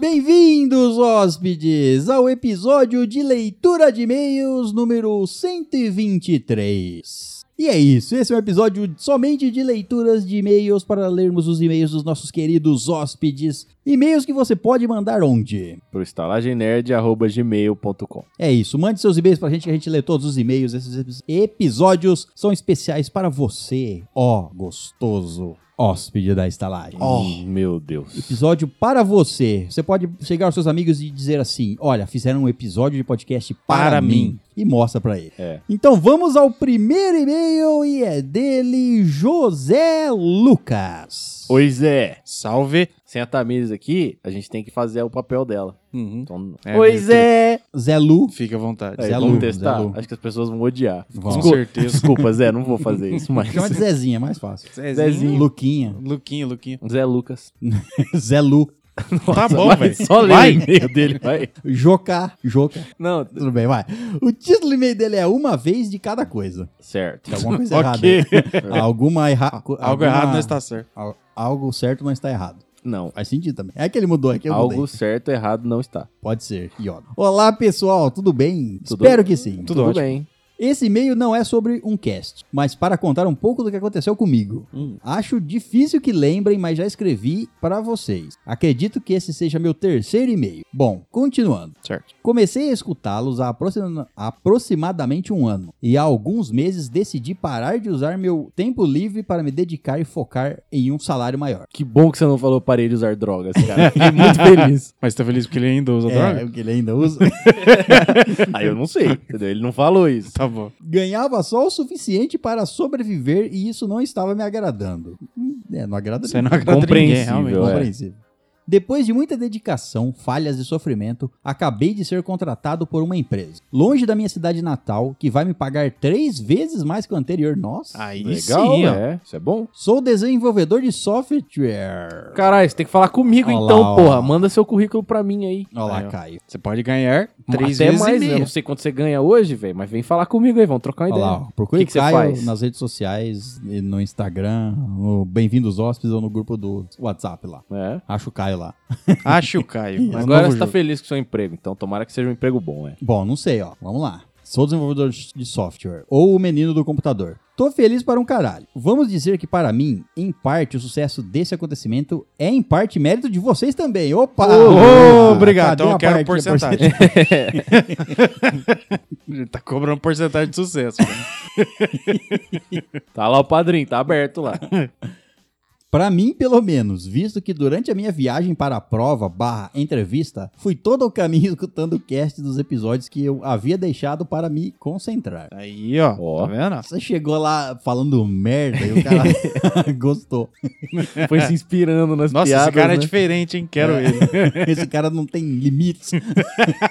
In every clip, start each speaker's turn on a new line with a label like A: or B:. A: Bem-vindos, hóspedes, ao episódio de leitura de e-mails número 123. E é isso, esse é um episódio somente de leituras de e-mails para lermos os e-mails dos nossos queridos hóspedes. E-mails que você pode mandar onde?
B: pro estalagemnerd.gmail.com.
A: É isso, mande seus e-mails pra gente que a gente lê todos os e-mails. Esses epi- episódios são especiais para você, ó gostoso hóspede da estalagem.
B: Hum, Meu Deus.
A: Episódio para você. Você pode chegar aos seus amigos e dizer assim: Olha, fizeram um episódio de podcast para,
B: Para
A: mim.
B: mim.
A: E mostra pra ele.
B: É.
A: Então vamos ao primeiro e-mail e é dele, José Lucas.
B: Pois é.
C: Salve.
B: Sem a Tamires aqui, a gente tem que fazer o papel dela. Então,
C: É,
B: pois
C: meu
B: é.
A: Zé Lu.
C: Fica à vontade.
B: Aí,
A: Zé
B: vamos
A: Lu,
B: testar?
A: Zé Lu.
B: Acho que as pessoas vão odiar.
A: Vão.
C: Com
B: Desculpa,
C: certeza.
B: desculpa, Zé, não vou fazer isso, mas...
A: Chama de Zezinha, é mais fácil.
B: Zezinho.
A: Luquinha.
C: Luquinha, Luquinha.
B: Zé Lucas.
A: Zé Lu.
C: tá bom,
B: Vai,
C: velho.
B: Só lê o
C: Vai.
B: e-mail dele, vai.
A: Jocá. Jocá.
B: Não,
A: Tudo bem, vai. O título do e-mail dele é Uma Vez de Cada Coisa.
B: certo.
C: tá
A: Tem alguma coisa errada. aí.
C: Ok.
A: Alguma erra...
C: Algo errado não está certo.
A: Al- Algo certo, mas está errado.
B: Não.
A: Faz sentido também. É que ele mudou aqui, eu
B: Algo
A: mudei.
B: certo, errado, não está.
A: Pode ser, Yoda. Olá, pessoal, tudo bem?
B: Tudo-
A: Espero que sim.
B: Tudo,
C: ótimo.
B: bem.
A: Esse e-mail não é sobre um cast, mas para contar um pouco do que aconteceu comigo.
B: Hum.
A: Acho difícil que lembrem, mas já escrevi para vocês. Acredito que esse seja meu terceiro e-mail. Bom, continuando.
C: Certo.
A: Comecei a escutá-los há aproxima- aproximadamente um ano, e há alguns meses decidi parar de usar meu tempo livre para me dedicar e focar em um salário maior.
B: Que bom que você não falou parei de usar drogas, cara. Fiquei muito feliz.
C: Mas tá feliz porque ele ainda usa droga?
A: é, que ele ainda usa.
B: Aí Ah, eu não sei, entendeu? Ele não falou isso.
C: Tá bom.
A: Ganhava só o suficiente para sobreviver e isso não estava me agradando. Hum, É, não agrada
C: Você não agrada ninguém,
B: Compreensível.
C: realmente.
B: é.
A: Compreensível. Depois de muita dedicação, falhas e sofrimento, acabei de ser contratado por uma empresa, longe da minha cidade natal, que vai me pagar três vezes mais que o anterior. Nossa!
C: Aí
B: é. Legal,
C: sim, ó.
B: é. Isso é bom.
A: Sou desenvolvedor de software.
B: Caralho, você tem que falar comigo
A: Olha lá,
B: então,
A: ó.
B: porra. Manda seu currículo pra mim aí.
A: Olha lá,
C: Aí, ó.
A: Caio.
C: Você pode ganhar três
B: Até
C: vezes
B: mais,
C: e
B: eu
C: meia.
B: não sei quanto você ganha hoje, velho, mas vem falar comigo aí, vamos trocar uma
A: Olha lá,
B: ideia.
A: ó. procure
B: Que que você
A: Caio
B: faz?
A: nas redes sociais, e no Instagram, no Bem-vindos Hóspedes ou no grupo do WhatsApp lá.
B: É.
A: Acho o Caio lá.
C: Acho o Caio. mas
B: Agora
C: novo
B: você tá
C: jogo.
B: feliz com o seu emprego, então tomara que seja um emprego bom, é.
A: Bom, não sei, ó. Vamos lá. Sou desenvolvedor de software, ou o menino do computador. Tô feliz para um caralho. Vamos dizer que para mim, em parte, o sucesso desse acontecimento é em parte mérito de vocês também. Opa!
C: Ô,
A: Ah,
C: obrigado.
A: cadê
C: Então eu
A: a
C: quero
A: parte-
B: é
C: porcentagem. Ele tá cobrando porcentagem de sucesso. né? cara.
B: Tá lá o padrinho, tá aberto lá.
A: Pra mim, pelo menos, visto que durante a minha viagem para a prova barra entrevista, fui todo o caminho escutando o cast dos episódios que eu havia deixado para me concentrar.
C: Aí, ó.
B: Ó.
C: Tá vendo?
A: Você chegou lá falando merda e o cara gostou.
B: Foi se inspirando nas
C: Nossa,
B: piadas.
C: esse cara é
B: né? É.
C: diferente, hein? Quero ele.
A: Esse cara não tem limites.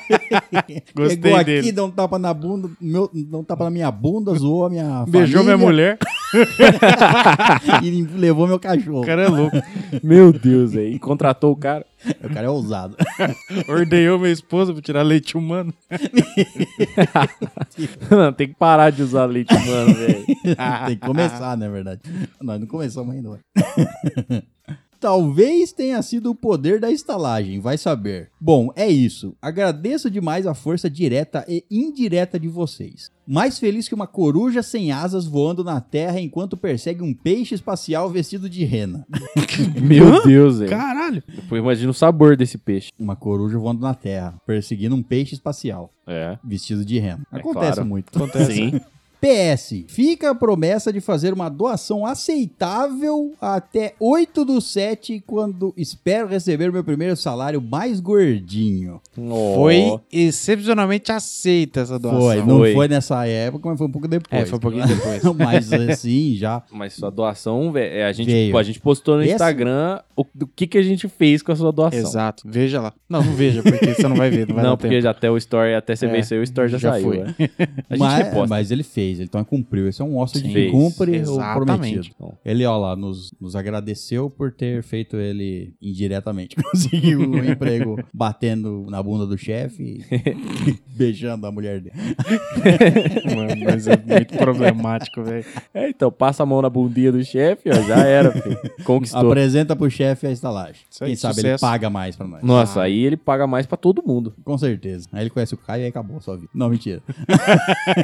C: Gostei
A: Pegou aqui,
C: dele.
A: deu um tapa na bunda, meu, deu um tapa na minha bunda, zoou a minha
C: Beijou minha
A: família
C: mulher.
A: e levou meu cachorro.
C: O cara é louco.
B: Meu Deus, aí. Contratou o cara.
A: O cara é ousado.
C: Ordenhou minha esposa pra tirar leite humano.
B: Não, tem que parar de usar leite, mano, velho.
A: Tem que começar, na verdade. Nós não começamos ainda. ué. Talvez tenha sido o poder da estalagem, vai saber. Bom, é isso. Agradeço demais a força direta e indireta de vocês. Mais feliz que uma coruja sem asas voando na terra enquanto persegue um peixe espacial vestido de rena.
B: Meu Deus, velho.
C: Caralho.
B: Depois imagina o sabor desse peixe.
A: Uma coruja voando na terra, perseguindo um peixe espacial.
B: É.
A: vestido de remo.
B: É
A: Acontece
B: claro.
A: muito.
B: Sim.
A: PS, fica a promessa de fazer uma doação aceitável até 8 do 7, quando espero receber meu primeiro salário mais gordinho.
C: Foi excepcionalmente aceita essa doação.
A: foi, não
B: foi.
A: foi nessa época, mas foi um pouco depois.
C: É, foi um pouquinho depois.
A: mas assim, já.
B: Mas sua doação, velho, é, a gente,
A: Veio.
B: pô, a gente postou no
A: Esse-
B: Instagram o, do que, que a gente fez com a sua doação.
C: Exato. Veja lá. Não, não veja, porque você não vai ver. Não, vai
B: Não,
C: dar
B: porque
C: tempo.
B: já até o story, até você
C: É,
B: ver isso aí, o story já,
C: já
B: saiu.
C: foi.
B: é. A gente
A: mas,
B: reposta.
A: mas ele fez, fez, então ele cumpriu. Esse é um ócio
B: Sim.
A: de cumpre o
C: Exatamente.
A: prometido.
B: Bom,
A: Ele, ó lá, nos, nos agradeceu por ter feito ele indiretamente. Conseguiu o emprego batendo na bunda do chefe e beijando a mulher dele.
C: Mano, mas é muito problemático, velho.
B: É, então passa a mão na bundinha do chefe, ó, já era, filho. Conquistou.
A: Apresenta pro chefe a estalagem.
C: Isso aí,
A: Quem sabe ele
C: sucesso.
A: paga mais pra nós.
B: Nossa, aí ele paga mais pra todo mundo.
A: Com certeza. Aí ele conhece o Caio e aí acabou a sua vida. Não, mentira.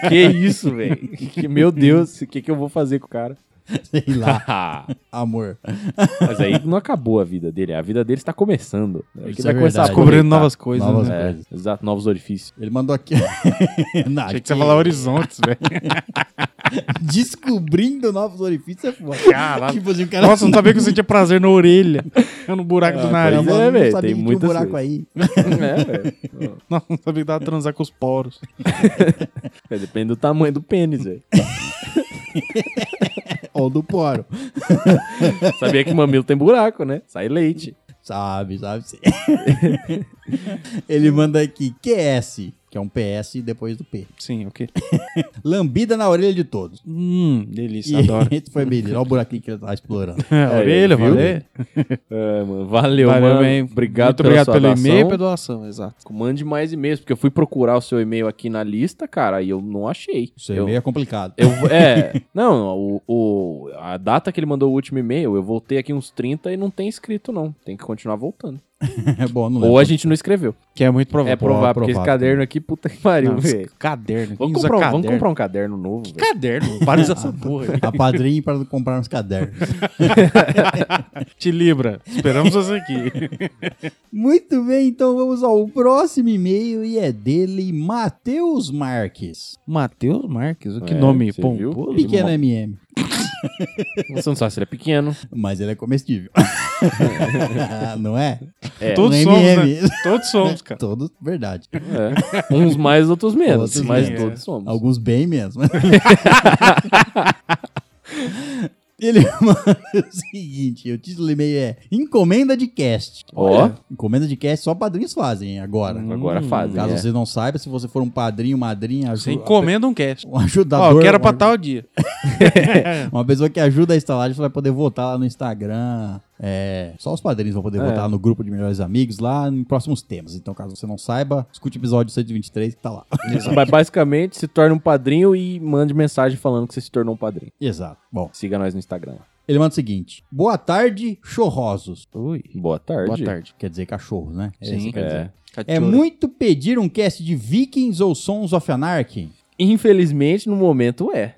B: Que isso, velho? Que- Meu Deus, o que, que eu vou fazer com o cara?
A: Sei lá, amor.
B: Mas aí não acabou a vida dele. A vida dele está começando. Né?
A: Isso
B: Ele vai
A: é
B: começar a
A: verdade.
C: Descobrindo
B: aproveitar.
C: novas coisas,
A: Novas
C: né?
A: coisas.
B: É, exato, novos orifícios.
A: Ele mandou aqui. Não,
C: Achei que você ia falar horizontes, velho.
A: Descobrindo novos orifícios é foda.
C: Caralho.
A: Tipo assim, o cara
C: Nossa, eu não sabia que eu sentia prazer na orelha. No buraco do
A: Ah,
C: nariz.
A: cara,
B: Pois é,
A: não
B: velho,
A: sabia
B: tem
A: que tinha um
B: muitas
A: buraco
B: coisas.
A: aí.
B: é, velho.
C: Não, não sabia que dava pra transar com os poros.
B: É, Depende do tamanho do pênis, velho.
A: Ou do poro.
B: Sabia que mamilo tem buraco, né? Sai leite.
A: Sabe, sabe sim. Ele manda aqui QS, que é um PS depois do P.
C: Sim, ok.
A: Lambida na orelha de todos.
C: Hum, delícia, adoro.
A: Esse foi bem, olha o buraquinho que ele tá explorando.
C: É, orelha,
B: viu?
C: valeu.
B: É, mano, valeu,
C: Valeu,
B: mano.
C: hein?
B: Obrigado,
C: Muito
B: pela
C: obrigado
B: sua
C: pelo
B: doação.
C: e-mail e pela doação, exato.
B: Mande mais e-mails, porque eu fui procurar o seu e-mail aqui na lista, cara, e eu não achei.
A: Isso aí
B: eu,
A: meio é complicado.
B: eu É, não, o, o- a data que ele mandou o último e-mail, eu voltei aqui uns 30 e não tem escrito, não. Tem que continuar voltando.
A: É bom, não lembro.
B: Ou a gente não escreveu.
C: Que é muito provável.
B: É provável, porque esse
A: provável.
B: caderno aqui, puta que pariu,
C: né? Não,
B: velho.
C: caderno. quem
B: Vamos
C: usa
B: comprar, um-
C: caderno?
B: vamos comprar um caderno novo, velho.
C: Caderno, para de usar essa porra.
A: A padrinho para comprar uns cadernos.
C: Te libra. Esperamos você aqui.
A: Muito bem, então vamos ao próximo e-mail e é dele, Matheus Marques.
C: Matheus Marques, que
B: É,
C: nome
B: você viu?
C: pomposo.
A: Pequeno
B: é
A: MM,
B: Você não sabe se ele é pequeno.
A: mas ele é comestível. não é?
B: É.
C: Todos
A: um
C: somos, né?
A: MM.
C: Todos somos, cara.
A: Todo, verdade.
B: É. Uns mais, outros menos.
A: Outros
B: mas
C: menos.
B: todos somos.
A: Alguns bem mesmo. Ele manda o seguinte, o título do e-mail é Encomenda de Cast.
B: Ó.
A: Encomenda de Cast só padrinhos fazem hein, agora.
B: Agora fazem.
A: Caso
B: é.
A: você não saiba, se você for um padrinho, madrinha,
C: Você
A: ajuda,
C: encomenda um cast.
A: um
C: Ó,
A: ajudador,
C: eu quero
A: um
C: pra tá- tal dia.
A: Uma pessoa que ajuda a instalar, você vai poder votar lá no Instagram. É, só os padrinhos vão poder votar no grupo de melhores amigos lá em próximos temas. Então, caso você não saiba, escute o episódio 123 que tá lá.
B: Ba- Basicamente, se torne um padrinho e mande mensagem falando que você se tornou um padrinho.
A: Exato. Bom,
B: Siga nós no Instagram.
A: ele manda o seguinte: Boa tarde, chorrosos.
C: Oi.
B: Boa tarde.
C: Boa tarde.
A: Quer dizer cachorros, né? É
C: Sim.
A: isso que quer
B: É.
A: dizer. É muito pedir um cast de Vikings ou Sons of Anarchy?
B: Infelizmente, no momento é.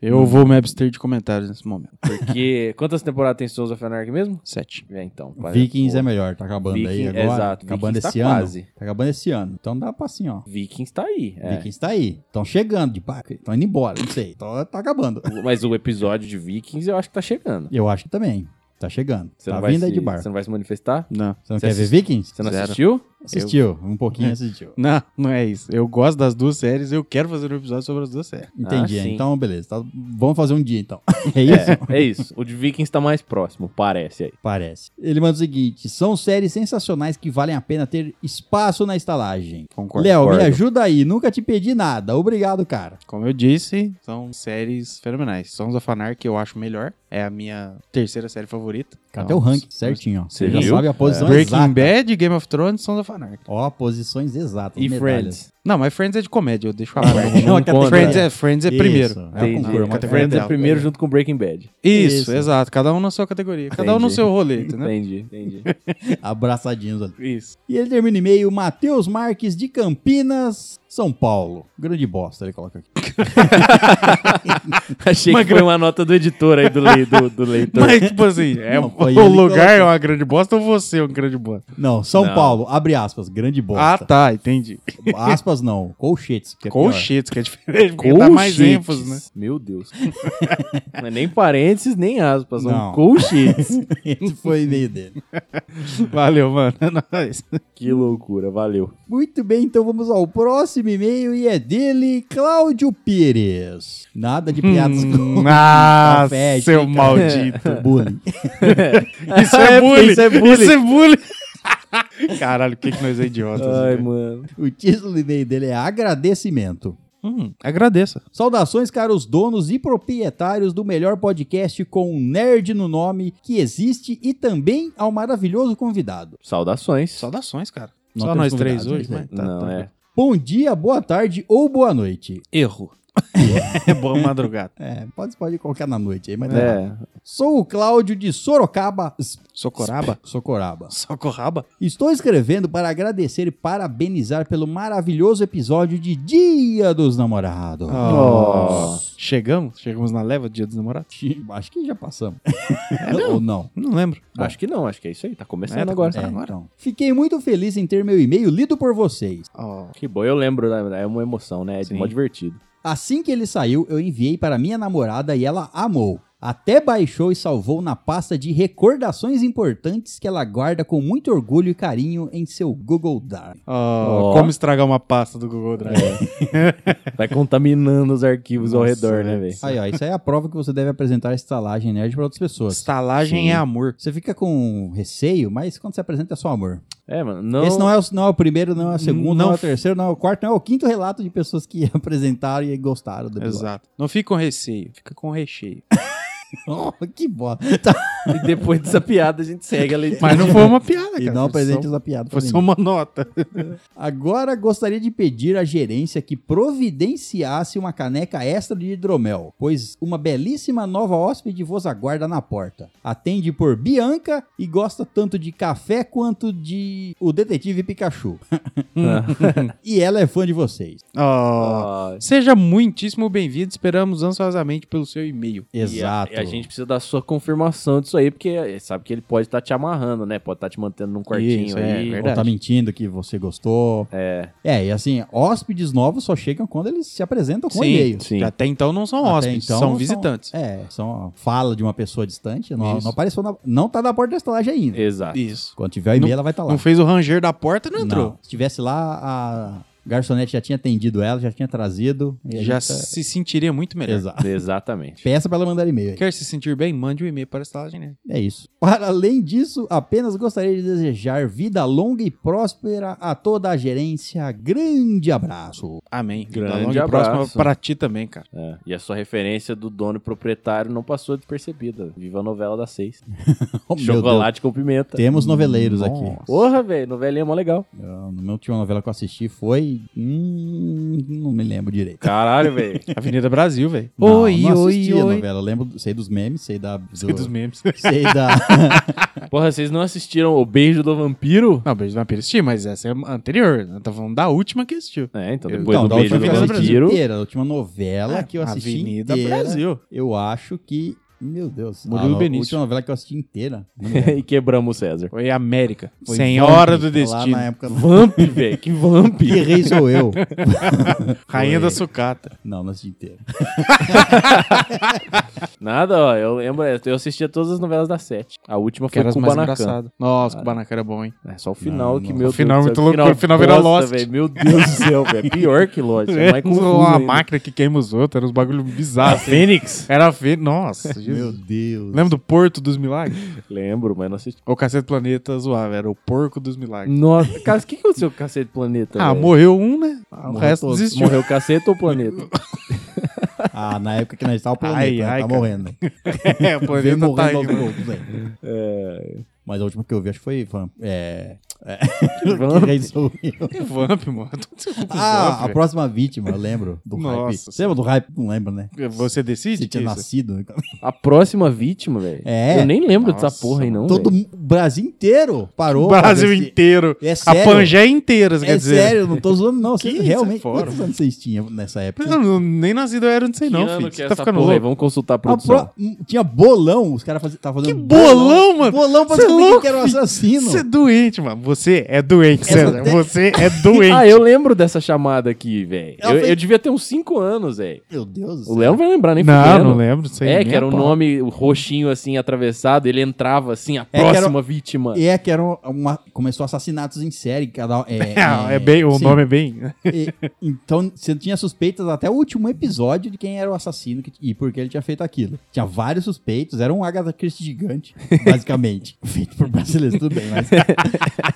C: Eu vou me abster de comentários nesse momento.
B: Porque quantas temporadas tem Souls of Anarchy mesmo?
C: Sete.
B: É, então.
A: Vikings é melhor, tá acabando aí
B: Viking-
A: agora.
B: exato,
A: Acabando
B: Vikings
A: esse
B: tá
A: ano.
B: quase.
A: Tá acabando esse ano. Então dá pra assim, ó.
B: Vikings tá aí. é.
A: Vikings tá aí. Estão chegando de barco. Estão indo embora, não sei. Então tá acabando.
B: Mas o episódio de Vikings eu acho que tá chegando.
A: Eu acho que também. Tá chegando.
B: Você
A: tá
B: não vai
A: vindo aí
B: se-
A: de barco.
B: Você não vai se manifestar?
C: Não.
A: Você não
B: você
A: quer ver Vikings?
B: Você não
C: Zero.
B: assistiu?
A: Assistiu. Um pouquinho assistiu.
C: Não, não é isso. Eu gosto das duas séries, eu quero fazer um episódio sobre as duas séries.
A: Entendi.
B: Ah, sim.
A: então, beleza. Tá- Vamos fazer um dia, então. É isso?
B: É, é isso. O de Vikings tá mais próximo, parece aí.
A: Parece. Ele manda o seguinte: são séries sensacionais que valem a pena ter espaço na estalagem.
C: Concordo.
A: Léo, me
B: concordo.
A: ajuda aí. Nunca te pedi nada. Obrigado, cara.
C: Como eu disse, são séries fenomenais. Sons of Anarchy eu acho melhor. É a minha terceira série favorita.
A: Cadê
C: Então,
A: o ranking? Certinho, ó.
B: Você
A: Você já
B: viu?
A: sabe a posição
C: Breaking
A: exata.
C: Bad, Game of Thrones, Sons of Anarchy.
A: Ó, posições exatas.
B: E
A: medalhas.
B: Friends.
C: Não, mas Friends é de comédia, eu deixo a parte.
A: Ah, Não, a categoria.
C: Friends é, Friends é
A: Isso,
C: primeiro.
A: É o
B: Entendi.
A: concurso, mas
C: Categoria
B: Friends é
C: dela.
B: primeiro junto com Breaking Bad.
C: Isso,
A: Isso.
C: exato. Cada um na sua categoria. Cada um no
B: Entendi.
C: seu rolê, entendeu?
A: Né?
B: Entendi, entendi.
A: Abraçadinhos ali.
C: Isso.
A: E ele termina o e-mail, Matheus Marques de Campinas, São Paulo. Grande bosta, ele coloca aqui.
B: Achei que foi uma nota do editor aí, do, lei- do, do leitor.
C: Mas, tipo assim, é
A: Não, foi ele
C: o
A: que colocou.
C: lugar é uma grande bosta ou você é um grande bosta?
A: Não, São
B: Não.
A: Paulo, abre aspas, grande
C: Ah,
A: bosta.
C: tá, entendi.
A: Aspas não, colchetes. que é pior.
C: Colchetes, que é diferente, porque dá mais
B: Colchetes.
C: ênfase, né?
B: Meu Deus. Não é nem parênteses, nem aspas. né? São
A: Não.
B: colchetes.
A: Esse foi o e-mail dele.
C: Valeu, mano. É nóis.
B: que loucura, valeu.
A: Muito bem, então vamos ao próximo e-mail e é dele, Cláudio Pires. Nada de piadas com
C: Hum. Ah,
A: Café,
C: seu
A: dica.
C: maldito.
A: bullying.
C: Isso é bullying.
B: Isso é bullying.
C: Isso é bullying. Caralho, o que, que nós é idiotas?
B: Ai,
C: velho?
B: mano.
A: O título do e-mail dele é Agradecimento.
C: Hum, agradeça.
A: Saudações, caros donos e proprietários do melhor podcast com um nerd no nome que existe e também ao maravilhoso convidado.
B: Saudações.
C: Saudações, cara.
A: Não
C: Só
A: temos
C: nós três
A: convidados,
C: hoje,
A: né?
C: mas tá-
B: Não,
C: tá-
B: é.
A: Bom dia, boa tarde ou boa noite.
C: Erro. é boa madrugada.
A: É, pode, pode colocar na noite aí, mas tá errado.
B: É.
A: Sou o Cláudio de Sorocaba, S-
C: Socoraba?
A: Socoraba.
C: Socorraba?
A: Estou escrevendo para agradecer e parabenizar pelo maravilhoso episódio de Dia dos Namorados.
B: Nossa.
C: Chegamos? Chegamos na leva do dia dos namorados?
A: Acho que já passamos. Ou É, não?
C: Não lembro.
B: Acho que não, acho que é isso aí. Tá começando
C: É, tá
B: agora.
A: É,
C: começando. Agora?
A: então. Fiquei muito feliz em ter meu e-mail lido por vocês.
C: Ó,
B: Que bom, eu lembro, né? É uma emoção, né? É
C: Sim.
B: mó divertido.
A: Assim que ele saiu, eu enviei para minha namorada e ela amou. Até baixou e salvou na pasta de recordações importantes que ela guarda com muito orgulho e carinho em seu Google Drive.
C: ó,
B: Ó.
C: Como estragar uma pasta do Google Drive?
B: É. Vai contaminando os arquivos ao
C: Nossa,
B: redor, né,
C: é.
B: velho?
A: Aí, ó, isso aí é a prova que você deve apresentar a estalagem nerd para outras pessoas.
C: Estalagem
B: Sim.
C: é amor.
A: Você fica com receio, mas quando você apresenta é só amor.
B: É, mano. Não...
A: Esse não é, o, não é o primeiro, não é o segundo, não,
C: Não
A: é o
C: f-
A: terceiro, não é o quarto, não é o quinto relato de pessoas que apresentaram e gostaram do episódio.
C: Exato. Não fica com receio, fica com recheio.
A: Oh, que bosta.
C: é-
B: E depois dessa piada a gente segue a leitura.
C: Mas não foi uma piada, cara.
A: E não
C: foi
A: apresente
C: só-
A: essa piada pra
C: Foi só
A: ninguém.
C: uma nota.
A: Agora gostaria de pedir à gerência que providenciasse uma caneca extra de hidromel, pois uma belíssima nova hóspede vos aguarda na porta. Atende por Bianca e gosta tanto de café quanto de o detetive Pikachu. e ela é fã de vocês.
C: Ó,
B: Ah,
C: Seja muitíssimo bem-vindo. Esperamos ansiosamente pelo seu e-mail.
A: É, Exato.
B: E a, e a gente precisa da sua confirmação disso aí, porque eh, sabe que ele pode estar te amarrando, né? Pode estar te mantendo num quartinho
C: Isso, é
B: aí.
A: Ou
C: verdade.
A: tá mentindo que você gostou.
B: É.
A: É, e assim, hóspedes novos só chegam quando eles se apresentam com
C: Sim,
A: um e-mail.
B: Sim.
C: Que Até então não são
A: Até
C: hóspedes,
A: então,
C: são visitantes.
A: é, são fala de uma pessoa distante, não,
C: Isso.
A: não apareceu na, não tá na porta da estalagem ainda.
B: Exato.
C: É. Isso.
A: Quando tiver o e-mail, ela vai estar lá.
C: Não fez o ranger da porta, não entrou.
A: Se tivesse lá, a garçonete já tinha atendido ela, já tinha trazido. e a
C: Já né?
A: gente tá-
C: se sentiria muito melhor.
A: Exato.
B: Exatamente.
A: Peça pra ela mandar e-mail. aí.
C: Quer se sentir bem? Mande um e-mail para a estalagem, né?
A: É isso. Para além disso, apenas gostaria de desejar vida longa e próspera a toda a gerência. Grande abraço.
C: Amém.
B: Grande
C: Vida longa e
B: abraço.
C: próxima pra ti também, cara.
B: É, E a sua referência do dono e proprietário não passou despercebida. Viva a novela das seis.
A: Oh, meu
B: Chocolate com
A: Deus.
B: pimenta.
A: Temos noveleiros
C: Nossa.
A: aqui.
B: Porra, velho, novelinha é mó legal.
A: Eu, na última novela que eu assisti foi. Hum, não me lembro direito.
B: Caralho, velho.
C: Avenida Brasil, velho.
A: Não, não assisti a novela. Eu lembro, sei dos memes, sei da. do-
C: Sei dos memes.
A: sei da.
B: Porra, vocês não assistiram O Beijo do Vampiro?
C: Não, Beijo do Vampiro assisti, mas essa é anterior. Eu tava falando da última que assistiu.
B: É, então
C: Eu-
B: depois
A: então,
B: do
A: da
B: Beijo
A: última
B: do
A: que eu assisti
B: Vampiro.
A: inteira, da última novela que eu assisti
C: Ah, Avenida
A: inteira,
C: Brasil.
A: eu acho que... Meu Deus.
C: Murilo
A: a,
C: Benício.
A: última novela que eu assisti inteira. não lembro.
B: e quebramos o César.
C: Foi América.
A: Foi
C: Senhora
A: Vamp,
C: do Destino.
A: Lá na época... do-
B: Vamp, velho, que Vamp.
A: Que rei sou eu?
C: Rainha
A: Foi.
C: da Sucata.
A: Não, não assisti inteira.
B: Nada, ó, eu lembro, eu assistia todas as novelas da sete. A última
C: Que
B: foi
C: era as mais
B: Kubanacan.
C: engraçadas. Nossa, Kubanacan era bom, hein?
B: É só o final
A: Não,
B: que,
A: não.
B: meu
C: O final
B: Deus
C: é muito
B: do céu,
C: louco, o final vira
B: bosta,
C: Lost.
B: velho, Meu Deus do céu, velho. Pior que Lost. É mais confuso
C: uma
B: ainda.
C: máquina que queima os outros, era uns bagulho bizarro. assim.
B: Fênix?
C: Era feio. Nossa,
A: Meu
C: Jesus.
A: Deus.
C: Lembra do Porto dos Milagres?
B: Lembro, mas não assisti.
C: Ou Cacete do Planeta zoava, era o Porco dos Milagres.
B: Nossa, cara, o que aconteceu com o Cacete do Planeta?
C: Ah,
B: velho?
C: morreu um, né? o
A: morreu
C: resto
A: todos.
C: desistiu.
B: Morreu o Cacete ou o Planeta?
A: Ah, na época que nós estávamos planeta,
C: Ai,
A: né?
C: ai,
A: tá
C: cara.
A: morrendo.
C: É, o
A: Vem
C: planeta tá
A: morrendo
C: aí,
A: aos
C: né?
A: poucos, velho.
B: É,
A: Mas a última que eu vi, acho que foi... Vamp. É... Que
B: Vamp.
A: rei sou eu?
C: Que Vamp, mano. Tô com seu
A: Ah, a
C: Vamp,
A: próxima vítima, eu lembro do hype.
C: Nossa.
A: Você lembra do hype? Não lembro, né?
C: velho. Você decide?
A: Você tinha
C: que é isso?
A: nascido. né?
B: A próxima vítima, velho.
A: É.
B: Eu nem lembro dessa
C: Nossa,
B: porra aí, não.
A: Todo
B: velho.
A: mu- o Brasil inteiro parou.
C: O
A: pra
C: Brasil
A: ver se-
C: inteiro.
A: É
C: A
A: sério.
C: Pangeia inteira, você
A: É
C: quer dizer.
A: sério, não tô zoando, não.
C: Que
A: Vocês
C: isso,
A: realmente.
C: é fora,
A: quantos
C: mano.
A: anos vocês tinham nessa época?
C: Eu não- nem nascido eu era, não sei
B: Que
C: não,
B: ano
C: filho.
B: que
C: Você
B: é
C: tá
B: essa
C: ficando
B: porra aí?
C: louco.
B: Vamos consultar a
A: A
B: produção.
A: pro- hum, Tinha bolão, os caras faziam- estavam
C: Que
A: fazendo.
C: bolão, mano.
A: Bolão pra
C: Cê é
A: descobrir quem
C: louco,
A: que era o
C: filho.
A: assassino.
C: Você é doente, mano. Você é doente,
A: Essa
C: César.
A: tem-
C: Você é doente.
B: Ah, eu lembro dessa chamada aqui, velho.
A: Ela
B: Eu,
A: fez-
B: eu devia ter uns 5 anos, velho.
A: Meu Deus. do
B: O
A: céu.
B: Léo vai lembrar, nem
C: Não,
B: fudendo.
C: não lembro. sei
B: É,
C: nem
B: que
C: a
B: era um
C: pau.
B: nome roxinho, assim, atravessado. Ele entrava, assim, a
A: É que era-
B: próxima vítima.
A: E é que era uma. Começou assassinatos em série. Cada... É,
C: É, é bem, o
A: sim.
C: nome é bem.
A: E- então, você tinha suspeitas até o último episódio de quem era o assassino que- e por que ele tinha feito aquilo. Tinha vários suspeitos, era um Agatha Christie gigante, basicamente. feito por brasileiros, tudo bem, mas...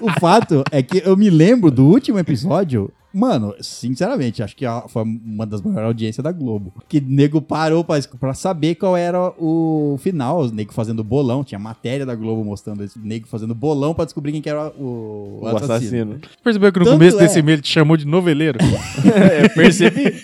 A: o fato é que eu me lembro do último episódio Mano, sinceramente, acho que a- foi uma das maiores audiências da Globo. Que nego parou pra, pra saber qual era o final. Os nego fazendo bolão. Tinha matéria da Globo mostrando esse nego fazendo bolão pra descobrir quem que era o, o
B: O
A: assassino.
B: assassino.
C: Percebeu que no
A: Tanto
C: começo
A: é.
C: desse e-mail ele te chamou de noveleiro?
B: é, eu percebi.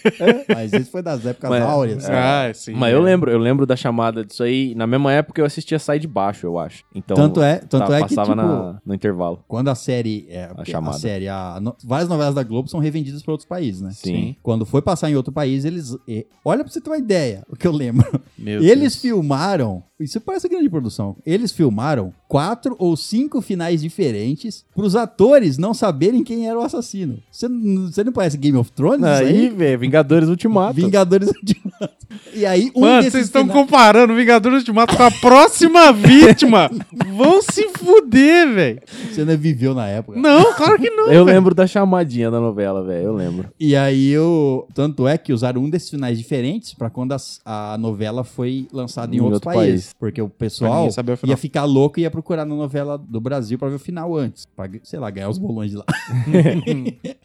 A: Mas isso foi das épocas
B: Mas-
A: áureas.
C: ah, sim.
B: Mas
A: é.
B: eu lembro, eu lembro da chamada disso aí. Na mesma época eu assistia Sai de Baixo, eu acho. Então,
A: tanto é, tanto
B: tá,
A: é que,
B: passava
A: tipo,
B: na, no intervalo.
A: quando a série... É, porque a,
B: chamada.
A: série... a no- várias novelas da Globo são revendidas pra outros países, né?
B: Sim.
A: Quando foi passar em outro país, eles... eh, olha pra você ter uma ideia, o que eu lembro.
C: Meu
A: Eles
C: Deus.
A: filmaram. Isso parece grande produção. Eles filmaram quatro ou cinco finais diferentes pros atores não saberem quem era o assassino. Você n- você não conhece Game of Thrones? isso
B: Aí, velho, Vingadores Ultimato.
A: Vingadores Ultimato. E aí, um
C: Mano,
A: desses
C: vocês estão
A: fina-
C: comparando Vingadores de Mato com a próxima vítima. Vão se fuder, velho.
A: Você não viveu na época.
C: Não, claro que não.
B: Eu lembro da chamadinha da novela, velho. Eu lembro.
A: E aí, eu... tanto é que usaram um desses finais diferentes pra quando as- a novela foi lançada em,
B: Em
A: outros
B: outro
A: países.
B: país.
A: Porque o
C: Pra
A: pessoal
C: ninguém saber o final.
A: ia ficar louco e ia procurar na novela do Brasil pra ver o final antes. Pra, sei lá, ganhar os bolões de lá.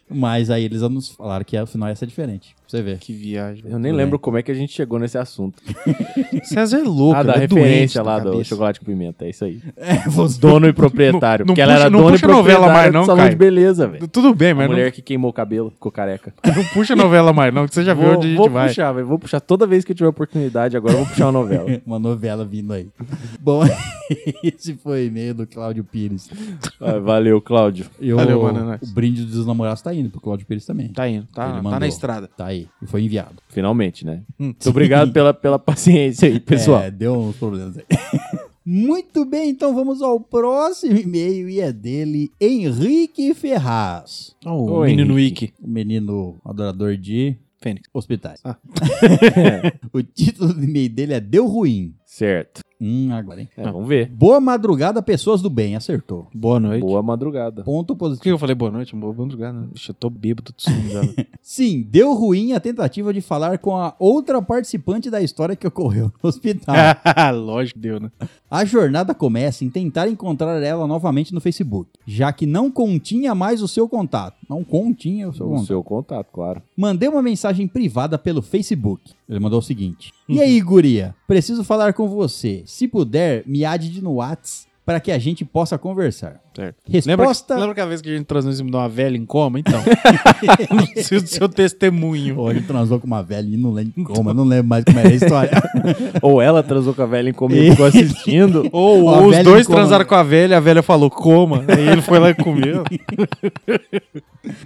A: Mas aí eles nos falaram que o final ia ser diferente. Pra você ver.
C: Que viagem.
B: Eu nem lembro como é que a gente chegou nesse assunto.
C: César é louco,
B: ah, da
C: ele é doente
B: referência
C: da
B: lá do
C: cabeça.
B: chocolate com pimenta, é isso aí.
A: É, você-
B: Dono e proprietário.
C: Não- não
B: porque ela
C: puxa-
B: era
C: não
B: dona e
C: puxa novela
B: proprietária
C: mais
B: do
C: não,
B: salão
C: Caio.
B: de beleza, velho.
C: Tudo bem,
B: A
C: mas
B: mulher que queimou o cabelo, ficou careca.
C: não, não puxa novela mais, não, que você já viu
B: vou
C: onde a gente
B: vou
C: vai.
B: puxar, velho. Vou puxar toda vez que eu tiver oportunidade, agora eu vou puxar uma novela.
A: Uma novela vindo aí. Bom, esse foi o e-mail do Cláudio Pires.
B: Ah, valeu, Cláudio.
A: E o-
C: Valeu, mano, é nóis.
A: o brinde dos namorados tá indo pro Cláudio Pires também.
C: Tá indo,
A: Ele
C: tá, tá
A: mandou.
C: na estrada.
A: Tá aí. E foi enviado.
B: Finalmente, né?
C: Hum.
B: Muito obrigado pela, pela paciência aí, pessoal.
A: É, deu uns problemas aí. Muito bem, então vamos ao próximo e-mail e é dele, Henrique Ferraz.
C: Oh,
B: Ô,
C: menino
B: Henrique.
C: Wiki.
A: O menino adorador de
C: Fênix.
A: hospitais.
C: Ah.
A: o título do e-mail dele é Deu Ruim.
B: Certo.
A: Hum, agora, hein?
B: É, vamos ver.
A: Boa madrugada, pessoas do bem. Acertou.
C: Boa noite.
B: Boa madrugada.
A: Ponto
C: Por que
A: positivo.
C: eu falei boa noite? Boa madrugada. né? Ixi, eu tô bêbado de sono já. velho.
A: Sim, deu ruim a tentativa de falar com a outra participante da história que ocorreu no hospital.
C: Ah, Lógico que deu, né?
A: A jornada começa em tentar encontrar ela novamente no Facebook, já que não continha mais o seu contato. Não continha o seu
B: O
A: contato.
B: seu contato, claro.
A: Mandei uma mensagem privada pelo Facebook. Ele mandou o seguinte:
C: Uhum.
A: E aí, guria? Preciso falar com você. Se puder, me ade no Whats para que a gente possa conversar.
C: Certo. Lembra,
A: Resposta.
C: que, lembra que a vez que a gente transou em cima de uma velha em coma? Então. Preciso do seu testemunho.
A: Pô, ele transou com uma velha e não lembro como, eu não lembro mais como era a história.
B: Ou ela transou com a velha em como ele ficou assistindo.
C: Ou,
A: Ó, a
C: ou os
A: velha
C: dois
A: em coma.
C: transaram com a velha, a velha falou coma, aí ele foi lá e comeu.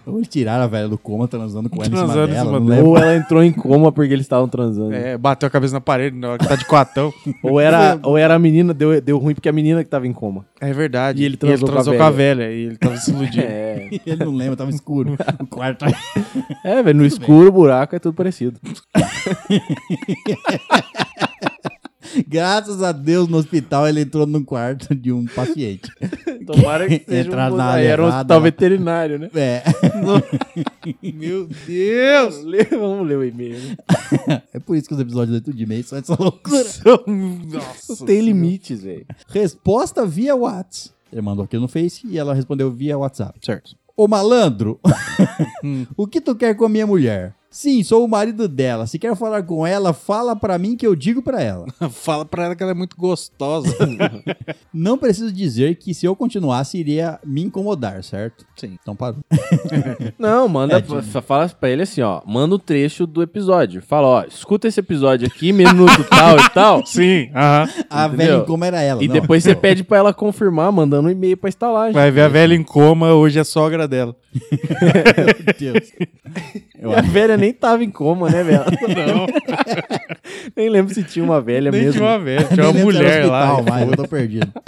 A: Ou eles tiraram a velha do coma transando com ela em cima
C: Transando em
A: dela,
C: cima
A: não
C: dela.
A: lembro.
B: Ou ela entrou em coma porque eles estavam transando.
C: É, bateu a cabeça na parede na hora que tá de quatão.
B: Ou, era, ou era a menina, deu, deu ruim porque é a menina que tava em coma.
C: É verdade.
B: E ele transou com a
C: com, a velha e ele tava se iludindo.
B: É,
A: Ele não lembra, tava escuro. O quarto.
B: é velho, no escuro, buraco, é tudo parecido.
A: Graças a Deus, no hospital ele entrou num quarto de um paciente.
B: Tomara que seja
A: Entrar
B: um...
A: na
B: aí Era um
A: errada,
B: hospital
A: ó.
B: veterinário, né?
A: É.
C: Meu Deus!
B: Lê- Vamos ler o e-mail. né?
A: É por isso que os episódios do de meio são essa loucura.
C: Nossa.
B: Tem limites, velho.
A: Resposta via Whats. Ele mandou aqui no Face e ela respondeu via WhatsApp.
C: Certo.
A: Ô malandro,
C: Hum.
A: o que tu quer com a minha mulher? Sim, sou o marido dela. Se quer falar com ela, fala pra mim que eu digo pra ela.
C: Fala pra ela que ela é muito gostosa.
A: Não preciso dizer que se eu continuasse iria me incomodar, certo?
C: Sim.
A: Então parou.
B: Não, manda.
A: É, tipo-
B: fa- Fala pra ele assim, ó. Manda o trecho do episódio. Fala, ó, escuta esse episódio aqui, minuto tal e tal.
C: Sim, aham.
A: A
B: Entendeu?
A: velha em como era ela.
B: E
A: não.
B: depois você pede pra ela confirmar, mandando um e-mail pra estalagem.
C: Vai ver a velha em coma, hoje é sogra dela.
A: Meu Deus.
B: E a velha nem tava em coma, né, velho? Não. nem lembro se tinha uma velha
C: É Nem
B: mesmo.
C: tinha uma velha, tinha uma
A: Nem lembro se É era
C: mulher lá.
A: hospital mais, eu tô perdido.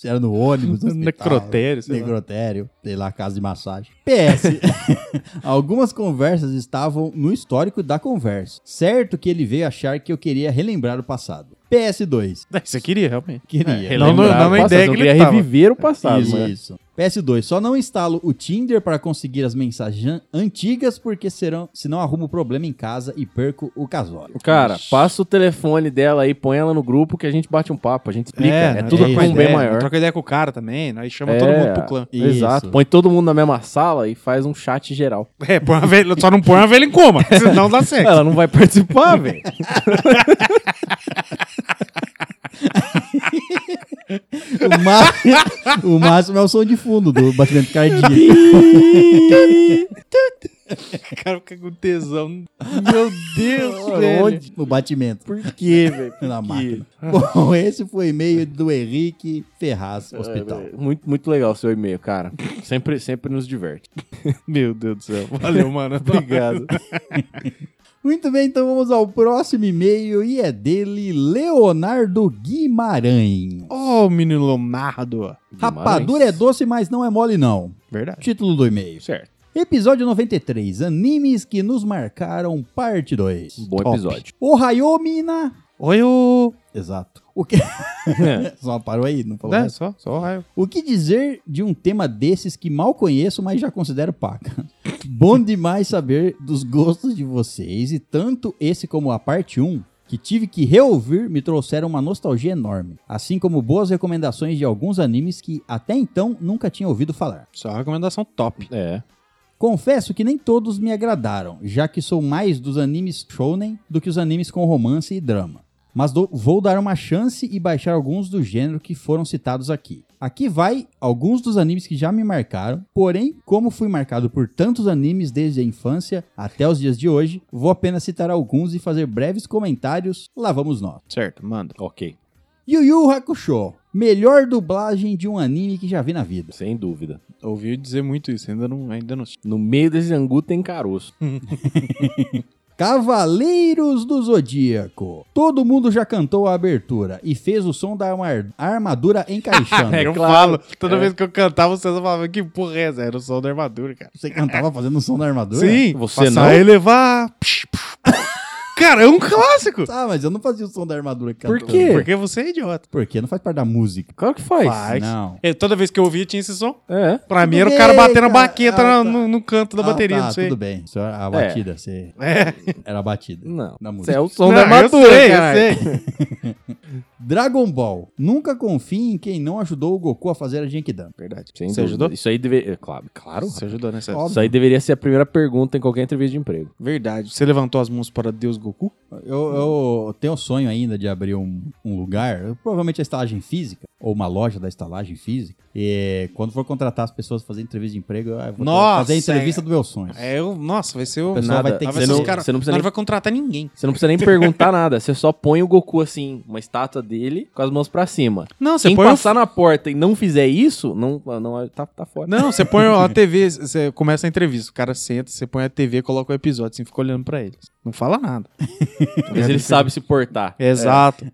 A: Se era no ônibus, no hospital,
C: Necrotério, sei lá.
A: necrotério, sei lá, casa de massagem. PS. Algumas conversas estavam no histórico da conversa. Certo que ele veio achar que eu queria relembrar o passado. PS2.
C: Você queria, realmente.
A: Queria.
C: Não, não, não,
B: Lembrava,
C: não, é
B: nossa,
C: ideia
B: eu
C: que
B: queria
C: ele tava.
B: reviver o passado,
A: isso,
B: né?
A: isso. PS2, só não instalo o Tinder para conseguir as mensagens antigas, porque serão, senão arrumo problema em casa e perco o casório.
B: Cara, passa o telefone dela aí, põe ela no grupo que a gente bate um papo, a gente explica. É,
C: nós
B: tudo
C: troca
B: com um bem
C: ideia,
B: maior.
C: Troca ideia com o cara também, nós chama
B: É,
C: todo mundo pro clã.
A: Isso.
B: Exato. Põe todo mundo na mesma sala e faz um chat geral.
C: É, põe uma velha, só não põe uma velha em coma, senão dá certo.
B: Ela não vai participar, velho.
A: O, ma- o máximo é o som de fundo do batimento cardíaco.
C: O cara fica com tesão. Meu Deus, velho.
A: Onde? No batimento.
B: Por quê,
C: é,
B: velho?
A: Na máquina. Bom, esse foi o e-mail do Henrique
B: É,
A: Ferraz Hospital.
B: Muito, muito legal seu e-mail, cara. Sempre, sempre nos diverte.
C: Meu Deus do céu. Valeu, mano.
B: Obrigado.
A: Muito bem, então vamos ao próximo e-mail e é dele Leonardo Guimarães.
C: Ô, menino Leonardo.
A: Rapadura é doce, mas não é mole não.
C: Verdade.
A: Título do e-mail.
B: Certo.
A: Episódio 93, animes que nos marcaram, parte 2.
B: Um bom
C: Top.
B: episódio.
A: O Hayomina.
C: Oi, ô.
A: Exato. O que...
B: É.
A: Só parou aí, não
B: Né?
A: falou
C: É,
A: mais.
C: só, só o raio.
A: O que dizer de um tema desses que mal conheço, mas já considero paca? Bom demais saber dos gostos de vocês e tanto esse como a parte 1, que tive que reouvir, me trouxeram uma nostalgia enorme, assim como boas recomendações de alguns animes que até então nunca tinha ouvido falar.
C: Só uma recomendação top.
B: É.
A: Confesso que nem todos me agradaram, já que sou mais dos animes shounen do que os animes com romance e drama. Mas dou- vou dar uma chance e baixar alguns do gênero que foram citados aqui. Aqui vai alguns dos animes que já me marcaram, porém, como fui marcado por tantos animes desde a infância até os dias de hoje, vou apenas citar alguns e fazer breves comentários. Lá vamos nós.
C: Certo, manda.
B: Ok.
A: Yu Yu Hakusho, melhor dublagem de um anime que já vi na vida.
B: Sem dúvida.
C: Ouvi dizer muito isso, ainda não, ainda não.
B: No meio desse angu tem caroço.
A: Cavaleiros do Zodíaco. Todo mundo já cantou a abertura e fez o som da arma- armadura encaixando.
B: É,
C: eu
B: claro.
C: falo, toda
B: É.
C: vez que eu cantava, vocês falavam, que porra é essa? Era o som da armadura, cara.
A: Você cantava fazendo o som da armadura?
C: Sim,
B: Você
C: passar
B: não?
C: a elevar. Psh, psh. cara, é um clássico.
A: Ah, mas eu não fazia o som da armadura
B: Por
A: cantando.
B: quê?
C: Porque você é idiota.
A: Porque não faz parte da música.
B: Claro que faz.
C: Faz.
A: Não.
C: Eu- toda vez que eu ouvia, tinha esse som.
B: É.
C: Pra mim
A: Tudo
C: era o
A: bem,
C: cara batendo a
A: cara.
C: baqueta
A: Ah, tá.
C: na- no, no canto da
A: Ah,
C: bateria,
A: tá,
C: não sei.
A: tudo bem. Isso era a batida, você... Era a batida.
B: É. Não.
A: Da
B: Você
A: música.
B: é o som
C: Não,
B: da
C: eu
B: armadura,
C: sei, eu
B: caralho.
C: sei.
A: Dragon Ball. Nunca confie em quem não ajudou o Goku a fazer a Genkidama.
C: Verdade.
B: É Sem
C: Você
B: dúvida.
C: ajudou?
B: Isso aí deveria... Claro, claro.
C: Você ajudou, né, César?
A: Óbvio.
B: Isso aí deveria ser a primeira pergunta em qualquer entrevista de emprego.
C: Verdade. Você levantou as mãos para Deus Goku?
A: Eu, eu tenho o sonho ainda de abrir um, um lugar, provavelmente a estalagem física, ou uma loja da estalagem física. E quando for contratar as pessoas pra fazer entrevista de emprego, eu vou
C: Nossa,
A: fazer a entrevista
C: é.
A: do meu sonho.
C: É, eu, nossa, vai ser o...
A: Pessoal
B: Nada.
A: vai ter
C: Ah,
A: que
C: vai
B: você,
C: ser
A: ser
C: os
B: não,
C: caras...
B: você não
C: Não,
B: precisa nem
C: vai contratar ninguém.
B: Você não precisa nem perguntar nada, você só põe o Goku assim, uma estátua dele, com as mãos pra cima. Quem
C: Não, você põe o
B: passar na porta e não fizer isso, não, não tá, tá fora.
C: Não, você põe a TV, você começa a entrevista, o cara senta, você põe a TV, coloca o episódio, assim, fica olhando pra eles. Não fala nada.
B: Mas ele sabe se portar.
C: Exato.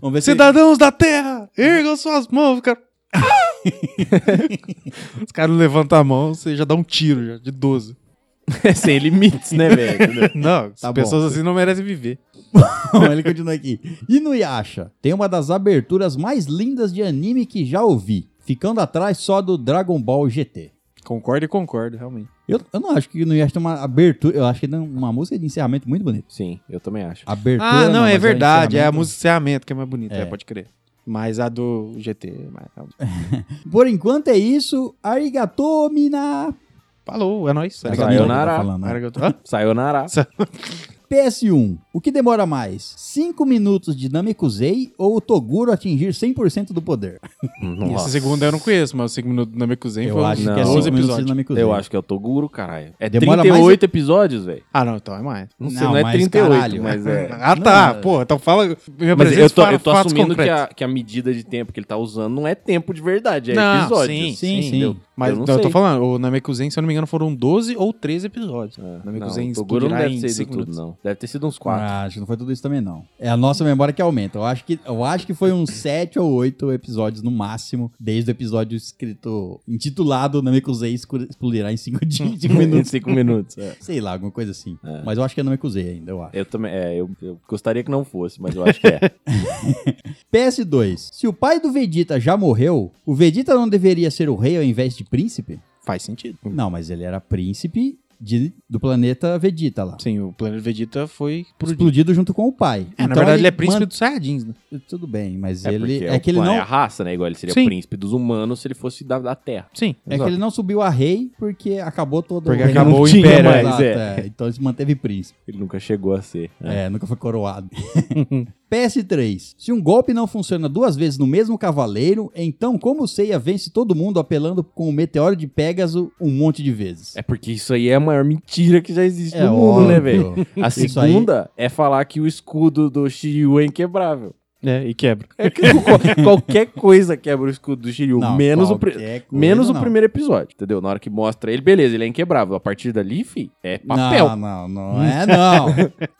A: Vamos ver se
C: Cidadãos da Terra, ergam suas mãos, cara. Os caras levantam a mão, você já dá um tiro já, de 12.
B: É sem limites, né, velho?
C: Não, as
A: Tá bom.
C: pessoas assim não merecem viver.
A: Bom, ele continua aqui. Inuyasha tem uma das aberturas mais lindas de anime que já ouvi, ficando atrás só do Dragon Ball GT.
C: Concordo e concordo, realmente.
A: Eu, eu não acho que Inuyasha tem uma abertura, eu acho que tem uma música de encerramento muito bonita.
B: Sim, eu também acho.
A: Abertura,
C: ah, não,
A: mas um
C: é verdade, é a
A: encerramento.
C: música de encerramento que é mais bonita,
A: É.
C: é, pode crer. Mas a do GT, é mais...
A: Por enquanto é isso. Arigatou, mina!
C: falou, é nóis.
A: É
B: Arigatou.
A: Sayonara
C: Arigatou.
A: que
B: Sayonara.
A: falando, né?
C: Arigatou. Hã?
B: Sayonara.
A: PS1, o que demora mais? 5 minutos de Namekusei ou o Toguro atingir 100% do poder?
C: Essa segunda eu não conheço, mas o 5 minutos do Namekusei
A: Eu
C: foi
A: acho
C: uns
A: que é
B: não.
A: 5
B: 12
C: 12
A: minutos de
C: episódios.
A: Namekusei.
B: Eu acho que é o Toguro, caralho. É
A: Demora
B: 38
A: mais-
B: episódios, velho.
C: Ah, não, então é mais.
B: Não, sei,
A: Não,
B: não é
A: mas
B: 38,
A: caralho.
B: mas é.
C: Ah, tá. Porra, então fala. Me
B: Mas eu tô,
C: fala
B: eu tô
C: fatos
B: assumindo que
C: concretos.
B: a, que a medida de tempo que ele tá usando não é tempo de verdade, é
C: Não,
B: episódio.
C: sim,
A: sim,
B: entendeu?
A: sim.
C: Mas
B: eu
C: eu,
B: não
C: eu tô
B: sei.
C: falando, o Namekuzen, se eu não me engano, foram 12 ou 13 episódios.
B: É,
C: Namekuzen
B: não, o Toguro não
C: explodirá
B: deve
C: em
B: ser isso
C: 5
B: tudo,
C: minutos.
B: não. Deve ter sido uns quatro.
A: Ah, acho que não foi tudo isso também, não. É a nossa memória que aumenta. Eu acho que, eu acho que foi uns 7 ou 8 episódios no máximo, desde o episódio escrito, intitulado Namekusei Escure- Explodirá em 5 dias de
B: Em
A: minutos.
B: cinco minutos. é.
A: Sei lá, alguma coisa assim.
B: É.
A: Mas eu acho que é Namekusei ainda, eu acho.
B: Eu também, é, eu, eu gostaria que não fosse, mas eu acho que é.
A: PS2. Se o pai do Vegeta já morreu, o Vegeta não deveria ser o rei ao invés de príncipe?
C: Faz sentido.
A: Não, mas ele era príncipe de- do planeta Vegeta lá.
C: Sim, o planeta Vegeta foi pro
A: Explodido junto com o pai.
C: É, na
A: Então
C: verdade, ele é príncipe
A: man-
C: dos sardins, né?
A: Tudo bem, mas
B: É
A: ele.
B: porque
A: É
B: o
A: que ele
B: clã
A: não.
B: é a raça, né? Igual ele seria
C: Sim.
B: príncipe dos humanos se ele fosse da, da Terra.
C: Sim.
A: É que ele não subiu a rei porque acabou todo
C: Porque
A: reino.
C: acabou o
A: Não tinha
C: império,
A: mais,
B: mas
A: exato, é. Então ele se manteve príncipe.
B: Ele nunca chegou a ser. né?
A: É, nunca foi coroado. PS3. Se um golpe não funciona duas vezes no mesmo cavaleiro, então como o Seiya vence todo mundo apelando com o meteoro de Pégaso um monte de vezes?
B: É. porque isso aí é a maior mentira que já existe no mundo, né, velho?
A: É óbvio.
B: A
A: Isso aí-
B: segunda é falar que o escudo do Shiryu é inquebrável.
C: É, e quebra.
B: É que qual- qualquer coisa quebra o escudo do Shiryu,
A: Não,
B: menos, o, pri-
A: qualquer coisa,
B: menos o
A: não.
B: primeiro episódio, entendeu? Na hora que mostra ele, beleza, ele é inquebrável. A partir dali, fi, é papel.
A: Não, não, não é não.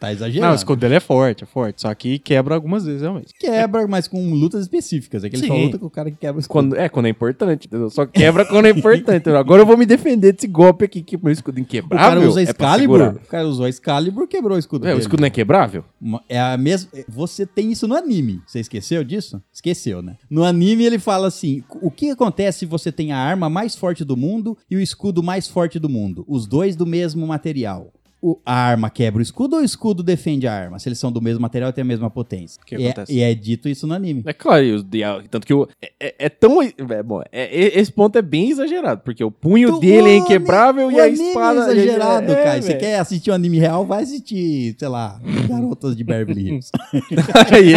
A: Tá exagerando.
C: Não, o escudo dele é forte, é forte. Só que quebra algumas vezes, realmente.
A: Quebra, mas com lutas específicas. É que ele só
C: Sim.
A: luta com o cara que quebra o escudo.
B: Quando, é, quando é importante, entendeu? Só quebra quando é importante. entendeu? Agora eu vou me defender desse golpe aqui que meu escudo
A: O
B: inquebrável.
A: cara usa
B: é pra
A: Excalibur.
B: segurar.
A: o cara usou Excalibur, quebrou o escudo.
B: É, o
A: dele.
B: escudo não é quebrável?
A: Uma- É a mesma. é, Você tem isso no anime. Você esqueceu disso? Esqueceu, né? No anime ele fala assim: o que acontece se você tem a arma mais forte do mundo e o escudo mais forte do mundo? Os dois do mesmo material. O, a arma quebra o escudo ou o escudo defende a arma? Se eles são do mesmo material e têm a mesma potência.
C: O que
A: E é-
C: acontece?
A: E é dito isso no anime.
B: É claro, e os- e a- tanto que o. É, é- é tão. É, bom, é- é- esse ponto é bem exagerado, porque o punho
A: Tu-
B: dele é
A: o anime-
B: inquebrável e
A: o
B: a
A: anime
B: espada.
A: É exagerado,
B: é,
A: cara. Você
B: velho.
A: quer assistir um anime real? Vai assistir, sei lá, Garotas de Beverly Hills.
B: Aí,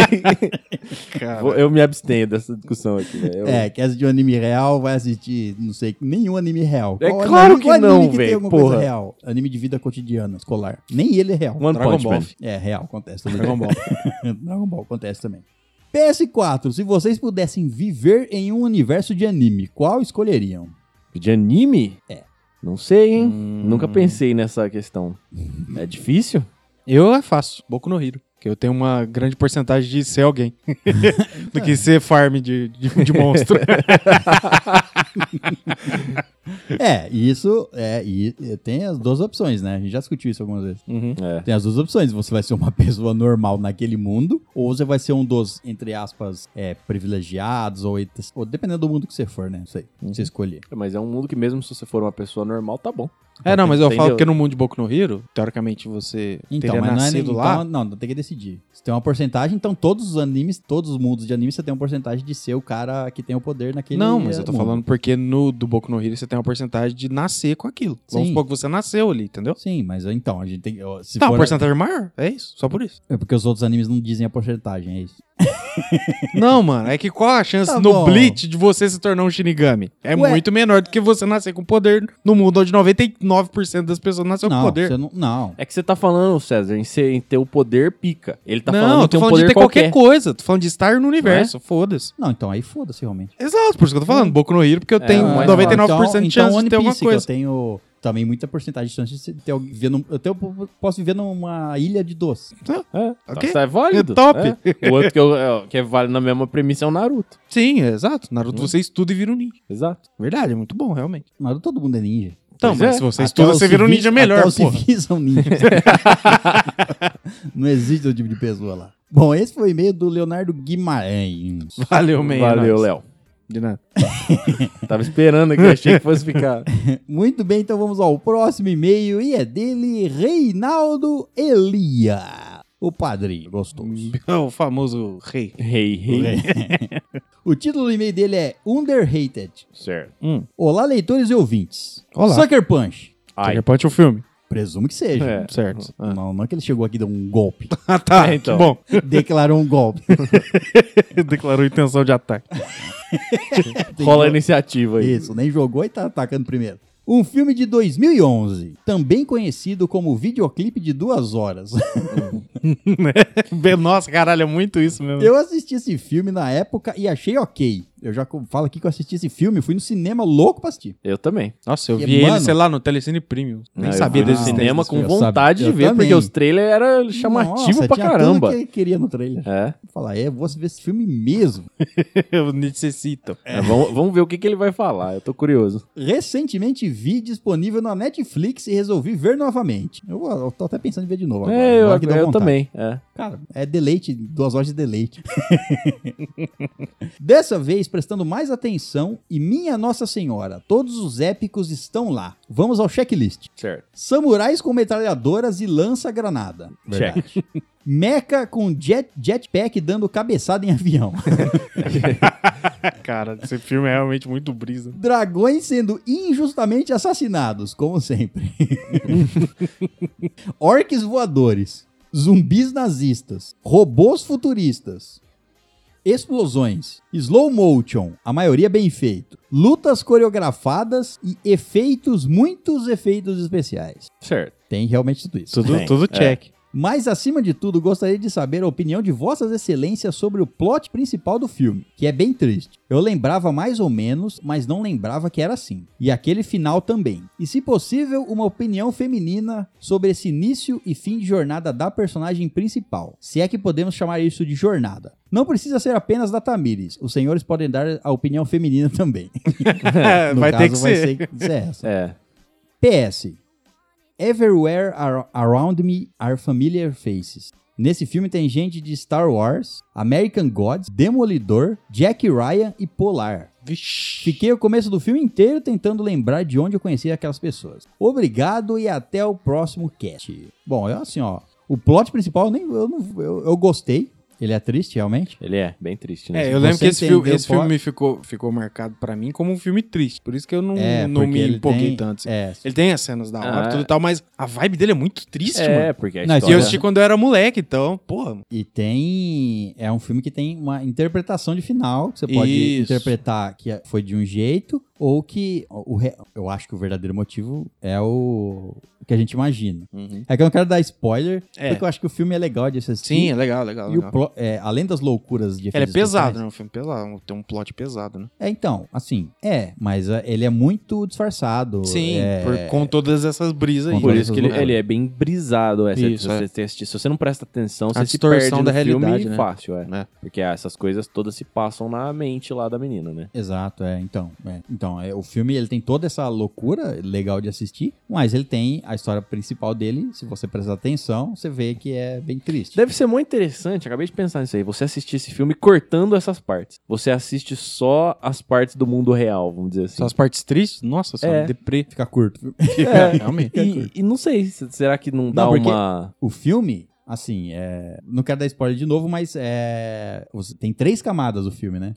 C: Cara.
B: vou- eu me abstenho dessa discussão aqui, velho. Eu-
A: É, quer assistir um anime real? Vai assistir, não sei, nenhum anime real.
B: É
A: Qual
B: claro
A: anime-
B: que
A: qual anime
B: não,
A: tem
B: velho,
A: alguma
B: porra.
A: coisa real. Anime de vida cotidiana, escolar. Nem ele é real.
B: One
C: Dragon
B: Punch
C: Ball.
B: Man.
A: É, real, acontece também.
C: Dragon Ball.
A: Dragon Ball acontece também. PS4, se vocês pudessem viver em um universo de anime, qual escolheriam?
B: De anime? É. Não sei, hein?
C: Hum.
B: Nunca pensei nessa questão. É difícil?
C: Eu é fácil, Boku no Hiro. Porque eu tenho uma grande porcentagem de ser alguém. do que ser farm de, de, de monstro.
A: é, isso é, e, e tem as duas opções, né? A gente já discutiu isso algumas vezes.
B: É.
A: Tem as duas opções. Você vai ser uma pessoa normal naquele mundo, ou você vai ser um dos, entre aspas, é, privilegiados, ou, ou dependendo do mundo que você for, né? Não sei.
C: Uhum.
A: Você escolher.
B: Mas é um mundo que, mesmo se você for uma pessoa normal, tá bom.
C: É, não, mas eu
B: Entendeu?
C: falo porque no mundo de Boku no Hiro, teoricamente você
A: Então,
C: teria
A: mas não é nem,
C: nascido lá.
A: então, não, não tem que decidir. Você tem uma porcentagem, então todos os animes, todos os mundos de anime, você tem uma porcentagem de ser o cara que é tem o poder naquele
C: não, mas eu tô
A: mundo.
C: falando porque no do Boku no Hiro você tem uma porcentagem de nascer com aquilo. Vamos
A: Sim.
C: supor que você nasceu ali, entendeu?
A: Sim, mas então, a gente tem. ó, Se
C: tá, uma
A: for,
C: porcentagem maior, é isso, só por isso.
A: É porque os outros animes não dizem a porcentagem, é isso.
C: não, mano, é que qual a chance
A: Tá
C: no
A: bom.
C: Bleach de você se tornar um Shinigami? É
A: Ué.
C: muito menor do que você nascer com poder no mundo onde 99% das pessoas nasceu
A: não,
C: com poder.
A: você não. Não.
B: É que você tá falando, César, em, ser, em ter o poder pica. Ele tá
C: não,
B: falando
C: eu
B: em ter
C: tô
B: um
C: falando
B: poder
C: de ter qualquer,
B: qualquer.
C: coisa. Tô falando de estar no universo. Foda-se.
A: Não, Hum. então aí foda-se realmente.
C: Exato, por isso que eu tô falando. Boku no Hiro, porque eu
B: É,
C: tenho
B: um mais
C: 99% de
A: Ah, então,
C: chance
A: One
C: de ter alguma
A: Piece, que
C: coisa.
A: Eu tenho também muita porcentagem de chance de ser- ter alguém viver num, eu, tenho, eu posso viver numa ilha de doce.
B: É, tá,
C: Ok.
B: isso é válido.
C: É top.
B: é. O outro que, eu- é, que é válido na mesma premissa é o Naruto.
C: Sim, é, exato. Naruto
A: Hum.
C: você estuda e vira um ninja.
B: Exato.
C: Verdade, é muito bom, realmente.
A: Naruto todo mundo é ninja.
C: Então,
B: Pois
C: mas
B: é.
C: se você
A: Até
C: estuda,
A: os
C: você vira um
A: civis-
C: ninja melhor,
A: até os
C: porra.
A: civis são ninjas. Não existe o tipo de pessoa lá. Bom, esse foi o e-mail do Leonardo Guimarães.
C: Valeu, man.
B: Valeu,
C: nós.
B: Léo.
C: De nada.
B: Tava esperando aqui, achei que fosse ficar.
A: Muito bem, então vamos ao próximo e-mail e é dele Reinaldo Elia, o padrinho gostoso.
C: É o famoso rei.
B: Rei, rei.
A: o título do e-mail dele é Underrated.
B: Certo.
C: Hum.
A: Olá, leitores e ouvintes.
C: Olá.
A: Sucker Punch.
B: Ai.
C: repente o filme.
A: Presumo que seja.
B: É.
C: Certo. Ah,
A: Não, não é que ele chegou aqui e deu um golpe.
C: Ah, tá.
B: É, então.
C: que Bom,
A: Declarou um golpe.
C: declarou intenção de ataque.
B: Rola a iniciativa aí.
A: Isso, nem jogou e tá atacando primeiro. Um filme de 2011, também conhecido como videoclipe de duas horas.
C: Nossa, caralho, é muito isso mesmo.
A: Eu assisti esse filme na época e achei ok. Eu já co- falo aqui que eu assisti esse filme, fui no cinema louco pra assistir.
B: Eu também.
C: Nossa, eu
A: Que,
C: vi
A: mano-
C: ele, sei lá, no Telecine Premium. Nem
B: Ah, eu
C: sabia
B: fui no
C: desse
B: cinema com
A: filme.
B: vontade
A: Eu
B: de ver,
A: também.
B: porque os trailers eram chamativos
A: Nossa,
B: pra
A: tinha tudo
B: caramba.
A: que eu queria no trailer.
B: É,
A: Falar, é, eu vou ver esse filme mesmo.
C: Eu necessito.
B: é, vamos, vamos ver o que, que ele vai falar. Eu tô curioso.
A: Recentemente vi disponível na Netflix e resolvi ver novamente. Eu, vou- eu tô até pensando em ver de novo agora.
B: é, eu,
A: agora que deu
B: eu
A: vontade.
B: também. É.
A: Cara, é deleite, duas horas de deleite. Dessa vez, prestando mais atenção, e minha Nossa Senhora, todos os épicos estão lá. Vamos ao checklist.
B: Certo.
A: Samurais com metralhadoras e lança-granada.
B: Check.
A: Mecha com jet, jetpack dando cabeçada em avião.
C: Cara, esse filme é realmente muito brisa.
A: Dragões sendo injustamente assassinados, como sempre. Orques voadores. Zumbis nazistas. Robôs futuristas. Explosões. Slow motion, a maioria bem feito. Lutas coreografadas e efeitos, muitos efeitos especiais.
B: Certo.
A: Tem realmente tudo isso.
C: Tudo,
B: Bem,
C: tudo
B: é.
C: check.
A: Mas, acima de tudo, gostaria de saber a opinião de Vossas Excelências sobre o plot principal do filme, que é bem triste. Eu lembrava mais ou menos, mas não lembrava que era assim. E aquele final também. E, se possível, uma opinião feminina sobre esse início e fim de jornada da personagem principal, se é que podemos chamar isso de jornada. Não precisa ser apenas da Tamires, os senhores podem dar a opinião feminina também. No
C: É, vai ter
A: caso,
C: que
A: vai
C: ser.
A: ser essa.
B: É.
A: PS. Everywhere ar- around me are familiar faces. Nesse filme tem gente de Star Wars, American Gods, Demolidor, Jack Ryan e Polar.
C: Vixe.
A: Fiquei o começo do filme inteiro tentando lembrar de onde eu conheci aquelas pessoas. Obrigado e até o próximo cast. Bom, é assim, ó. O plot principal eu nem, eu, não- eu- eu gostei. Ele é triste, realmente.
B: Ele é bem triste, né?
C: É, eu lembro
A: Você
C: que esse,
A: entendeu
C: filme, esse
A: o plot?
C: filme ficou, ficou marcado pra mim como um filme triste. Por isso que eu não,
A: É,
C: não
A: porque
C: me
A: ele
C: empolguei
A: tem-
C: tanto. assim.
A: É.
C: Ele tem as cenas da hora
B: Ah.
C: e tudo e tal, mas a vibe dele é muito triste,
B: É,
C: mano.
B: porque a
A: Não,
C: E eu
B: história...
C: assisti quando eu era moleque, então, porra.
A: E tem. É um filme que tem uma interpretação de final. que Você pode
C: Isso.
A: interpretar que foi de um jeito, ou que. O, re- eu acho que o verdadeiro motivo é o, o que a gente imagina. É que eu não quero dar spoiler,
C: Uhum. É.
A: porque eu acho que o filme é legal de assistir.
C: Sim, é legal, legal.
A: E o
C: legal.
A: plo- é, além das loucuras de
C: Ele é
A: efeitos especiais-
C: pesado, né? Um filme pesado, tem um plot pesado, né?
A: É, então, assim, é, mas é, ele é muito disfarçado.
C: Sim,
A: é,
C: por- com todas essas brisas aí.
A: Com
B: Por
A: todas
B: isso que ele,
A: loucuras.
B: ele é bem brisado. É, se-
C: Isso,
B: se, você tem- se você não presta atenção, você se perde
C: distorção
B: no
C: da
B: filme
C: realidade, né?
B: fácil, é.
C: Né?
B: Porque ah, essas coisas todas se passam na mente lá da menina, né?
A: Exato, é. Então, é. então é, o filme ele tem toda essa loucura legal de assistir, mas ele tem a história principal dele. Se você prestar atenção, você vê que é bem triste.
B: Deve ser muito interessante, acabei de pensar nisso aí, você assistir esse filme cortando essas partes. Você assiste só as partes do mundo real, vamos dizer assim.
C: Só as partes tristes, nossa, só
B: É.
C: me deprê.
A: Fica curto.
B: É.
C: Realmente.
B: E, e não sei, se- será que não dá
A: porque-
B: uma...
A: O filme, assim, é, não quero dar spoiler de novo, mas é, os- tem três camadas o filme, né?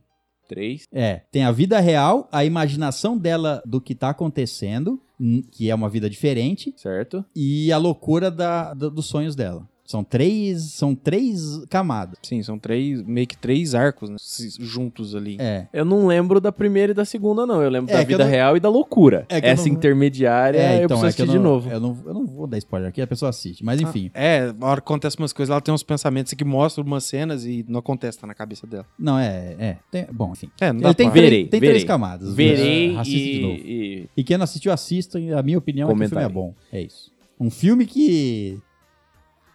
B: Três?
A: É, tem a vida real, a imaginação dela do que tá acontecendo, hum, que é uma vida diferente,
B: Certo?
A: e a loucura da- do- dos sonhos dela. São três, são três camadas.
C: Sim, são três, meio que três arcos né, se- juntos ali.
A: É.
B: Eu não lembro da primeira e da segunda, não. Eu lembro
A: É
B: da
A: que eu
B: vida
A: não-
B: real e da loucura.
A: É que eu
B: Essa
A: não-
B: intermediária É, eu preciso
A: É, então, que
B: assistir de
A: não-
B: novo.
A: Eu não, eu não vou dar spoiler aqui, a pessoa assiste. Mas enfim.
C: É, a hora que acontece umas coisas, ela tem uns pensamentos que mostram umas cenas e não acontece, tá na cabeça dela.
A: Não, é. é tem- bom, enfim.
C: É, não dá
A: Ele tem,
C: pra...
B: ver.
A: verei,
B: Verei,
A: tem três
B: verei.
A: camadas.
B: Verei
A: É, assista de novo.
B: e, e-
A: E quem não assistiu, assista. E a minha opinião é que o
B: Comentarei.
A: filme é bom. É isso. Um filme que.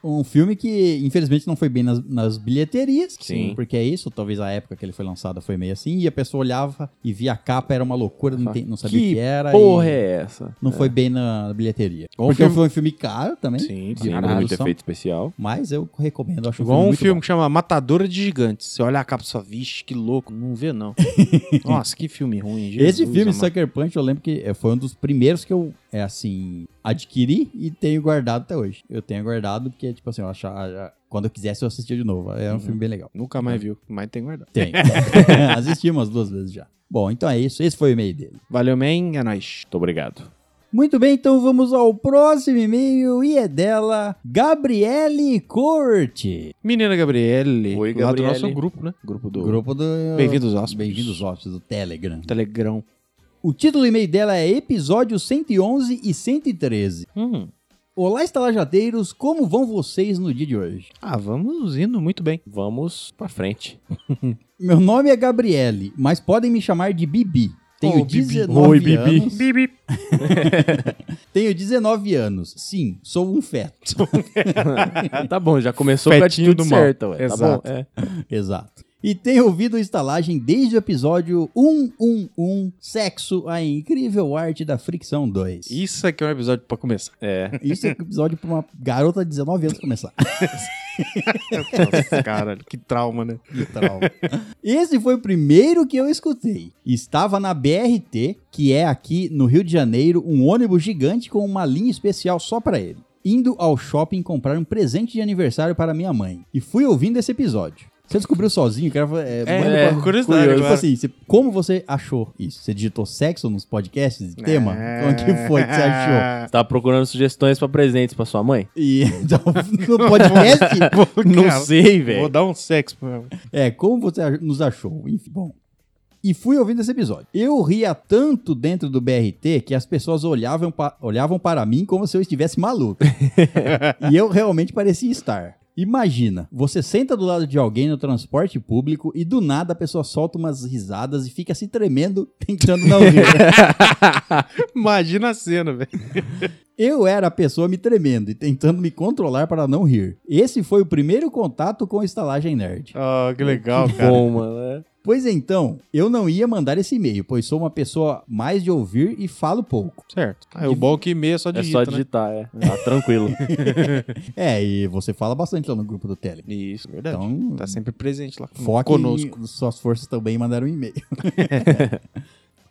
A: Um filme que, infelizmente, não foi bem nas, nas bilheterias.
B: Sim.
A: Porque é isso. Talvez a época que ele foi lançado foi meio assim. E a pessoa olhava e via a capa, era uma loucura, não,
B: Fala,
A: tem- não sabia o que,
B: "Que
A: era.
B: Porra,
A: e
B: é essa?
A: Não foi bem na bilheteria.
C: Igual
A: porque
C: um filme-
A: foi um filme caro também.
C: Sim,
A: de
B: Sim,
A: produção,
B: muito efeito especial.
A: Mas eu recomendo, eu acho
C: Igual
A: um
C: um
A: muito
C: filme que chama Matadora de Gigantes. Você olha a capa e só, vixe, que louco, não vê não. Nossa, que filme ruim. Jesus
A: Esse filme,
C: amado.
A: Sucker Punch, eu lembro que eh, foi um dos primeiros que eu, é assim, adquiri e tenho guardado até hoje. Eu tenho guardado porque, tipo assim, eu achava, quando eu quisesse eu assistia de novo. É
C: Uhum.
A: um filme bem legal.
C: Nunca mais viu, mas tem guardado.
A: Tem. assisti umas duas vezes já. Bom, então é isso. Esse foi o e-mail dele.
C: Valeu, man, é nóis.
B: Muito obrigado.
A: Muito bem, então vamos ao próximo e-mail e é dela, Gabriele Corte.
C: Menina Gabriele.
B: Oi,
C: Lá do
B: Gabriele.
C: nosso grupo, né? Grupo do
A: Grupo do...
C: Bem-vindos aos Hóspedes.
A: Ah, Bem-vindos Hóspedes do Telegram.
C: Telegram.
A: O título do e-mail dela é Episódio 111 e 113.
C: Hum,
A: Olá, estalajadeiros, como vão vocês no dia de hoje?
C: Ah, vamos indo muito bem.
B: Vamos pra frente.
A: Meu nome é Gabriele, mas podem me chamar de Bibi. Tenho
C: Ô, Bibi.
A: 19
C: Oi, Bibi.
A: anos. Tenho 19 anos. Sim, sou um feto.
B: tá bom, já começou
C: Fetinho
B: com a atitude
C: do mal.
B: certa, ué.
C: Exato.
B: Tá bom, é.
A: Exato. E tenho ouvido a estalagem desde o episódio 111, Sexo, a incrível arte da fricção 2.
C: Isso aqui é um episódio pra começar.
B: É.
A: Isso é episódio pra uma garota de 19 anos começar.
C: Nossa, caralho, que trauma, né?
A: Literal. Esse foi o primeiro que eu escutei. Estava na BRT, que é aqui no Rio de Janeiro, um ônibus gigante com uma linha especial só pra ele. Indo ao shopping comprar um presente de aniversário para minha mãe. E fui ouvindo esse episódio. Você descobriu sozinho, cara. É, manda
B: é,
A: pra-
C: curiosidade né?
A: Tipo
C: agora.
A: assim, você- como você achou isso? Você digitou sexo nos podcasts de tema?
C: É.
A: Como é que foi que você achou?
B: Você tava procurando sugestões pra presentes pra sua mãe?
A: E então, no podcast,
B: Não
C: Cara,
B: sei,
C: Vou
B: velho.
C: dar um sexo pra ela.
A: É, como você a- nos achou? Enfim, bom. E fui ouvindo esse episódio. Eu ria tanto dentro do BRT que as pessoas olhavam, pa- olhavam para mim como se eu estivesse maluco. e eu realmente parecia estar. Imagina, você senta do lado de alguém no transporte público e do nada a pessoa solta umas risadas e fica se tremendo tentando não rir.
C: Imagina a cena, velho.
A: Eu era a pessoa me tremendo e tentando me controlar para não rir. Esse foi o primeiro contato com a estalagem nerd.
C: Ah, que legal, cara.
B: Bom, mano.
A: Pois então, eu não ia mandar esse e-mail, pois sou uma pessoa mais de ouvir e falo pouco.
C: Certo. Ah, o bom é que meia só né?
B: É, é
C: digita,
B: só digitar, é. Tá tranquilo.
A: É, e você fala bastante lá no grupo do Telegram.
C: né? Isso, verdade.
A: Então,
C: Tá sempre presente lá.
A: foque
C: conosco.
A: em suas forças também em mandar um e-mail.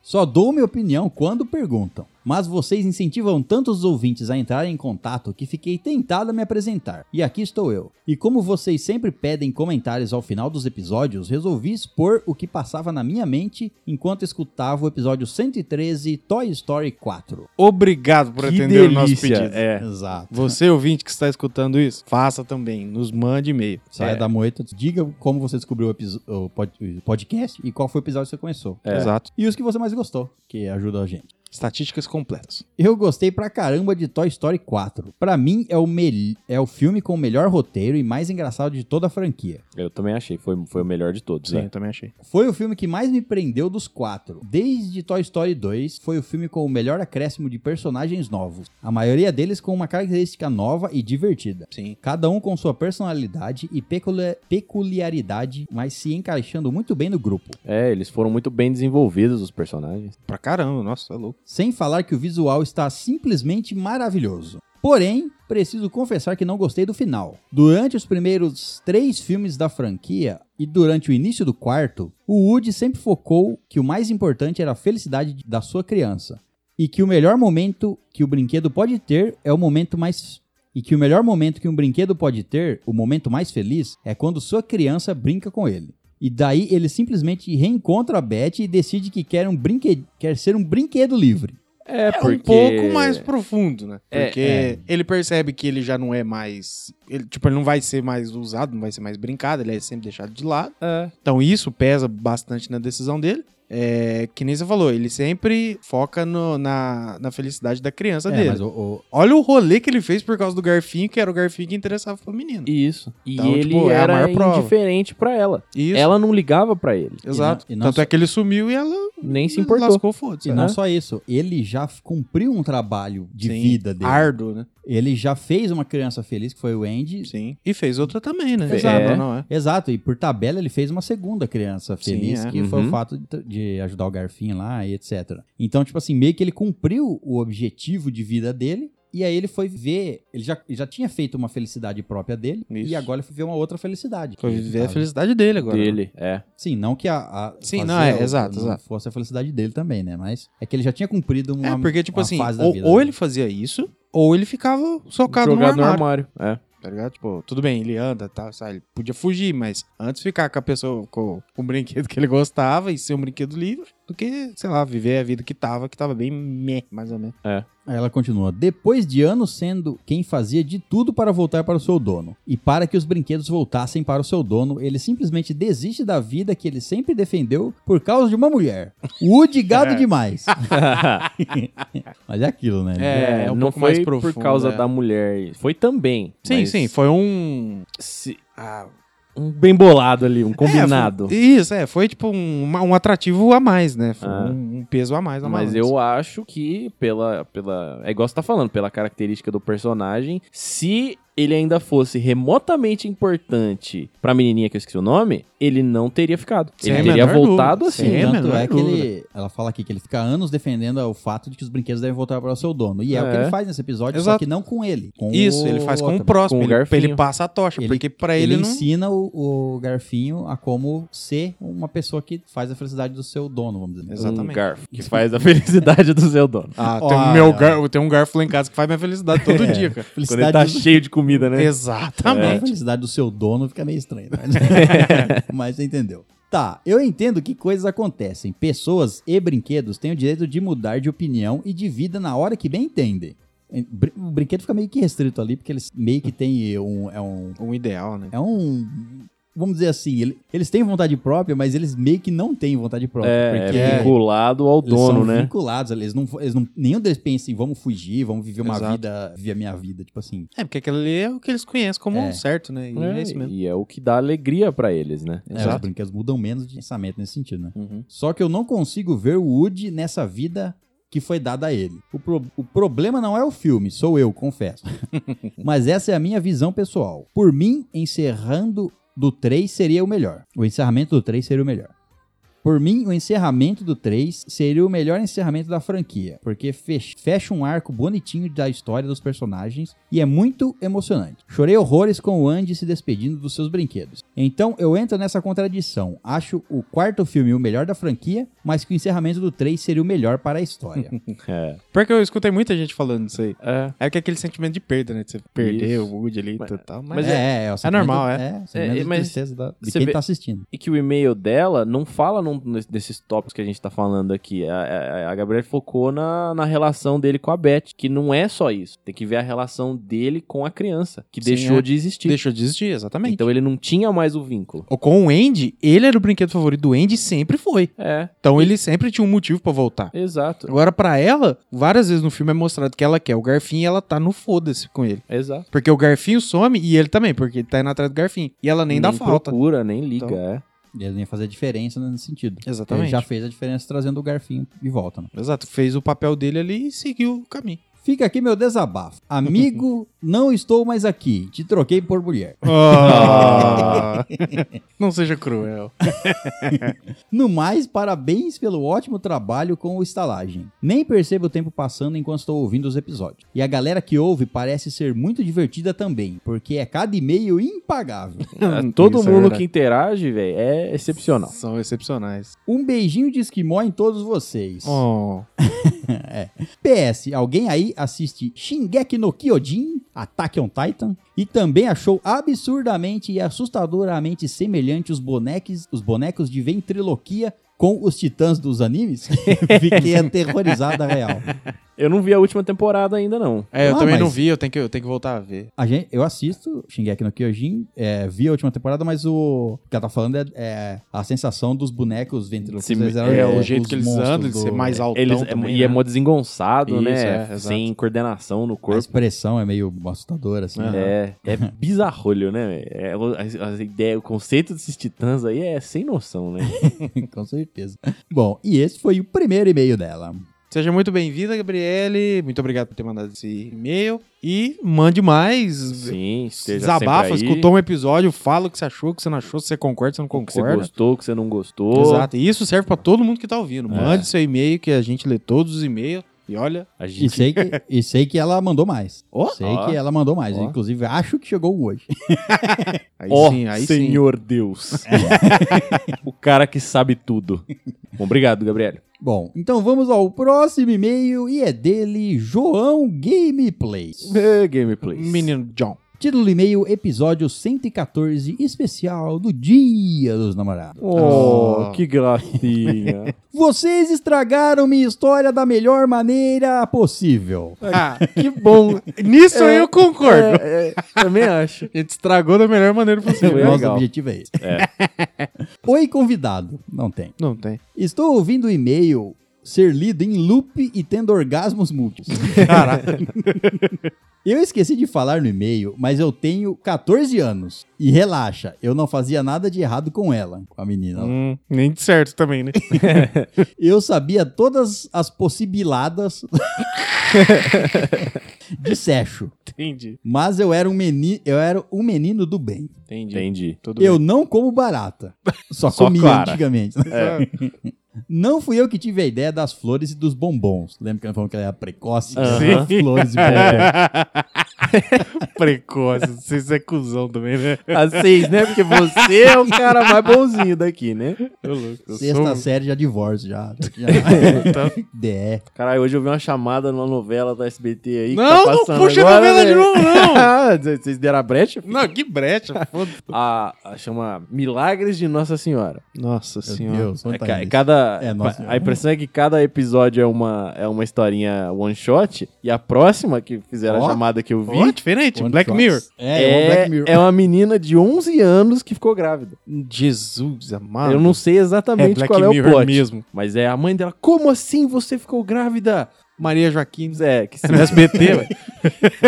A: Só dou minha opinião quando perguntam, mas vocês incentivam tantos ouvintes a entrarem em contato que fiquei tentado a me apresentar. E aqui estou eu. E como vocês sempre pedem comentários ao final dos episódios, resolvi expor o que passava na minha mente enquanto escutava o episódio 113 Toy Story 4.
C: Obrigado por atender o nosso pedido.
B: É.
A: Exato.
C: Você, ouvinte que está escutando isso, faça também. Nos mande e-mail.
B: É.
A: Saia da moita, diga como você descobriu o, episo- o pod- o podcast e qual foi o episódio que você começou.
B: É.
C: Exato.
A: E os que você mais gostou, que ajuda a gente.
C: Estatísticas completas.
A: Eu gostei pra caramba de Toy Story 4. Pra mim, é o, mel- é o filme com o melhor roteiro e mais engraçado de toda a franquia.
B: Eu também achei. Foi, foi o melhor de todos,
C: Sim,
B: né?
C: eu também achei.
A: Foi o filme que mais me prendeu dos quatro. Desde Toy Story 2, foi o filme com o melhor acréscimo de personagens novos. A maioria deles com uma característica nova e divertida.
C: Sim.
A: Cada um com sua personalidade e peculi- peculiaridade, mas se encaixando muito bem no grupo.
B: É, eles foram muito bem desenvolvidos, os personagens.
C: Pra caramba, nossa, é louco.
A: Sem falar que o visual está simplesmente maravilhoso. Porém, preciso confessar que não gostei do final. Durante os primeiros três filmes da franquia e durante o início do quarto, o Woody sempre focou que o mais importante era a felicidade de- da sua criança e que o melhor momento que o brinquedo pode ter é o momento mais e que o melhor momento que um brinquedo pode ter, o momento mais feliz, é quando sua criança brinca com ele. E daí ele simplesmente reencontra a Beth e decide que quer um brinquedo, quer ser um brinquedo livre.
B: É,
C: É um pouco mais profundo, né?
B: É,
C: Porque ele percebe que ele já não é mais. Ele, tipo, ele não vai ser mais usado, não vai ser mais brincado, ele é sempre deixado de lado.
B: É.
C: Então isso pesa bastante na decisão dele. É, que nem você falou, ele sempre foca no- na, na felicidade da criança
A: É,
C: dele.
A: mas o- o-
C: Olha o rolê que ele fez por causa do garfinho, que era o garfinho que interessava pro menino.
B: Isso. E
C: Então,
B: ele
C: tipo, é a
B: era
C: maior prova.
B: indiferente pra ela.
C: Isso.
B: Ela não ligava pra ele.
C: Exato.
A: E não- e não
C: Tanto
A: só-
C: é que ele sumiu e ela
B: Nem se importou.
C: lascou, foda-se.
A: e
C: né?
A: não só isso, ele já f- cumpriu um trabalho de
C: Sim.
A: vida dele.
C: Árduo, né?
A: Ele já fez uma criança feliz, que foi o Andy.
C: Sim. E fez outra também, né?
B: Exato.
C: É. Não, é.
A: Exato, e por tabela ele fez uma segunda criança
C: Sim,
A: feliz,
C: é.
A: que foi o
B: Uhum.
A: fato de, de ajudar o Garfinho lá e etc. Então, tipo assim, meio que ele cumpriu o objetivo de vida dele, e aí ele foi ver. Ele já, ele já tinha feito uma felicidade própria dele,
C: Isso.
A: e agora ele foi ver uma outra felicidade.
C: Foi viver a
A: Sabe?
C: felicidade dele agora. né?
B: Dele, é.
A: Sim, não que a. a
C: Sim,
A: fazer
C: não, é,
A: o-
C: exato,
A: não
C: exato.
A: fosse a felicidade dele também, né? Mas é que ele já tinha cumprido uma.
C: É, porque, tipo
A: uma
C: assim,
A: fase da
C: ou,
A: vida
C: ou
A: dele.
C: ele fazia isso, ou ele ficava socado no
B: Jogado
C: armário,
B: no armário. É.
C: Tá ligado? Tipo, tudo bem, ele anda, tá, sabe? Ele podia fugir, mas antes ficar com a pessoa, com, com o brinquedo que ele gostava e ser um brinquedo livre, do que, sei lá, viver a vida que tava, que tava bem meh, mais ou menos.
A: Aí ela continua: depois de anos sendo quem fazia de tudo para voltar para o seu dono, e para que os brinquedos voltassem para o seu dono, ele simplesmente desiste da vida que ele sempre defendeu por causa de uma mulher. Woody
C: É.
A: gado demais. Mas é aquilo, né?
C: É, é um
B: não
C: pouco
B: foi
C: mais profundo,
B: por causa
C: é.
B: da mulher. Foi também.
C: Sim,
B: mas
C: sim, foi um.
B: se- um bem bolado ali, um combinado.
C: É, foi- isso, é, foi tipo um, uma- um atrativo a mais, né? Foi
B: Ah.
C: um, um peso a mais na
B: Mas
C: balança.
B: eu acho que pela, pela. É igual você tá falando, pela característica do personagem. Se ele ainda fosse remotamente importante pra menininha que eu esqueci o nome, ele não teria ficado.
C: Sem a
B: ele teria
C: menor
B: voltado
C: dúvida,
B: assim.
C: sem
A: Sim,
C: É,
A: tanto
C: menor
A: é que
C: dúvida.
A: ele, ela fala aqui que ele fica anos defendendo o fato de que os brinquedos devem voltar para o seu dono. E é, o que
B: É.
A: ele faz nesse episódio, só
C: Exato.
A: que não com ele. com
C: Isso,
A: o
C: ele faz com o
A: Otávio.
C: próximo,
B: Com o
C: ele,
B: garfinho.
C: ele passa a tocha,
A: Ele-
C: porque pra
A: Ele,
C: ele, não...
A: ensina o, o garfinho a como ser uma pessoa que faz a felicidade do seu dono, vamos dizer.
C: Exatamente.
B: Um garfo que faz a felicidade do seu dono.
C: Ah,
A: Ó,
C: tem, um
A: ah,
C: meu
A: ó.
C: gar... tem um garfo lá em casa que faz minha felicidade todo dia, cara.
B: Quando ele tá
A: do-
B: cheio de comida, né?
A: A
C: Exatamente.
A: felicidade do seu dono fica meio estranho, né? mas você entendeu. Tá, eu entendo que coisas acontecem. Pessoas e brinquedos têm o direito de mudar de opinião e de vida na hora que bem entendem. Br- O brinquedo fica meio que restrito ali, porque eles meio que tem um. É um.
C: Um ideal, né?
A: É um vamos dizer assim, ele- eles têm vontade própria, mas eles meio que não têm vontade própria.
B: É,
A: porque
B: é vinculado ao
A: eles
B: dono,
A: são
B: né?
A: vinculados, eles não, eles não. Nenhum deles pensa em vamos fugir, vamos viver uma
C: Exato.
A: vida, viver a minha vida, tipo assim.
C: É, porque aquilo ali é o que eles conhecem como
A: É.
C: certo, né? E é, isso mesmo.
B: E é o que dá alegria pra eles, né?
A: É, os
C: Exato.
A: brinquedos mudam menos de pensamento nesse sentido, né?
C: Uhum.
A: Só que eu não consigo ver o Woody nessa vida que foi dada a ele. O, pro- o problema não é o filme, sou eu, confesso. Mas essa é a minha visão pessoal. Por mim, encerrando do 3 seria o melhor. O encerramento do 3 seria o melhor. Por mim, o encerramento do 3 seria o melhor encerramamento da franquia, porque fech- fecha um arco bonitinho da história dos personagens e é muito emocionante. Chorei horrores com o Andy se despedindo dos seus brinquedos. Então eu entro nessa contradição. Acho o quarto filme o melhor da franquia, mas que o encerramento do 3 seria o melhor para a história.
B: É.
C: Porque eu escutei muita gente falando isso aí.
B: é.
C: É que é aquele sentimento de perda, né? De você perder
B: Isso.
C: o Woody ali e
B: Mas-
C: tal. Mas,
B: mas
C: é,
A: é, o sentimento-
C: normal, é.
A: É, o sentimento
B: É,
A: de
B: mas
A: tristeza da- de
B: você
A: quem
B: vê-
A: tá assistindo.
B: e que o e-mail dela não fala num, ness- desses tópicos que a gente tá falando aqui. A, a, a Gabriela focou na, na relação dele com a Beth, que não é só isso. Tem que ver a relação dele com a criança, que
C: Sim,
B: deixou
C: é.
B: de existir.
C: deixou de existir, exatamente.
B: Então ele não tinha mais o vínculo.
C: Ou Com o Andy, ele era o brinquedo favorito do Andy e sempre foi.
B: É,
C: Então ele sempre tinha um motivo pra voltar.
B: exato.
C: Agora, pra ela, várias vezes no filme é mostrado que ela quer o Garfinho e ela tá no foda-se com ele.
B: Exato.
C: Porque o Garfinho some e ele também, porque ele tá indo atrás do Garfinho. E ela nem, dá falta.
B: procura, nem liga,
C: Então-
B: é.
A: Ele não ia fazer a diferença nesse sentido. Ele
C: Exatamente.
A: já fez a diferença trazendo o garfinho de volta, né?
C: Exato, fez o papel dele ali e seguiu o caminho.
A: Fica aqui meu desabafo. Amigo, não estou mais aqui. Te troquei por mulher.
B: Ah.
C: Não seja cruel.
A: No mais, parabéns pelo ótimo trabalho com o estalagem. Nem percebo o tempo passando enquanto estou ouvindo os episódios. E a galera que ouve parece ser muito divertida também, porque é cada e-mail impagável.
B: É, Todo
C: Isso é
B: mundo
C: verdade.
B: que interage, velho, é excepcional.
C: São excepcionais.
A: Um beijinho de esquimó em todos vocês.
C: Oh.
A: PS, alguém aí assiste Shingeki no Kyojin, Attack on Titan, e também achou absurdamente e assustadoramente semelhante os bonecos, os bonecos de ventriloquia com os titãs dos animes? Fiquei aterrorizada real.
B: Eu não vi a última temporada ainda, não.
C: É, eu
A: Ah,
C: também
A: mas-
C: não vi, eu tenho, que, eu tenho que voltar a ver.
A: A gente, eu assisto Shingeki no Kyojin, é, vi a última temporada, mas o que ela tá falando é, é a sensação dos bonecos ventriloquistas.
B: Sim,
A: eles eram,
C: É, o
A: é,
C: jeito
A: os
C: que eles
A: monstros
C: andam, de ser
A: do-
C: mais altão
B: Eles,
C: também,
B: e é
C: né?
B: mó desengonçado,
C: Isso,
B: né?
C: é, exato.
B: Sem coordenação no
A: A
B: corpo.
A: expressão é meio assustadora, assim. né?
B: É, é bizarrolho, né? É, a, a ideia, o conceito desses titãs aí é sem noção, né?
A: Com certeza. Bom, e esse foi o primeiro e-mail dela.
C: Seja muito bem-vinda, Gabriele. Muito obrigado por ter mandado esse e-mail. E mande mais.
B: Sim, esteja
C: Desabafa,
B: sempre aí.
C: escutou um episódio, fala o que você achou, o que você não achou, se você concorda, se você não
B: o que você
C: concorda.
B: gostou, o que você não gostou.
C: Exato. E isso serve pra todo mundo que tá ouvindo.
B: É.
C: Mande seu e-mail, que a gente lê todos os e-mails. E olha,
B: A
A: E
B: gente
A: sei que, e sei que ela mandou mais.
C: Ó.
A: sei
B: Ó.
A: que ela mandou mais.
B: Ó.
A: Inclusive, acho que chegou um hoje.
C: aí
B: Ó,
C: sim, aí sim.
B: Senhor Deus. o cara que sabe tudo. Bom, obrigado, Gabriel.
A: Bom, então vamos ao próximo e-mail e é dele, João Gameplays.
B: Gameplays.
C: Menino John.
A: Título do e-mail, episódio 114, especial do Dia dos Namorados.
B: Oh,
C: Ah.
B: que gracinha.
A: Vocês estragaram minha história da melhor maneira possível.
C: Ah, que bom. Nisso eu concordo.
B: É, é, também acho.
C: A gente estragou da melhor maneira possível.
B: É
A: Nosso
B: legal.
A: objetivo é esse. Oi, convidado. Não tem.
C: Não tem.
A: Estou ouvindo o e-mail ser lido em loop e tendo orgasmos múltiplos.
C: Caralho.
A: Eu esqueci de falar no e-mail, mas eu tenho 14 anos. E relaxa, eu não fazia nada de errado com ela, com a menina.
C: Hum, nem de certo também, né?
A: Eu sabia todas as possibiladas de sexo,
C: Entendi.
A: mas eu era um menino, eu era um menino do bem.
C: Entendi.
B: Entendi.
C: Tudo
A: Eu não como barata, só,
B: Só
A: comia
B: clara.
A: antigamente.
C: bem. Ah,
A: Não fui eu que tive a ideia das flores e dos bombons. Lembra que nós falamos que ela era precoce?
B: Aham.
A: Sim. Flores e bombons.
B: É.
C: Precoce. Vocês é cuzão também, né?
B: A seis, né? Porque você é o cara mais bonzinho daqui, né?
C: Ô, louco, eu
A: Sexta
C: sou- um- Tá.
A: série já divórcio, já. já. DE.
B: Caralho, hoje eu vi uma chamada numa novela da SBT aí.
C: Não,
B: que tá
C: não
B: passando
C: puxa a
B: agora,
C: novela de
B: né?
C: novo, não.
B: Ah, Vocês deram a brecha? filho?
C: Não, que brecha. foda-se.
B: A, a chama Milagres de Nossa Senhora.
C: Nossa
A: Meu
C: senhora.
A: Deus, onde
B: É,
A: tá
B: ca-
A: isso?
B: cada,
A: É, Nossa Senhora.
B: a impressão é que cada episódio é uma, é uma historinha one shot. E a próxima que fizeram
A: Ó.
B: a chamada que eu vi.
C: Ó, diferente.
A: One
C: Black
A: Shots.
C: Mirror.
A: É, é, Black
B: É,
A: Mirror.
B: é uma menina de 11 anos que ficou grávida.
C: Jesus
A: Ah,
C: amado.
B: eu não sei exatamente
C: Black
B: qual é
C: Mirror
B: o plot.
C: mesmo.
B: Mas é a mãe dela. Como assim você ficou grávida?
C: Maria Joaquim.
B: É, que se
C: No SBT, ué.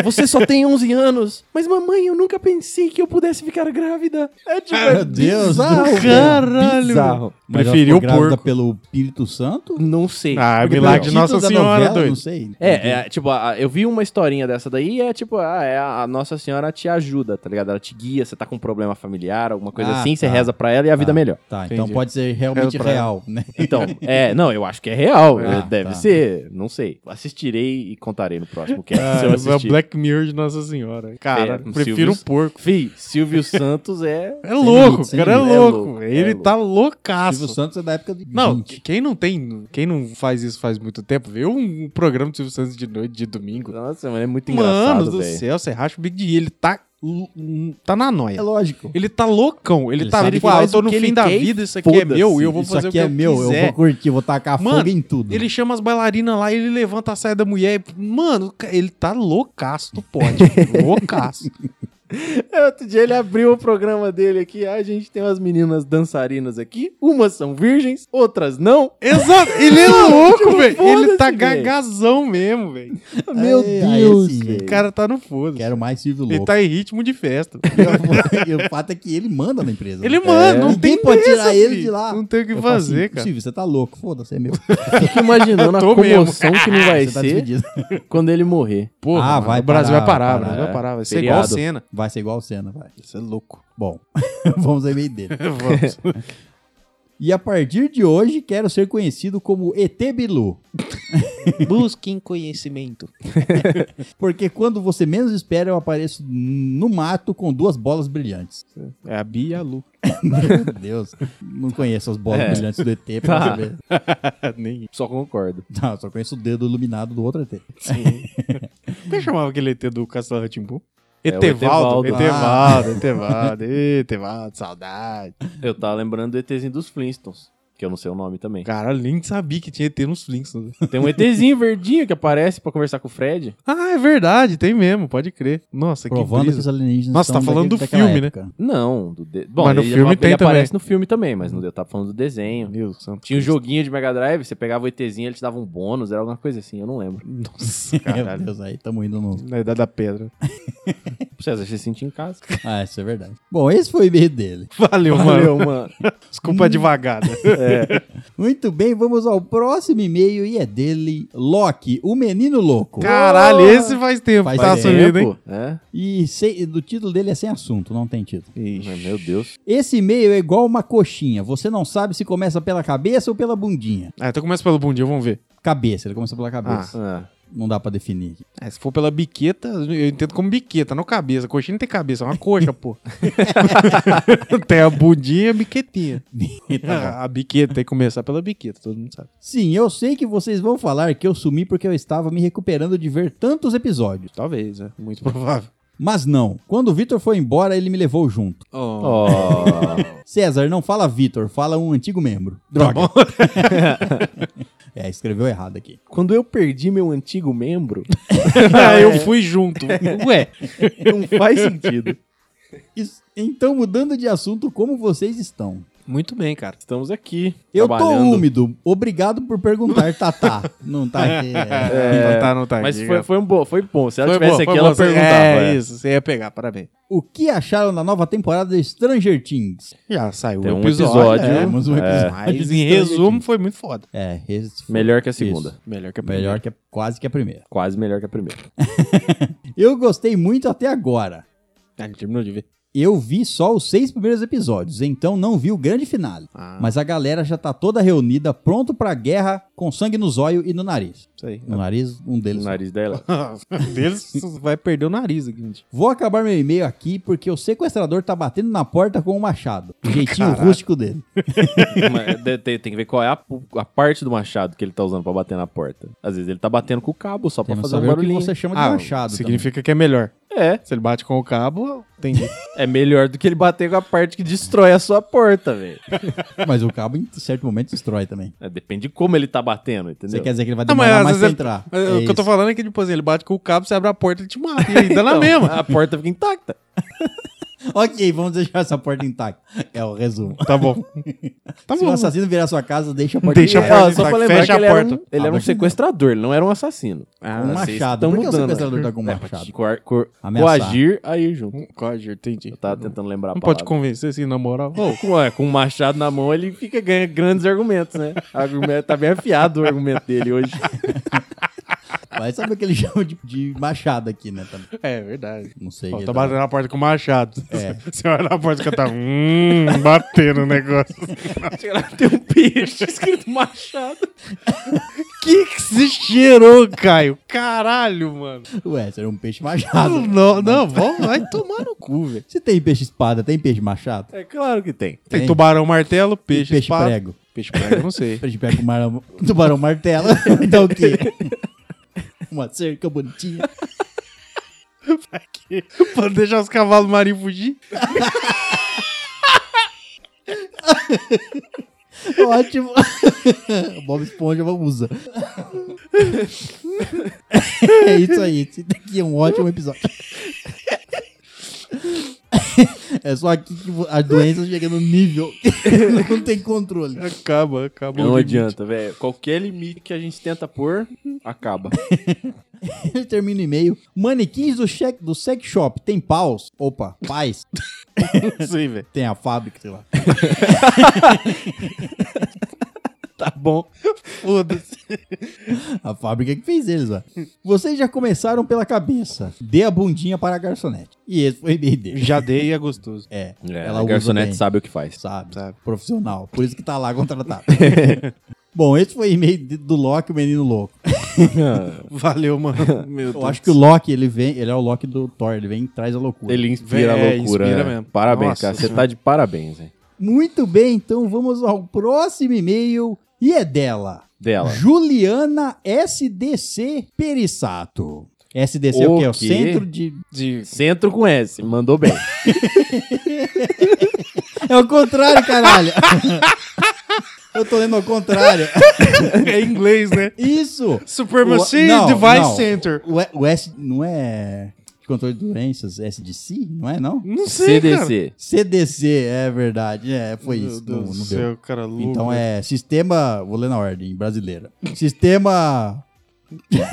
B: Você só tem 11 anos. Mas mamãe, eu nunca pensei que eu pudesse ficar grávida. É tipo,
A: Meu Deus
C: bizarro,
A: do céu.
C: caralho.
B: bizarro.
A: Mas ela
C: Preferiu
A: ficou grávida
C: porco.
A: pelo Espírito Santo?
B: Não sei.
C: Ah,
A: Porque
C: milagre
A: pelo
C: de Nossa
A: título da
C: Senhora,
A: novela, Não
C: doido.
A: sei.
B: É, é, tipo, a- a- eu vi uma historinha dessa daí e é tipo, ah, é a, a Nossa Senhora te ajuda, tá ligado? Ela te guia, você tá com um problema familiar, alguma coisa
A: Ah,
B: assim, você
A: tá.
B: reza pra ela e a vida
A: Tá.
B: melhor.
A: Tá,
C: Entendi.
A: então pode ser realmente
C: É o pra-
A: real, né?
B: Então, é, não, eu acho que é real,
A: Ah,
B: eh, deve
A: tá.
B: ser, não sei. Assistirei e contarei no próximo cast,
C: Ah,
B: se eu
C: é o
B: assistir.
C: Black Mirror de Nossa Senhora. Cara,
B: É,
C: prefiro
B: Silvio-
C: o porco.
B: Fih, Silvio Santos é...
C: É louco,
A: limites,
C: o cara é
B: sem limites.
C: louco.
B: É louco, é
C: Ele
B: louco.
C: tá
A: Silvio
C: loucaço.
A: Santos é da época de
C: Não,
A: 20.
C: quem não tem, quem não faz isso faz muito tempo, vê um programa do Silvio Santos de noite, de domingo.
B: Nossa, mano, é muito
C: Mano
B: engraçado,
C: do
B: velho.
C: céu, você racha o bico de ele tá l- l- tá na
A: É
C: noia.
A: lógico.
C: Ele tá loucão, ele,
A: Ele
C: tá
A: sabe
C: tipo,
B: que
C: ah, eu
B: faz
C: tô
B: o
C: no
B: que
C: fim
B: ele
C: da
B: quer e
C: vida, isso aqui é meu,
B: foda-se.
C: e eu vou
A: Isso
C: fazer o
A: aqui
C: que
A: é
C: eu
A: meu, eu
C: quiser.
A: vou curtir, vou tacar
C: Mano,
A: fogo em tudo.
C: Ele chama as bailarinas lá, ele levanta a saia da mulher. e- Mano, ca- ele tá loucaço, tu pode. loucaço.
B: É, Outro dia ele abriu o programa dele aqui. Ah, a gente tem umas meninas dançarinas aqui. Umas são virgens, outras não.
C: Exato, ele é
A: tipo,
C: louco, velho. Ele
B: foda-se,
C: tá
B: velho.
C: gagazão mesmo, velho.
B: Meu
A: aí
B: Deus,
A: sim,
B: velho.
C: O cara tá no foda.
A: Quero mais Silvio
C: Ele
A: Louco.
C: tá em ritmo de festa.
A: E o fato é que ele manda na empresa.
C: Ele
A: né?
C: manda, não
A: Ninguém
C: tem
A: pode
C: dessa,
A: tirar ele
C: filho.
A: de lá.
C: Não tem o que
A: Eu falo assim,
C: fazer, cara.
A: Silvio, você tá louco, foda-se, é meu.
B: Fico imaginando a
C: Tô mesmo.
B: comoção que não vai
A: Você tá
B: ser
A: despedido.
B: quando ele morrer.
C: Porra,
A: Ah,
C: mano,
A: vai
C: o Brasil
A: parar, vai
C: vai parar, o Brasil
B: parar.
C: vai parar. Vai ser
B: Feriado.
C: igual a cena.
A: Vai ser igual o Senna, vai.
C: Isso é louco.
A: Bom, vamos ao e-mail dele.
C: Vamos.
A: E a partir de hoje, quero ser conhecido como ET Bilu.
C: Busquem conhecimento.
A: Porque quando você menos espera, eu apareço no mato com duas bolas brilhantes.
C: É a Bia e a Lu.
A: Meu Deus, não conheço as bolas
B: É.
A: brilhantes do ET pra
B: Tá.
A: saber.
C: Ah, Nem.
B: Só concordo.
A: Não, só conheço o dedo iluminado do outro ET.
C: Como é chamava aquele ET do Castelo Ratimbu?
B: É, o
C: Etevaldo.
B: Etevaldo.
C: Etevaldo, Etevaldo, Etevaldo, saudade.
B: Eu tava lembrando do ETzinho dos Flintstones, que eu não sei o nome também.
C: Caralho, nem sabia que tinha ET nos Flintstones.
B: Tem um ETzinho verdinho que aparece pra conversar com o Fred.
C: Ah, é verdade, tem mesmo, pode crer. Nossa,
A: Provando
C: que
A: que,
C: brisa.
A: os alienígenas
C: Nossa,
A: são
C: tá falando do
A: daquela
C: filme, né?
A: época.
B: Não, do de... Bom,
C: Mas no
B: ele,
C: filme
B: ele
C: tem
B: aparece no filme também, mas não eu tava falando do desenho.
C: Meu Deus do céu.
B: Tinha um joguinho de Mega Drive, você pegava o ETzinho, ele te dava um bônus, era alguma coisa assim, eu não lembro.
C: Nossa,
A: Meu
C: caralho.
A: Deus, aí tamo indo no...
C: Na idade da pedra.
B: César, você se sentia em casa.
A: Ah, isso é verdade. Bom, esse foi o e-mail dele.
C: Valeu, mano.
B: Valeu, mano. É,
C: Desculpa né? a devagada.
A: Muito bem, vamos ao próximo e-mail e é dele, Loki, o menino louco.
C: Caralho, esse faz tempo.
A: Faz
C: tá
A: tempo.
C: sumido, hein?
B: É?
A: E sem- do título dele é sem assunto, não tem título.
B: Ai, Meu Deus.
A: Esse e-mail é igual uma coxinha. Você não sabe se começa pela cabeça ou pela bundinha.
C: Ah, então começa pelo bundinho, vamos ver.
A: Cabeça, ele começa pela cabeça.
B: Ah,
A: Não dá pra definir.
C: Ah, se for pela biqueta, eu entendo como biqueta, não cabeça. Coxinha não tem cabeça, é uma coxa, pô. tem a bundinha e a biquetinha.
A: Tá bom.
C: a biqueta né? tem que começar pela biqueta, todo mundo sabe.
A: Sim, eu sei que vocês vão falar que eu sumi porque eu estava me recuperando de ver tantos episódios.
B: né?
C: Talvez, é muito provável.
A: Mas não, quando o Vitor foi embora, ele me levou junto.
C: Oh.
B: Ó.
A: César, não fala Vitor, fala um antigo membro. Droga. é, escreveu errado aqui.
B: Quando eu perdi meu antigo membro,
C: eu fui junto. Ué.
B: não faz sentido.
A: Is- Então, mudando de assunto, como vocês estão?
C: Muito bem, cara.
B: Estamos aqui.
A: Eu tô
B: trabalhando.
A: úmido. Obrigado por perguntar, Tatá. Não tá aqui. é.
C: não tá, não tá.
B: Mas
C: aqui,
B: foi,
C: cara.
B: foi um bo... foi bom. Se ela
C: Foi
B: estivesse aqui,
C: bom, foi
B: ela
C: bom. Você-
B: perguntava.
C: É,
B: é.
C: isso, você ia pegar, parabéns.
A: O que acharam da nova temporada de Stranger Things?
C: Já saiu
B: Tem
C: o
B: um é.
C: episódio.
B: episódio.
C: né?
A: Temos um episódio
C: Mas
A: de
C: em
A: Stranger
C: resumo,
A: Things.
C: foi muito foda.
A: É, res-
B: Melhor que a segunda.
A: Isso.
C: Melhor que a primeira.
A: Melhor que a- quase que a primeira.
B: Quase melhor que a primeira.
A: Eu gostei muito até agora.
C: Ah, ele terminou de ver.
A: Eu vi só os seis primeiros episódios, então não vi o grande finale.
C: Ah,
A: Mas a galera já tá toda reunida, pronto pra guerra, com sangue nos olhos e no nariz.
C: isso aí.
A: No nariz, um
B: O
A: deles.
B: nariz dela.
C: Deles vai perder o nariz aqui, gente.
A: Vou acabar meu e-mail aqui porque o sequestrador tá batendo na porta com o machado. O jeitinho
C: Caralho.
A: rústico dele.
B: Mas de- tem, tem que ver qual é a, pu- a parte do machado que ele tá usando pra bater na porta. Às vezes ele tá batendo com o cabo só pra
A: Temos que
B: fazer um
A: saber o que
B: barulhinho.
A: você chama de machado.
C: Ah, significa que é melhor.
B: É,
C: Se ele bate com o cabo, tem.
B: é melhor do que ele bater com a parte que destrói a sua porta, velho.
A: também. Mas o cabo em certo momento destrói também.
B: É, depende de como ele tá batendo,
A: Você
B: entendeu?
A: quer dizer que ele vai
C: Não,
A: demorar mais
C: às
A: pra
C: vezes é-
A: entrar.
C: é,
A: É
C: o que eu tô
A: isso.
C: falando é que, tipo assim, ele bate com o cabo, você abre a porta e te mata. E aí dá na
B: Então,
C: mesma.
B: A porta fica intacta.
A: Ok, vamos deixar essa porta intacta. É o resumo.
C: Tá bom. Tá
A: Se um
C: bom.
A: assassino virar sua casa, deixa a porta
C: Deixa a
A: intacta.
C: porta
B: Ó, só pra
C: intacta,
B: lembrar
C: fecha
B: que É, ele
C: a
B: era um,
C: porta.
B: ele era um sequestrador, ele não era um assassino.
C: Ah,
A: Um
B: vocês
A: machado.
B: tão
A: Por que o
B: mudando,
A: sequestrador
B: né?
A: tá com um
B: É, pra
A: machado?
B: te coar- coar-
A: Ameaçar.
B: Coagir aí junto.
C: Roger, entendi.
B: Eu tava tá, tentando lembrar a
C: Não pode
B: palavra.
C: convencer, assim, na moral.
B: Pô, com, é, com um machado na mão, ele fica ganha grandes argumentos, né? Argumento, tá bem afiado o argumento dele hoje.
C: Tá
A: Vai saber o que ele chama de, de machado aqui, né? Também.
C: É verdade.
A: Não sei.
C: Ó,
A: já
C: tá
A: tá-
C: batendo na porta com o machado.
A: É.
C: Você olha na porta e tá. Hum, batendo o negócio.
B: Tem um peixe escrito machado.
C: que que se cheirou, Caio? Caralho, mano.
A: Ué, seria um peixe
C: Não,
A: machado.
C: não, não, vamos, vai tomar no cu, velho.
A: Se tem peixe espada, tem peixe machado?
B: É claro que tem.
C: Tem,
A: Tem.
C: tubarão, martelo, peixe,
A: peixe
C: espada.
A: prego.
C: Peixe prego, eu não sei.
A: Peixe prego com mar... tubarão martelo. então o quê? Uma cerca bonitinha.
C: pra deixar os cavalos marinhos fugir.
A: Ótimo. Bob Esponja, vamos usar. é isso aí. Esse daqui é um ótimo episódio. É só aqui que vo- a doença chega no nível que não tem controle.
C: Acaba, acaba. o
B: Não
C: limite.
B: adianta, velho. Qualquer limite que a gente tenta pôr, acaba.
A: Ele termina o e-mail. Manequins do, check, do sex shop tem paus? Opa, pais.
C: Isso aí, velho.
A: Tem a fábrica, sei lá.
C: Tá bom. Foda-se.
A: A fábrica que fez eles, ó. Vocês já começaram pela cabeça. Dê a bundinha para a garçonete. E esse foi o e-mail dele.
C: Já dei e é gostoso.
A: É,
B: a
A: usa
B: garçonete
A: bem.
B: sabe o que faz.
A: sabe?
C: Sabe.
A: Profissional. Por isso que tá lá contratado. Bom, esse foi o e-mail de- do Loki, o menino louco. Ah,
C: Valeu, mano. Meu
A: Eu acho que o Loki, ele vem, ele é o Loki do Thor, ele vem e traz a loucura.
B: Ele inspira a
C: Véi,
B: loucura.
C: É, inspira
B: né?
C: mesmo.
B: Parabéns,
C: Nossa
B: cara. Você
C: senhora.
B: tá de parabéns, hein?
A: Muito bem, então vamos ao próximo e-mail e é dela.
B: Dela.
A: Juliana SDC Perissato. SDC o,
B: O
A: que é o
B: quê?
A: centro de
C: De...
B: Centro com S, mandou bem.
A: É o contrário, caralho. Eu tô lendo ao contrário.
C: É em inglês, né?
A: Isso.
C: Supremacy
A: O- não,
C: Device
A: não.
C: Center.
A: O, E- o S não é controle de doenças, SDC, não é não?
C: Não sei, cara.
B: CDC.
A: CDC, é verdade. É, foi
C: Meu
A: isso.
C: Deus
A: não-
C: do
A: não deu.
C: céu, cara louco.
A: Então é sistema, vou ler na ordem brasileira. Sistema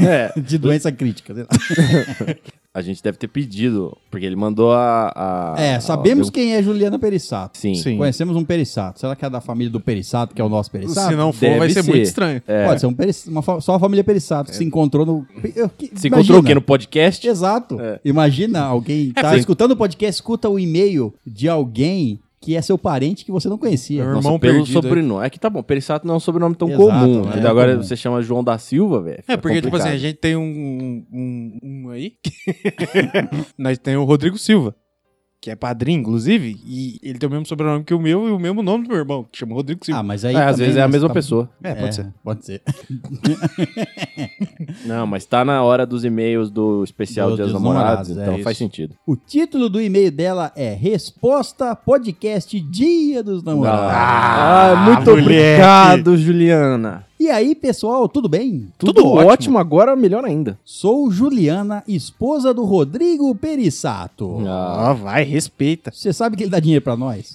B: É.
A: de doença crítica. sei lá.
B: A gente deve ter pedido, porque ele mandou a. a-
A: É,
B: a-
A: sabemos quem é Juliana Perissato.
B: Sim.
C: Sim.
A: Conhecemos um Perissato. Será que é da família do Perissato, que é o nosso Perissato?
C: Se não for,
B: Deve
C: vai ser,
B: ser.
C: muito estranho.
B: É.
A: Pode ser um Peris- uma fa- só a família Perissato
C: É.
A: que se encontrou no. eu- que-
B: Se
A: imagina.
B: encontrou o quê? No podcast?
A: Exato.
B: É.
A: Imagina
C: É,
A: alguém tá
B: sim.
A: escutando o podcast, escuta o e-mail de alguém que é seu parente que você não conhecia.
C: Irmão
B: Nossa, pelo
C: perdido,
B: sobrenome. É que tá bom, Perissato não é um sobrenome tão
A: Exato,
B: comum.
A: né?
B: Entendeu? Agora
A: Comum.
B: você chama João da Silva, velho.
C: É, porque, tipo assim, a
B: complicado.
C: gente tem um. Um, um- um aí. Nós tem o Rodrigo Silva. que é padrinho, inclusive, e ele tem o mesmo sobrenome que o meu e o mesmo nome do meu irmão, que chama Rodrigo Silva.
A: Ah, mas aí.
B: É, às
A: também
B: vezes é a
A: nós
B: mesma
A: tá-
B: pessoa.
C: é, pode ser.
A: Pode ser.
B: Não, mas tá na hora dos e-mails do especial
A: Do-
B: Dia dos
A: dos
B: Namorados,
A: namorados, é
B: então
C: isso.
B: faz sentido.
A: O título do e-mail dela é Resposta Podcast Dia dos Namorados.
C: Ah, moleque.
B: Juliana.
A: E aí, pessoal, tudo bem?
B: Tudo,
C: Tudo
B: ótimo.
C: ótimo.
B: agora melhor ainda.
A: Sou Juliana, esposa do Rodrigo Perissato.
B: Ah,
C: Ó, vai, respeita.
A: Você sabe que ele dá dinheiro pra nós?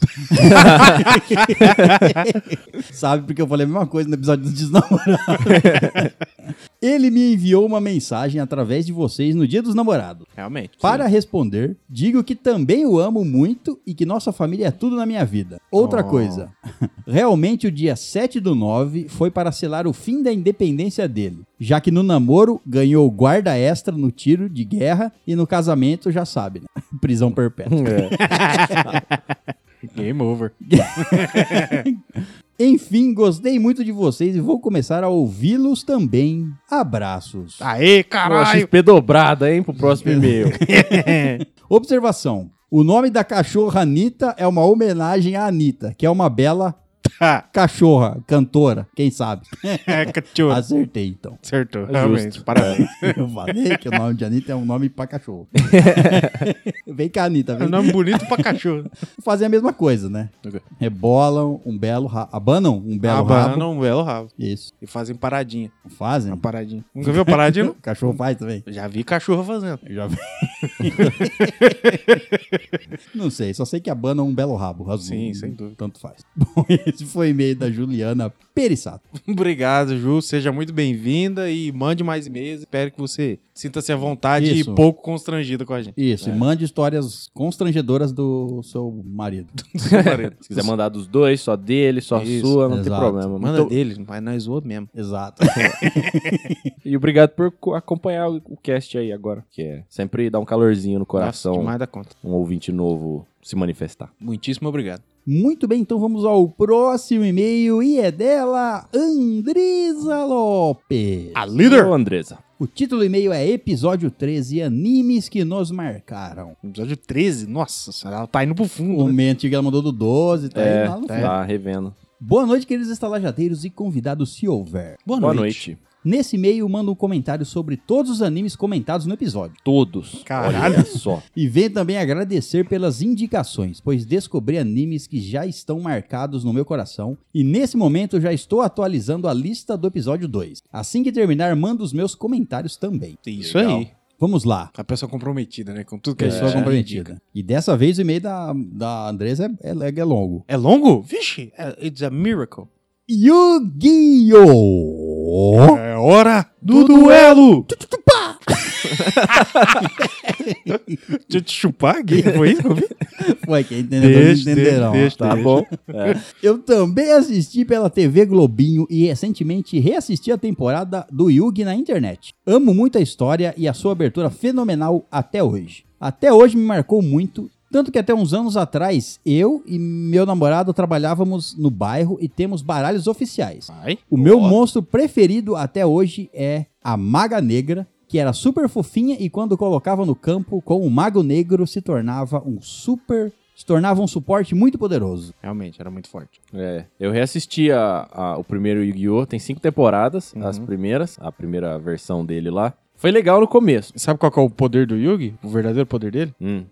A: sabe, porque eu falei a mesma coisa no episódio dos desnamorados. ele me enviou uma mensagem através de vocês no Dia dos Namorados.
C: Realmente.
A: Para responder, digo que também o amo muito e que nossa família é tudo na minha vida. Outra
C: Oh.
A: coisa, realmente o dia 7 do 9 foi para selar o fim da independência dele, já que no namoro ganhou guarda extra no tiro de guerra e no casamento, já sabe, né? prisão
B: É,
A: perpétua.
C: Game over.
A: Enfim, gostei muito de vocês e vou começar a ouvi-los também. Abraços.
C: Aê,
B: Pô,
C: caralho!
B: XP dobrada, hein, pro próximo e-mail.
A: Observação. O nome da cachorra Anitta é uma homenagem à Anitta, que é uma bela cachorra, cantora, quem sabe.
C: Tá, é, cachorro.
A: Acertei, então.
C: Acertou,
B: Justo.
C: realmente. Parabéns.
A: Eu falei que o nome de Anitta é um nome pra cachorro. vem cá, Anitta,
C: É um
A: vem
C: nome bonito pra cachorro.
A: fazer a mesma coisa, né?
C: Ok.
A: Rebolam um belo rabo. Abanam um belo
C: Abanam
A: rabo.
C: um belo rabo.
A: Isso.
C: E fazem paradinha.
A: Fazem?
C: Uma paradinha. Nunca viu paradinha? não?
A: O cachorro faz também.
C: Já vi cachorro fazendo.
A: Eu já vi. Não sei, só sei que abana um belo rabo. Azul.
C: Sim, sem dúvida.
A: Tanto faz. Bom, esse foi o e-mail da Juliana Perissato.
C: Obrigado, Ju. Seja muito bem-vinda e mande mais e-mails. Espero que você sinta-se à vontade
A: Isso.
C: e pouco constrangida com a gente. É.
A: Isso, e mande histórias constrangedoras do seu marido.
B: Se quiser mandar dos dois, só dele, só
C: Isso,
B: sua, não tem
A: exato.
B: problema.
C: Manda
B: Então-
C: dele, mas nós o outro mesmo.
A: Exato.
B: E obrigado por co- acompanhar o o cast aí agora, que é sempre dá um calorzinho no
C: Nossa,
B: coração
C: demais da conta.
B: um ouvinte novo se manifestar.
C: Muitíssimo obrigado.
A: Muito bem, então vamos ao próximo e-mail e é dela, Andresa Lopes.
C: A líder!
B: Ô, Andresa.
A: O título do e-mail é Episódio 13, Animes que nos marcaram.
C: Episódio 13, nossa senhora, ela tá indo pro fundo.
A: O
C: né?
A: meu antigo ela mandou do 12, tá aí lá no
C: É.
A: final.
B: Tá revendo.
A: Boa noite, queridos estalajadeiros e convidados, se houver.
B: Boa noite.
A: Nesse e-mail, manda um comentário sobre todos os animes comentados no episódio.
B: Todos.
C: Caralho.
B: Olha só.
A: E vem também agradecer pelas indicações, pois descobri animes que já estão marcados no meu coração e nesse momento já estou atualizando a lista do episódio 2. Assim que terminar, manda os meus comentários também.
C: Isso
B: Legal.
C: aí.
A: Vamos lá.
C: A pessoa comprometida, né? Com tudo que a
A: Pessoa
C: gente indica.
A: comprometida. E dessa vez o e-mail da, da Andressa é, é, é longo.
C: É longo? Vixe, é, it's a miracle.
A: Yu-Gi-Oh!
C: É hora do duelo! Deixa eu te chupar, Gui. Foi isso?
A: Ué, quem entendeu, entenderão.
B: Tá bom. É.
A: Eu também assisti pela TV Globinho e recentemente reassisti a temporada do Yugi na internet. Amo muito a história e a sua abertura fenomenal até hoje. Até hoje me marcou muito, tanto que até uns anos atrás eu e meu namorado trabalhávamos no bairro e temos baralhos oficiais.
C: Vai.
A: O meu monstro preferido até hoje é a Maga Negra, que era super fofinha e quando colocava no campo com o Mago Negro se tornava um super, se tornava um suporte muito poderoso.
C: Realmente, era muito forte.
B: É. Eu reassisti a- a- o primeiro Yu-Gi-Oh! Tem cinco temporadas,
C: Uhum.
B: as primeiras, a primeira versão dele lá. Foi legal no começo.
C: Sabe qual que é o poder do Yugi? O verdadeiro poder dele?
B: Hum.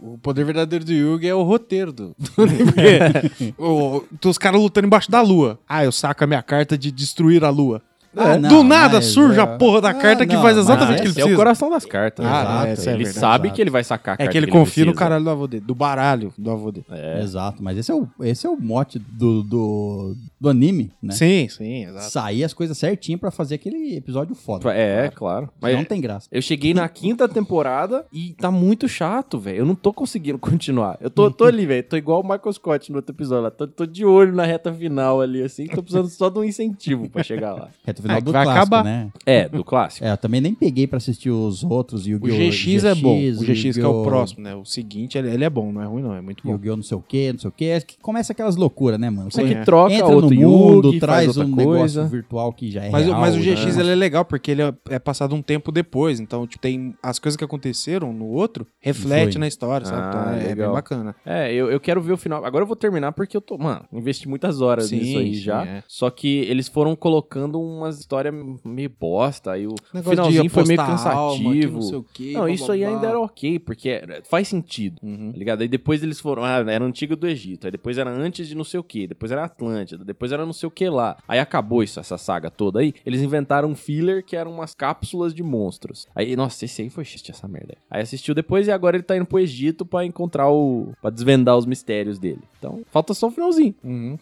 C: O poder verdadeiro do Yugi é o roteiro do. do anime. o, tem os caras lutando embaixo da lua. Ah, eu saco a minha carta de destruir a lua.
A: Ah,
C: Ah,
A: não,
C: do nada
A: mas,
C: surge
A: é.
C: a porra da
A: Ah,
C: carta que
A: não,
C: faz
A: mas
C: exatamente
B: Ah,
C: o que ele
B: esse é o
C: precisa.
B: coração das cartas.
C: Ah,
B: exato.
C: é, essa é a
B: ele
C: verdade,
B: sabe
A: exato.
B: que ele vai sacar a
C: É
B: carta
C: que ele confia no
B: precisa.
C: caralho do avô dele, do baralho do avô dele.
B: É.
A: Exato, mas esse é o, esse é o mote do, do, do anime, né?
C: Sim, sim, exato.
A: Sair as coisas certinho pra fazer aquele episódio foda.
B: É, claro. Mas
A: não tem graça.
B: eu cheguei na quinta temporada e tá muito chato, velho. Eu não tô conseguindo continuar. Eu tô, tô ali, velho. Tô igual o Michael Scott no outro episódio lá. Tô, tô de olho na reta final ali, assim. Tô precisando só de um incentivo pra chegar lá.
A: Reta reta final
C: É, que
A: do
C: vai
A: clássico,
C: acabar.
A: né?
B: É, do clássico.
A: É, eu também nem peguei pra assistir os outros e o
C: O GX é bom. O GX que é o
A: Yu-Gi-Oh!
C: próximo, né? O seguinte, ele, ele é bom, não é ruim, não. É muito
A: E o
C: bom.
A: Guiô não sei o quê, não sei o quê. É que começa aquelas loucuras, né, mano?
B: Você
A: Você
B: que
C: é.
B: troca
A: entra
B: outro
A: no mundo,
B: Yugi,
A: traz
B: faz outra
A: um
B: coisa.
A: negócio virtual que já é
C: Mas, o-
A: real,
C: mas o GX
A: né?
C: ele é legal, porque ele é, é passado um tempo depois. Então, tipo, tem as coisas que aconteceram no outro, reflete
A: Influi.
C: na história, sabe?
B: Ah,
C: Então, é, é bem
B: legal.
C: bacana.
B: É, eu, eu quero ver o final. Agora eu vou terminar porque eu tô. Mano, investi muitas horas
C: Sim,
B: nisso aí
C: sim,
B: já.
C: é.
B: Só que eles foram colocando umas histórias meio bosta. Aí o
C: Negócio de
B: finalzinho foi meio
C: apostar a alma, que
B: cansativo.
C: é não sei
B: não,
C: o quê,
B: isso aí ainda era ok, porque é- faz sentido.
C: Uhum.
B: Tá ligado? Aí depois eles foram. Ah, era antigo do Egito. Aí depois era antes de não sei o que. Depois era Atlântida. Depois era não sei o que lá. Aí acabou isso, essa saga toda aí. Eles inventaram um filler que eram umas cápsulas de monstros. Aí, nossa, esse aí foi xixi, essa merda. Aí assistiu depois e agora ele tá indo pro Egito pra encontrar o. pra desvendar os mistérios dele. Então, falta só o finalzinho.
C: Uhum.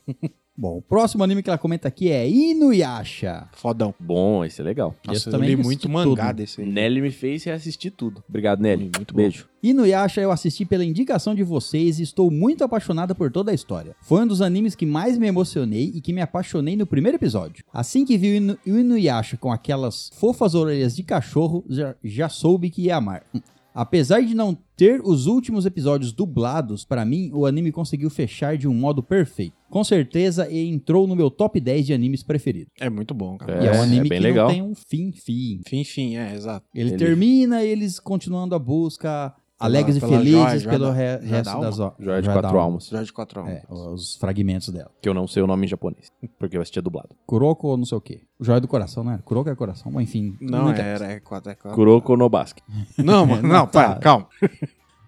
A: Bom, o próximo anime que ela comenta aqui é Inuyasha.
C: Fodão.
B: Bom, esse é legal.
A: Esse
C: Nossa, eu
A: também
C: li
A: assisti
C: muito
A: tudo.
C: mangá desse aí.
B: Nelly me fez reassistir tudo. Obrigado, Nelly. Muito
C: Hum, bom.
B: Beijo.
A: Inuyasha eu assisti pela indicação de vocês e estou muito apaixonada por toda a história. Foi um dos animes que mais me emocionei e que me apaixonei no primeiro episódio. Assim que vi o, Inu- o Inuyasha com aquelas fofas orelhas de cachorro, já, já soube que ia amar. Hum. Apesar de não ter os últimos episódios dublados, pra mim o anime conseguiu fechar de um modo perfeito. Com certeza ele entrou no meu top 10 de animes preferidos.
C: É muito bom, cara.
B: É,
A: e é um anime
B: bem
A: que
B: legal.
A: não tem um fim, fim.
C: Fim, fim, é, exato.
A: Ele,
B: Ele-
A: termina e eles continuando a busca, alegres e
C: pela
A: felizes
C: joia,
A: pelo
C: joia
A: re-
C: da- joia
A: resto
C: da
A: das horas.
B: Joia de
C: um-
B: quatro almas.
C: Jorge 4
A: É,
C: x
A: os fragmentos dela.
B: Que eu não sei o nome em japonês. Porque eu assisti dublado.
A: Kuroko ou não sei o quê. Joia do coração, né? Kuroko é coração, mas enfim.
C: Não,
A: interessa.
C: era, é 4 é 4
B: Kuroko no Basque.
C: Não, mano,
A: Não,
C: não, para,
A: tá.
C: calma.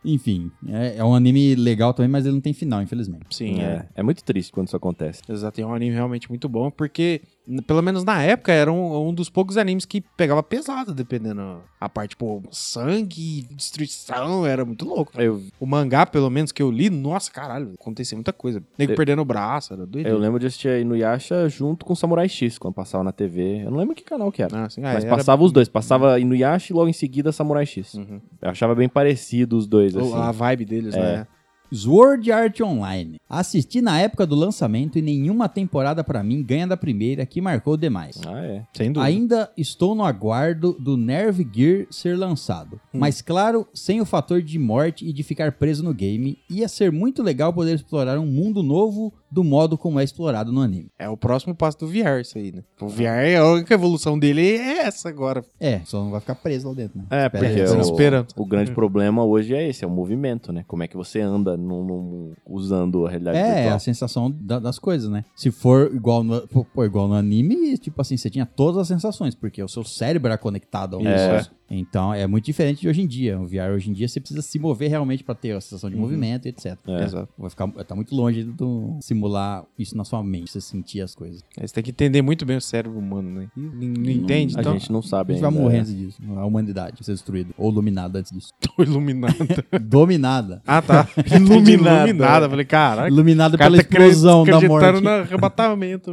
A: Enfim, é, é um anime legal também, mas ele não tem final, infelizmente.
C: Sim, é.
B: é muito triste quando isso acontece.
C: Exato, e é um anime realmente muito bom, porque, n- pelo menos na época, era um, um dos poucos animes que pegava pesado, dependendo a parte, pô, sangue, destruição, era muito louco.
B: Eu,
C: O mangá, pelo menos, que eu li, nossa, caralho, acontecia muita coisa. Nego
B: Eu-
C: perdendo o braço, era doido.
B: eu lembro de assistir aí no Yasha junto com Samurai X, quando passava na TV. Eu não lembro que canal que era.
C: Ah, assim, ah,
B: Mas
C: era-
B: passava os dois, passava Inuyasha e logo em seguida Samurai X.
C: Uhum.
B: Eu achava bem parecido os dois, assim. É.
C: A vibe deles, né?
A: Sword Art Online. Assisti na época do lançamento e nenhuma temporada pra mim ganha da primeira, que marcou demais.
B: Ah, é.
C: Sem dúvida.
A: Ainda estou no aguardo do Nerve Gear ser lançado. Mas claro, sem o fator de morte e de ficar preso no game, ia ser muito legal poder explorar um mundo novo do modo como é explorado no anime.
C: É o próximo passo do VR, isso aí, né? O VR, a única evolução dele é essa agora.
A: É, só não vai ficar preso lá dentro, né?
B: É,
A: Espera
B: porque
A: aí,
C: eu-
A: vocês-
C: desesperando.
B: o, o grande problema hoje é esse, é o movimento, né? Como é que você anda num- num- usando a realidade
A: É, a
B: virtual.
A: sensação da- das coisas, né? Se for igual no, pô, pô, igual no anime, tipo assim, você tinha todas as sensações, porque o seu cérebro era conectado ao
C: Isso,
A: negócio. Então, é muito diferente de hoje em dia. O VR hoje em dia, você precisa se mover realmente pra ter a sensação de
C: Uhum.
A: movimento e etc.
B: É.
C: Exato.
A: Vai ficar, tá muito longe do simular isso na sua mente, você sentir as coisas.
C: Aí Você tem que entender muito bem o cérebro humano, né? E Não, não entende,
B: assim, A
C: então.
B: gente não
A: A
B: sabe
A: gente vai
B: ainda,
A: morrer
B: né?
A: antes disso. A humanidade vai ser destruída. Ou dominada antes disso.
B: tá
C: Tô iluminado.
A: Dominada.
C: Ah, tá. Iluminada. Iluminada. Falei, caraca.
A: Iluminada
C: O cara
A: pela
C: tá cre-
A: explosão da
C: acreditando
A: morte.
C: no arrebatamento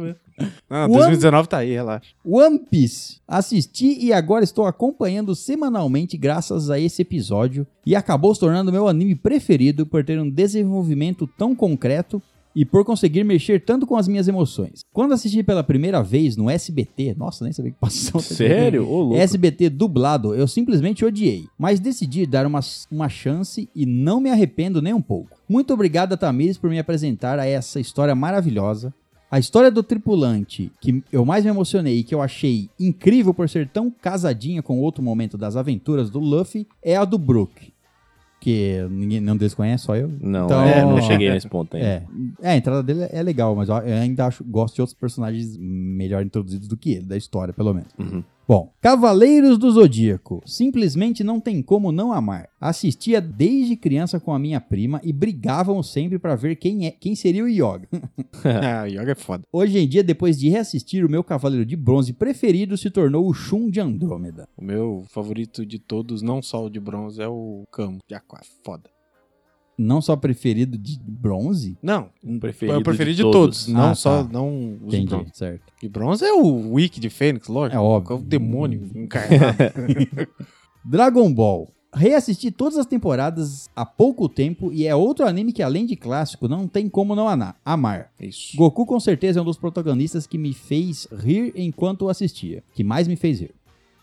C: mesmo. Não,
A: O
C: 2019 tá aí, relaxa.
A: One Piece. Assisti e agora estou acompanhando semanalmente graças a esse episódio e acabou se tornando meu anime preferido por ter um desenvolvimento tão concreto e por conseguir mexer tanto com as minhas emoções. Quando assisti pela primeira vez no SBT, nossa, nem sabia que passou.
B: Sério? Ô, louco.
A: SBT dublado eu simplesmente odiei, mas decidi dar uma, uma chance e não me arrependo nem um pouco. Muito obrigado a Tamires por me apresentar a essa história maravilhosa. A história do tripulante, que eu mais me emocionei e que eu achei incrível por ser tão casadinha com outro momento das aventuras do Luffy, é a do Brook. Que ninguém não desconhece, só eu.
B: Não,
A: Então-
B: é, não cheguei nesse ponto ainda.
A: É, é, a entrada dele é legal, mas eu ainda acho, gosto de outros personagens melhor introduzidos do que ele, da história, pelo menos.
B: Uhum.
A: Bom, Cavaleiros do Zodíaco. Simplesmente não tem como não amar. Assistia desde criança com a minha prima e brigavam sempre pra ver quem, é, quem seria o Yoga.
C: ah, o yoga é foda.
A: Hoje em dia, depois de reassistir, o meu Cavaleiro de Bronze preferido se tornou o Shun de Andrômeda.
C: O meu favorito de todos, não só o de bronze, é o Camo de Aquário. Foda.
A: Não só preferido de bronze?
C: Não,
B: preferido
C: é o preferido
B: de
C: de,
B: todos.
C: todos.
A: Ah,
C: Não só,
A: tá.
C: não os de
A: Entendi,
C: bronze.
A: certo.
C: De bronze é o Wiki de Fênix, lógico.
B: Hum.
A: É óbvio.
C: É o demônio encarnado.
A: Dragon Ball. Reassisti todas as temporadas há pouco tempo e é outro anime que, além de clássico, não tem como não ana- amar.
C: Isso.
A: Goku, com certeza, é um dos protagonistas que me fez rir enquanto o assistia. Que mais me fez rir.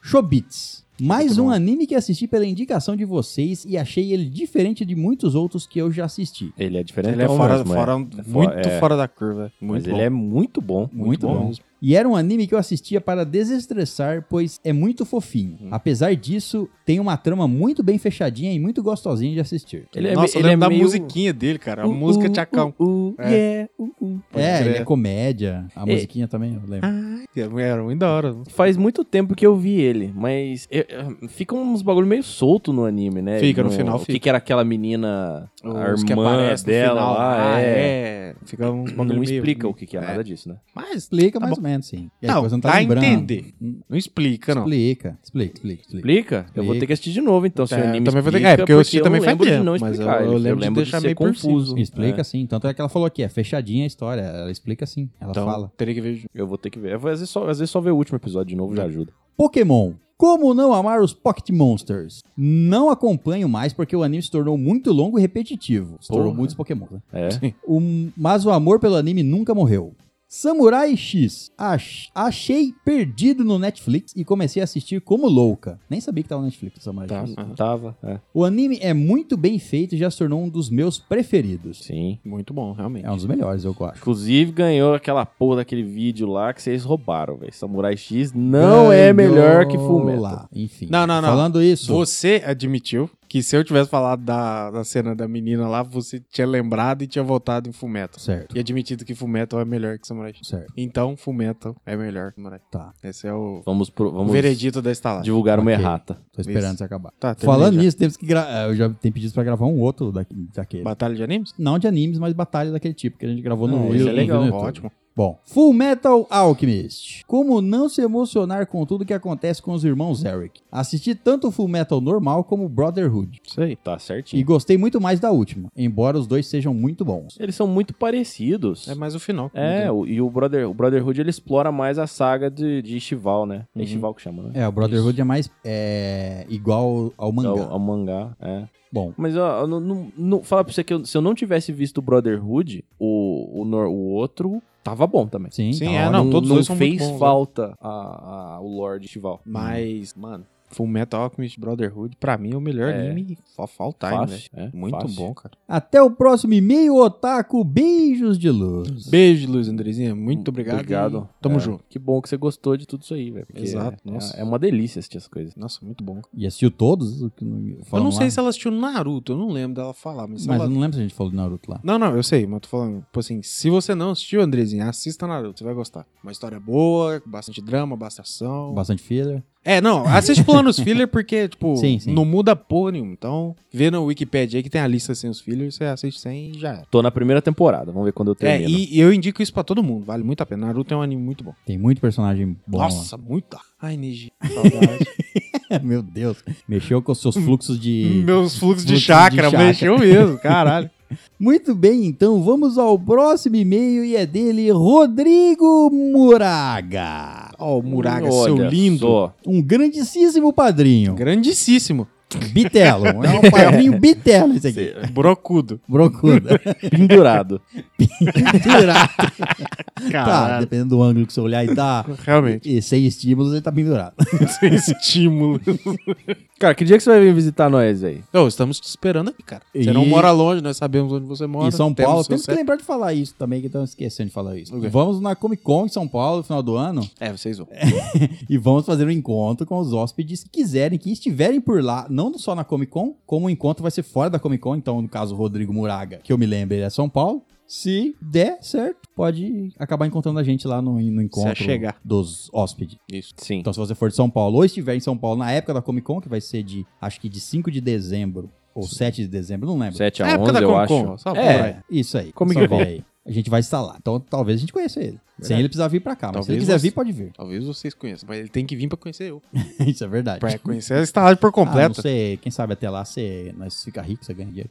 A: Chobits. Mais
C: Muito
A: um
C: bom.
A: anime que assisti pela indicação de vocês e achei ele diferente de muitos outros que eu já assisti.
B: Ele é diferente.
C: Ele é
B: então,
C: fora,
B: mesmo, é.
C: fora-
B: fora-
C: muito
B: é.
C: fora da curva.
B: Mas
C: Muito
B: ele é muito bom.
A: Muito bom. E era um anime que eu assistia para desestressar, pois é muito fofinho. Apesar disso, tem uma trama muito bem fechadinha e muito gostosinha de assistir.
B: Ele é,
C: Nossa, eu
B: ele é
C: lembro da
B: meio...
C: musiquinha dele, cara. A música te acalma.
B: Uh, uh,
C: É.
B: yeah, uh, uh.
C: Pode
A: é,
C: crer. Ah,
A: ele é comédia. A
B: É.
A: musiquinha também, eu lembro.
C: Era muito da hora.
B: Faz muito tempo que eu vi ele, mas eu- eu- fica uns bagulho meio solto no anime, né?
C: Fica, no final
B: O que
C: fica.
B: que era aquela menina, a
C: Os que
B: irmã
C: aparecem no
B: dela
C: final Ah,
B: lá,
C: lá,
B: é.
C: Fica uns bagulho
B: Não
C: meio-
B: explica o que que é,
C: É.
B: nada tá disso, né?
C: Mas
A: Explica
C: Tá
A: mais
C: bom.
A: ou menos, sim. E a
C: não,
A: coisa
C: dá a
A: tá lembrando.
C: entender. Não explica, não.
A: Explica, explica, explica, explica.
B: Explica? Eu vou ter que assistir de novo, então, se o
C: É,
B: anime
C: também vou ter-
B: explica,
C: é, porque eu assisti também
B: não
C: faz
B: lembro de
C: tempo,
B: não
C: mas
B: explicar.
C: eu- eu lembro de deixar
B: ser
C: meio por cima,
B: confuso.
A: Explica
B: É.
A: sim. Tanto é que ela falou aqui, é fechadinha a história. Ela explica sim. Ela
C: Então,
A: fala.
C: teria que ver.
B: Eu vou ter que ver. Às vezes, só, às vezes só ver o último episódio de
C: Hum.
B: novo já ajuda.
A: Pokémon. Como não amar os Pocket Monsters? Não acompanho mais porque o anime se tornou muito longo e repetitivo. Se tornou
B: Porra.
A: muitos Pokémon. né?
B: É.
A: O- mas o amor pelo anime nunca morreu. Samurai X. Ach- achei perdido no Netflix e comecei a assistir como louca. Nem sabia que tava no Netflix o Samurai
C: Tá.
A: X.
C: Aham.
B: Tava, é.
A: O anime é muito bem feito e já se tornou um dos meus preferidos.
B: Sim.
C: Muito bom, realmente.
A: É um dos melhores, eu acho.
B: Inclusive, ganhou aquela porra daquele vídeo lá que vocês roubaram, velho. Samurai X não é
A: Ganhou
B: melhor que Full Metal.
A: lá. Enfim.
C: Não, não, não.
A: Falando isso,
C: Você admitiu que se eu tivesse falado da, da cena da menina lá, você tinha lembrado e tinha voltado em Fumeto.
A: certo.
C: E admitido que Fumeto é melhor que Samurai. X.
A: Certo,
C: Então, Fumeto é melhor que Samurai. X.
A: Tá.
C: Esse é o
B: Vamos, pro,
C: o
B: vamos
C: veredito da estalagem.
B: divulgar uma
A: Ok.
B: errata.
A: tô esperando
C: Isso.
A: isso acabar.
C: Tá, terminei
A: Falando
C: já.
A: nisso, temos que gra... eh, eu já tenho pedido pra gravar um outro da... daquele.
C: Batalha de animes?
A: Não de animes, mas batalha daquele tipo que a gente gravou no
C: Não,
A: no
C: esse é
A: YouTube,
B: legal,
A: no YouTube.
C: Ótimo.
A: Bom, Full Metal Alchemist. Como não se emocionar com tudo que acontece com os irmãos Eric? Assisti tanto o Full Metal normal como o Brotherhood.
B: Isso aí. Tá
A: E
B: certinho.
A: gostei muito mais da última, embora os dois sejam muito bons.
B: Eles são muito parecidos.
C: É mais o final. que
B: É,
C: muda.
B: o- e o, Brother, o Brotherhood ele explora mais a saga de, de Ishival, né? É
C: Uhum.
B: Ishival que chama, né?
A: É, o Brotherhood é mais é, igual ao mangá.
B: Ao, ao mangá, é.
A: Bom,
B: Mas ó, eu não, não, não- falar pra você que eu- se eu não tivesse visto o Brotherhood, o, o, nor- o outro tava bom também.
A: sim,
C: Sim,
A: tá
C: é,
A: ótimo.
C: não, todos os
B: não
C: dois são muito
B: fez
C: bons, né?
B: falta a, a- o Lord Ishival.
C: Mas, mano, Full Metal Alchemist Brotherhood, pra mim, é o melhor
B: É.
C: anime. Só faltar, hein, velho.
B: Fácil, é,
C: né? Muito
B: fácil.
C: bom, cara.
A: Até o próximo e-mail, Otaku. Beijos de luz.
C: Beijo, Luiz Andrezinha. Muito obrigado.
B: Hum, Obrigado.
C: e Tamo
B: É,
C: junto.
B: Que bom que você gostou de tudo isso aí, velho. porque
C: Exato,
B: É,
C: nossa.
B: é uma delícia assistir as coisas.
C: Nossa, muito bom.
A: E assistiu todos? Eu
C: Eu não sei se ela assistiu Naruto, eu não lembro dela falar, mas,
A: Mas
C: ela...
A: eu não lembro se a gente falou do Naruto lá.
C: Não, não, eu sei, mas tô falando, tipo assim, se você não assistiu, Andrezinha, assista Naruto, você vai gostar. Uma história boa, bastante drama, bastante ação.
A: Bastante filler.
C: É, não, assiste planos filler porque, tipo,
A: Sim, sim.
C: não muda porra nenhuma. Então, vê no Wikipedia aí que tem a lista sem os fillers, você assiste sem e já era.
B: Tô na primeira temporada, vamos ver quando eu
C: É,
B: termino.
C: e, e eu indico isso pra todo mundo, vale muito a pena. Naruto é um anime muito bom.
A: Tem muito personagem bom
C: Nossa, muita. Ai, Neji, saudade.
A: lá. Meu Deus. Mexeu com os seus fluxos de...
C: Meus fluxos de
A: Fluxo de
C: chakra,
A: chakra.
C: mexeu mesmo, caralho.
A: Muito bem, então vamos ao próximo e-mail e é dele Rodrigo Muraga.
C: Ó, o Muraga,
B: Olha
C: seu lindo.
B: só.
A: Um grandíssimo padrinho.
C: Grandíssimo.
A: Bitelo. É um padrinho bitelo esse aqui.
C: Brocudo.
A: Brocuda.
B: pendurado.
A: Pendurado. Tá,
C: Caralho.
A: dependendo do ângulo que você olhar e tá...
C: Realmente.
A: E sem estímulos ele tá pendurado.
C: Sem estímulo.
B: Cara, que dia que você vai vir visitar nós, velho?
C: Ô, estamos te esperando aqui, cara. Você
A: E-
C: não mora longe, nós sabemos onde você mora.
A: em São
C: temos
A: Paulo, um
C: seu
A: temos que
C: CEP.
A: lembrar de falar isso também, que estamos esquecendo de falar isso.
C: O quê?
A: Vamos na Comic Con em São Paulo no final do ano
C: É, vocês vão.
A: e vamos fazer um encontro com os hóspedes que quiserem, que estiverem por lá, não só na Comic Con, como o encontro vai ser fora da Comic Con, então no caso o Rodrigo Muraga, que eu me lembro, ele é São Paulo. Se der certo, pode acabar encontrando a gente lá no, no encontro
C: chegar.
A: dos hóspedes.
C: Isso.
B: Sim.
A: Então se você for de São Paulo ou estiver em São Paulo na época da Comic Con, que vai ser de, acho que de 5 de dezembro ou 7 de dezembro, não lembro.
B: 7 a
C: É a época
B: 11,
C: da
B: eu
C: Comic
B: acho.
C: Con, só
B: é,
C: por
A: É, isso aí.
B: Comic
A: Só
B: Con.
A: vê aí. A gente vai estar lá. Então talvez a gente conheça ele. Sem ele precisar vir pra cá. Mas se ele
C: Talvez
A: quiser
C: você-
A: vir, pode vir.
C: Talvez vocês conheçam, mas ele tem que vir pra conhecer eu.
A: isso é verdade.
C: Pra conhecer a estalagem por
A: Ah, não
C: completo.
A: sei, quem sabe até lá você, nós fica rico, você ganha dinheiro.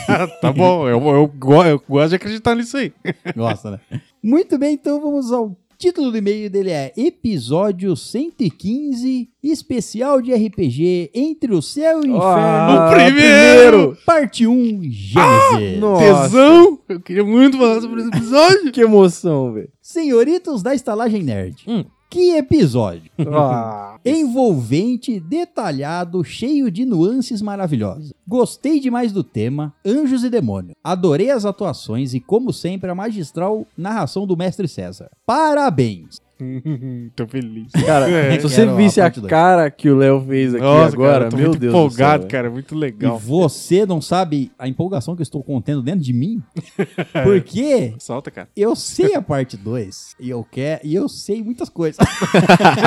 C: tá bom, eu, eu, go- eu gosto de acreditar nisso aí.
A: Gosta, né? Muito bem, então vamos ao Título do e-mail dele é Episódio 115, especial de RPG Entre o Céu
B: Ah,
A: e o Inferno.
C: o primeiro!
A: Parte 1,
C: Ah,
A: Gênesis.
C: Tesão! Eu queria muito falar sobre esse episódio.
B: Que emoção, velho.
A: Senhoritos da Estalagem Nerd.
C: Hum.
A: Que episódio!
C: Ah,
A: Envolvente, detalhado, cheio de nuances maravilhosas. Gostei demais do tema, Anjos e Demônio. Adorei as atuações e, como sempre, a magistral narração do mestre César. Parabéns!
C: tô feliz.
B: Cara,
C: É.
B: se você
A: Quero a
B: visse a
A: parte dois.
B: cara que o Léo fez aqui
C: Nossa,
B: agora,
C: cara, eu tô
B: meu
C: muito
B: Deus
C: empolgado,
B: do céu,
C: cara. Muito
A: E
C: legal.
A: você não sabe a empolgação que eu estou contendo dentro de mim? Porque
C: Solta, cara.
A: eu sei a parte 2 e eu quero e eu sei muitas coisas.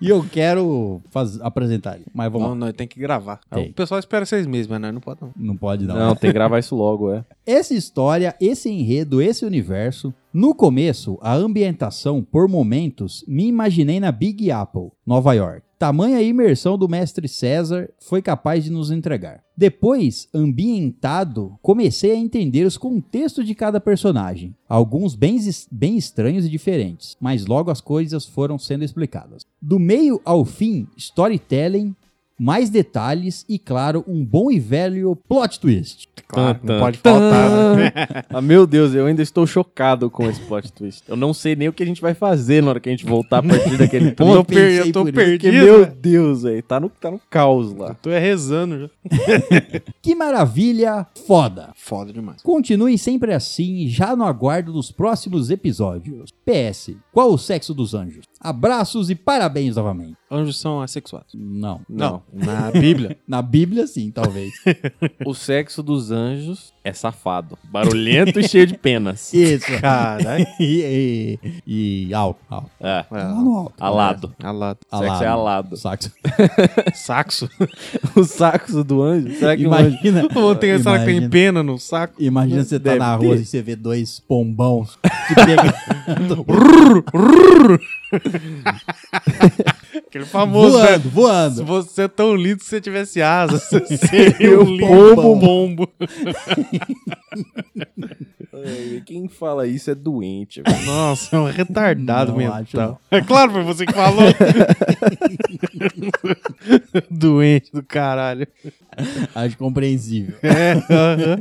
A: e eu quero faz- apresentar ele. Mas vamos
C: não,
A: lá.
C: não, tem que gravar.
A: Tem.
C: O pessoal espera seis meses, mas nós não pode não.
A: Não pode
B: velho. Não, tem que gravar isso logo, é.
A: Essa história, esse enredo, esse universo. No começo, a ambientação, por momentos, me imaginei na Big Apple, Nova York. Tamanha imersão do mestre César foi capaz de nos entregar. Depois, ambientado, comecei a entender os contextos de cada personagem, alguns bem, es- bem estranhos e diferentes, mas logo as coisas foram sendo explicadas. Do meio ao fim, storytelling, mais detalhes e, claro, um bom e velho plot twist.
C: Claro,
B: Tan,
C: não pode
B: tan,
C: faltar, né?
B: tan. Ah, meu Deus, eu ainda estou chocado com esse plot twist. Eu não sei nem o que a gente vai fazer na hora que a gente voltar a partir daquele
C: Eu tô,
B: ponto.
C: per- eu
A: pensei
C: tô
A: por isso,
B: Porque,
C: perdido. né?
B: meu Deus, velho, tá no, tá no caos
C: Eu
B: lá.
C: tô é rezando já.
A: Que maravilha, foda!
C: Foda demais.
A: Continuem sempre assim, já no aguardo dos próximos episódios. PS, qual o sexo dos anjos? Abraços e parabéns novamente.
C: Anjos são assexuados.
A: Não.
B: Não.
C: Na Bíblia.
A: Na Bíblia, sim, talvez.
B: O sexo dos anjos é safado, barulhento e cheio de penas.
A: Isso.
C: Caralho.
A: e, e, e alto, alto.
B: É.
C: Tá
A: Não, não, alto.
B: Alado.
C: Alado.
B: Sexo é alado.
A: Saxo.
C: É Saxo.
B: O saco É. do anjo? Será que o anjo
A: Imagina.
C: Ou tem essa que tem
A: imagina-
C: pena no saco.
A: Imagina você tá
B: Deve
A: na
B: ter.
A: rua e você vê dois pombãos que pegam
C: Aquele famoso. né?
A: voando, voando.
C: Se você é tão lindo, se você tivesse asas, você seria
A: Eu
C: um lindo
A: pombo.
C: bombo.
B: Ai, Quem fala isso é doente. velho.
C: Nossa, é um retardado
A: Não, acho
C: mental. É claro, foi você que falou. Doente do caralho.
A: Acho compreensível.
C: É, aham.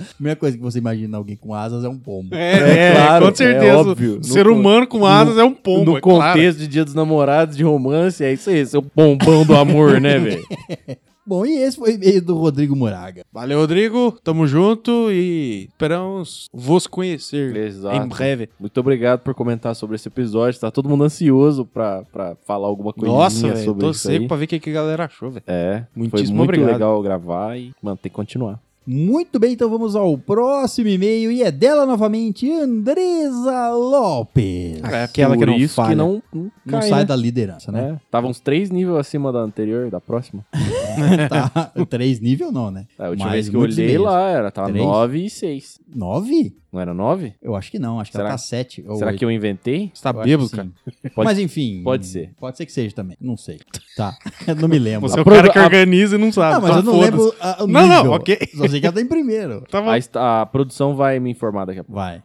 A: A primeira coisa que você imagina alguém com asas é um pombo.
C: é,
B: É
C: é,
B: claro,
C: com certeza.
B: é óbvio.
C: O
B: No
C: ser
B: con-
C: humano com asas é um pombo,
B: no
C: é claro.
B: contexto de Dia dos Namorados, de romance, é isso aí, seu bombão do amor, né, velho?
A: Bom, e esse foi o e-mail do Rodrigo Moraga.
C: Valeu, Rodrigo. Tamo junto e esperamos vos conhecer
B: Exato.
C: em breve.
B: Muito obrigado por comentar sobre esse episódio. Tá todo mundo ansioso pra, pra falar alguma coisinha
C: Nossa, velho,
B: sobre
C: tô
B: isso
C: seco
B: aí.
C: pra ver o que, que a galera achou, velho.
B: É, foi
C: Muitíssimo
B: muito
C: obrigado.
B: legal gravar e, mano, tem que continuar.
A: Muito bem, então vamos ao próximo e-mail e é dela novamente, Andresa Lopes.
C: É aquela
B: Por
C: que não
B: isso
C: falha.
B: que não, não,
A: Não
B: cai,
A: sai
B: né?
A: da liderança, né?
B: É, tava uns três níveis acima da anterior, da próxima.
A: Tá, três nível não, né?
B: É, a última
A: Mas
B: vez que eu
A: muitos
B: olhei
A: e-mails.
B: lá era, tava
A: Três?
B: nove e seis.
A: Nove?
B: Não era nove?
A: Eu acho que não, acho que
B: Será-
A: ela tá sete ou
B: Será
A: oito.
B: que eu inventei?
C: Você tá
A: Eu acho
C: bêbado,
A: que
C: cara?
A: sim.
B: Pode-
A: Mas enfim.
B: pode ser.
A: Pode ser que seja também. Não sei. Tá. não me lembro.
C: Você é o
B: prova-
C: cara que
B: a-
C: organiza e não sabe.
A: Ah, mas
C: então
A: eu não
C: foda-se.
A: lembro a, o
C: Não, não,
A: nível.
C: ok.
A: Só sei que ela tá em primeiro.
C: Tava-
B: A, est- a produção vai me informar daqui a pouco.
A: Vai.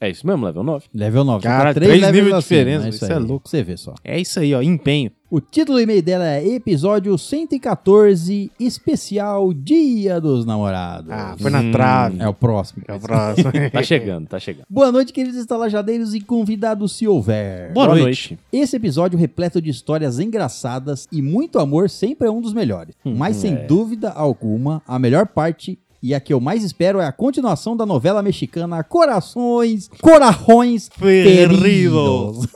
B: É isso mesmo, level 9.
A: Level Tá 9.
C: Cara, três níveis
A: assim,
C: de diferença, isso é
A: louco. né? Você vê só.
C: É isso aí, ó. Empenho.
A: O título do e-mail dela é Episódio 114, Especial Dia dos Namorados.
C: Ah, foi na
B: Hum.
C: trave.
A: É o próximo.
C: É o próximo.
B: Tá chegando, tá chegando.
A: Boa noite, queridos estalajadeiros e convidados, se houver.
C: Boa noite.
A: Esse episódio repleto de histórias engraçadas e muito amor sempre é um dos melhores. Mas sem dúvida alguma, a melhor parte e a que eu mais espero é a continuação da novela mexicana Corações, Corajões Feridos.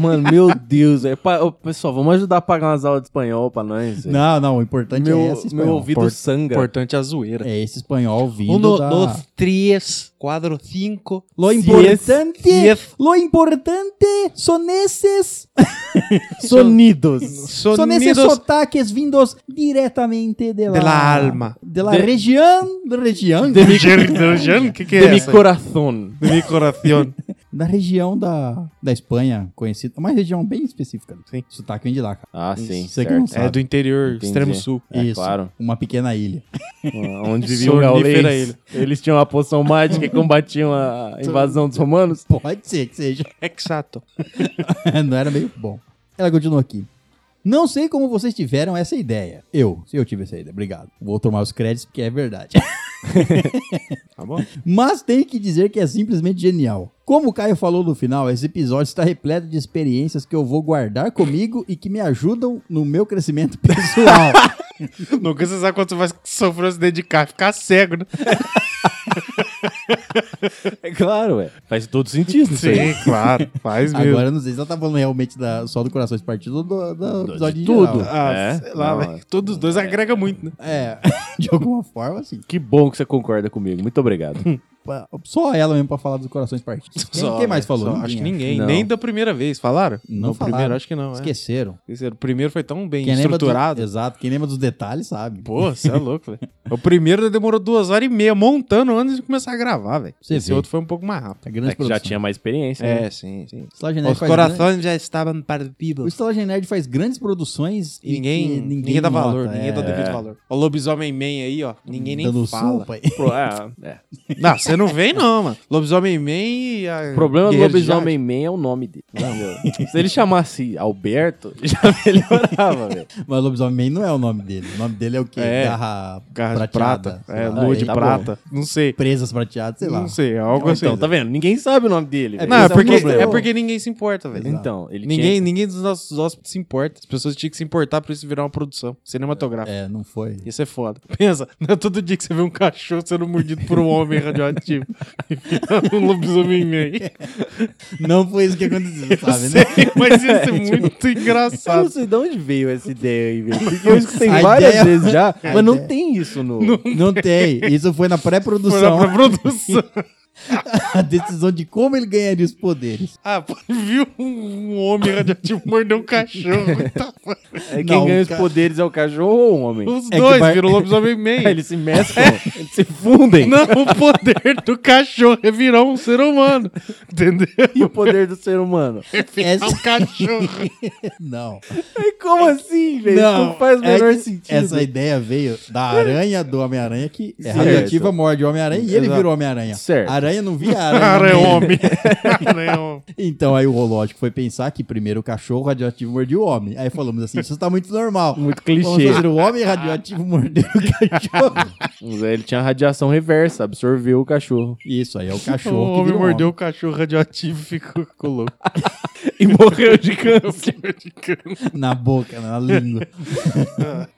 B: Mano, meu Deus, velho. Pa- ô, Pessoal, vamos ajudar a pagar umas aulas de espanhol pra nós, velho.
A: Não, não, o importante é
B: Meu,
A: esse espanhol.
B: meu ouvido
C: Por-
B: sangra.
C: Importante a zoeira.
A: É esse espanhol vindo
C: Um,
A: da...
C: dois, três, quatro, cinco.
A: Lo
C: seis,
A: importante,
C: siete.
A: lo importante son esses,
B: Sonidos.
A: son esses
C: Sonidos
A: sotaques vindos diretamente de la,
C: De la alma.
A: de la
B: De-
A: região, região
C: de mi coração. O que, que é
B: De mi
C: essa aí?
B: corazón.
C: De mi coração.
A: da região da, da Espanha conhecida. Uma região bem específica.
C: Sim.
A: Sotaque vem de lá, cara.
B: Ah,
A: Isso,
B: sim.
A: isso aqui
B: certo.
A: não sabe.
C: É do interior,
B: Entendi.
C: extremo sul.
B: É,
A: Isso.
B: claro.
A: Uma pequena ilha.
B: Onde viviam
C: Sonífera
B: gaulês. Eles tinham uma poção mágica e combatiam a invasão dos romanos.
A: Pode ser que seja.
C: Exato.
A: não era meio bom. Ela continua aqui. Não sei como vocês tiveram essa ideia. Eu, se eu tive essa ideia, obrigado. Vou tomar os créditos porque é verdade.
C: Tá bom?
A: Mas tenho que dizer que é simplesmente genial. Como o Caio falou no final, esse episódio está repleto de experiências que eu vou guardar comigo e que me ajudam no meu crescimento pessoal.
C: Nunca você sabe quando você vai sofrer um acidente de carro, ficar cego, né?
B: É claro, ué. Faz todo sentido isso aí.
C: claro, faz
A: Agora eu não sei se ela tá falando realmente da- só do Corações Partidos ou do, do episódio
B: de
A: em
B: tudo.
A: geral.
C: Ah,
B: É?
C: sei lá,
B: Não,
C: velho.
B: é.
C: Todos os dois agrega muito, né?
A: É, de alguma forma, assim.
B: Que bom que você concorda comigo. Muito obrigado.
A: pa- Só ela mesmo pra falar dos Corações Partidos. Quem,
C: Só,
A: quem mais
C: velho,
A: falou?
C: só.
A: Não
C: acho que
A: tinha.
C: ninguém.
B: Não.
C: Nem da primeira vez. Falaram?
A: Não
C: No
A: falaram.
C: primeiro, acho que não. é.
A: Esqueceram.
C: Esse era- O primeiro foi tão bem
A: Quem lembra do-
C: estruturado.
A: Exato, quem lembra dos detalhes sabe.
C: Pô, você é louco, velho. O primeiro demorou duas horas e meia montando antes de começar a gravar, velho.
A: Você
C: Esse
A: vê.
C: outro foi um pouco mais rápido.
A: A
B: É
A: grande
B: que já
A: produção.
B: tinha mais experiência. né?
C: É, sim, sim.
A: Tá O Estalagenerd faz gran-
C: já estavam
A: O
C: partidos.
A: Estalagem Nerd faz grandes produções
C: E ninguém,
A: que
C: ninguém, dá
A: nota,
C: valor,
A: é.
C: ninguém dá devido valor. O lobisomem man aí, ó, ninguém nem
A: Dando
C: fala.
A: sopa aí.
B: Pro- ah, é.
C: Não, você não vem não, mano. Lobisomem man e a
B: O problema do
C: Guerreiro de
B: Lobisomem Man é o nome dele. entendeu? Se ele chamasse Alberto, já melhorava, velho.
A: Mas o Lobisomem não é o nome dele. O nome dele é o quê?
C: É.
A: Garra,
C: Garra de
A: prateada.
C: prata,
A: sei
C: é,
A: lá.
C: lua de
A: Tá bom.
C: prata, não sei.
A: Presas prateadas, sei lá.
C: Não sei, é algo assim.
B: é Então, tá vendo? Ninguém sabe o nome dele, velho.
C: Não, é
A: Esse é o
C: porque,
A: problema.
C: é porque ninguém se importa, velho.
B: Então, ele
C: Ninguém,
B: tinha...
C: ninguém dos nossos hóspedes se importa. As pessoas tinham que se importar pra isso virar uma produção cinematográfica.
A: É, não foi.
C: Ia ser foda. Pensa, não é todo dia que você vê um cachorro sendo mordido por um homem radioativo. E vira um lobisomem meio.
B: É,
A: Não foi isso que aconteceu, sabe, né?
C: Sei, mas ia ser muito
B: Eu É, tipo, não
C: engraçado.
B: sei de onde veio essa ideia aí, velho. Porque eu escutei
A: A
B: várias
A: ideia-
B: vezes já, mas não
A: ideia-
B: tem isso no...
A: Não tem. Isso foi na
C: Foi lá
A: pré-produção.
C: pra produção.
A: A decisão de como ele ganharia os poderes.
C: Ah, pô, viu um, um homem radioativo morder um cachorro. Tá,
B: É quem
A: Não,
B: ganha os
A: ca-
B: poderes é o cachorro ou o homem.
C: Os
A: que
C: dois
A: vai-
C: viram lobisomem meio.
B: Aí Eles se mesclam, eles se fundem.
C: Não, o poder do cachorro é virar um ser humano. Entendeu?
B: E o poder do ser humano?
A: Essa... é-
C: É um cachorro.
A: Não.
B: Ai, Como assim, velho? Isso não faz o
A: é
B: menor
A: que
B: sentido.
A: Essa ideia veio da aranha do Homem-Aranha, que é
B: Certo.
A: radioativa, morde o Homem-Aranha e ele
C: Exato.
A: virou Homem-Aranha.
B: Certo.
A: Aranha não via a aranha.
C: Cara, é
A: nele.
C: homem. Cara, é homem.
A: Então aí um o lógico foi pensar que primeiro o cachorro radioativo mordia o homem. Aí falamos assim, isso tá muito normal.
B: Muito
A: Vamos
B: clichê.
A: fazer o homem radioativo morder o cachorro.
B: Mas aí Ele tinha radiação reversa, absorveu o cachorro.
A: Isso aí, é o
C: o
A: cachorro que
C: homem
A: vira um
C: mordeu
A: homem.
C: o cachorro radioativo e ficou ficou louco.
B: E morreu de câncer.
A: na boca, na língua.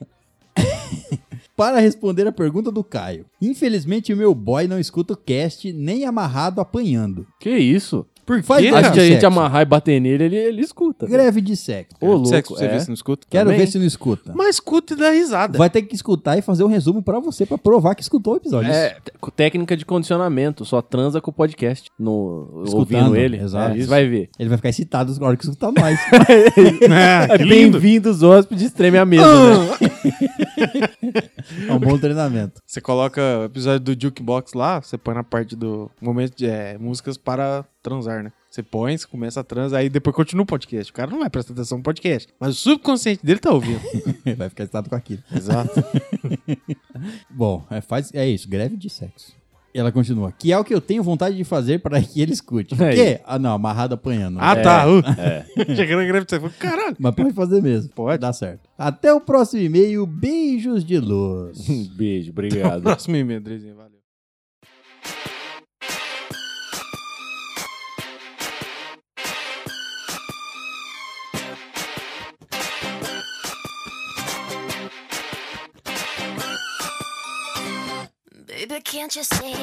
A: Para responder a pergunta do Caio. Infelizmente o meu boy não escuta o cast nem amarrado apanhando.
B: Que isso?
C: Por
A: Faz
C: quê,
A: Greve
B: Acho
A: de
B: que é a gente
A: sexo.
B: amarrar e bater nele, ele, ele escuta. velho.
A: Greve de sexo.
B: Ô, louco,
C: Sexo, você
B: é.
C: vê se não escuta?
A: Quero
C: também?
A: ver se não escuta.
C: Mas escuta e dá risada.
A: Vai ter que escutar e fazer um resumo pra você pra provar que escutou o episódio. Isso.
B: É, te- técnica de condicionamento, só transa com o podcast. No,
A: Escutando,
B: ouvindo ele.
A: exato.
B: É, você vai ver.
A: Ele vai ficar excitado na hora que escutar nós.
C: É, que lindo.
B: Bem-vindos, hóspedes, treme a mesa. né?
A: É um bom treinamento.
C: Você coloca o episódio do Jukebox lá, você põe na parte do momento de é, músicas para transar, né? Você põe, você começa a transar, aí depois continua o podcast. O cara não vai prestar atenção no podcast, mas o subconsciente dele tá ouvindo.
A: Vai ficar excitado com aquilo.
C: Exato.
A: Bom, é, faz, é isso, greve de sexo. E ela continua. Que é o que eu tenho vontade de fazer para que ele escute. O
B: É
A: quê? Ah, não, amarrado apanhando.
C: Ah, tá. Uh.
B: É.
C: Chegando na greve, você falou, caralho.
A: Mas pode fazer mesmo.
C: Pode.
A: Dá certo. Até o próximo e-mail. Beijos de luz.
B: Um beijo, obrigado.
C: Próximo e-mail, Andrezinho, valeu.
D: Baby, can't you see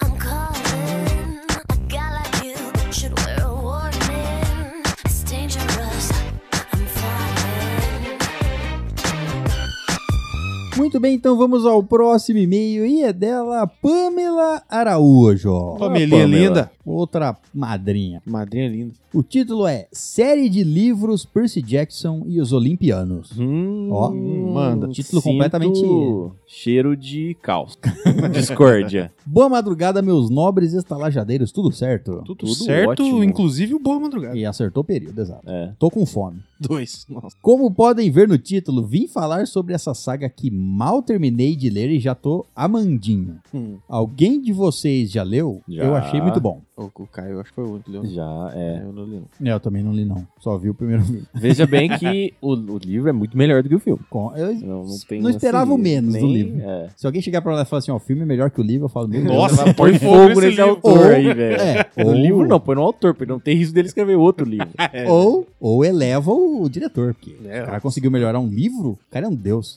D: I'm calling? A guy like you should wear a warning. It's dangerous. I'm falling.
A: Muito bem, então vamos ao próximo e-mail e é dela Pamela Araújo.
C: Família
B: Pamela.
C: linda.
A: Outra madrinha.
C: Madrinha linda.
A: O título é Série de Livros Percy Jackson e os Olimpianos.
B: Hum,
A: Ó,
C: manda.
A: Título completamente-
B: Cheiro de caos. Discórdia.
A: Boa madrugada, meus nobres estalajadeiros, tudo certo?
C: Tudo,
B: Tudo
C: certo,
B: ótimo.
C: inclusive o Boa Madrugada.
A: E acertou o período, exato.
B: É.
A: Tô com fome.
C: Dois. Nossa.
A: Como podem ver no título, vim falar sobre essa saga que mal terminei de ler e já tô amandinho.
C: Hum.
A: Alguém de vocês já leu?
B: Já.
A: Eu achei muito bom.
C: O o Caio, acho que foi o único. Leon.
B: Já, é.
C: Eu não li, não.
A: Eu também não li, não. Só vi o primeiro filme.
B: Veja bem que o, o livro é muito melhor do que o filme.
A: Com- eu-
B: Não, não, tem,
A: Não esperava o menos do
B: nem-
A: livro.
B: É.
A: Se alguém chegar pra lá e falar assim, ó, o filme é melhor que o livro, eu falo, meu Deus.
C: Nossa,
B: põe fogo nesse
C: livro.
B: autor
A: Ou-
B: aí, velho.
A: É,
B: No
A: ou,
B: livro não, põe no autor, porque não tem risco dele escrever outro livro.
A: Ou, ou eleva o diretor, porque
C: É,
A: o cara conseguiu melhorar um livro, o cara é um deus.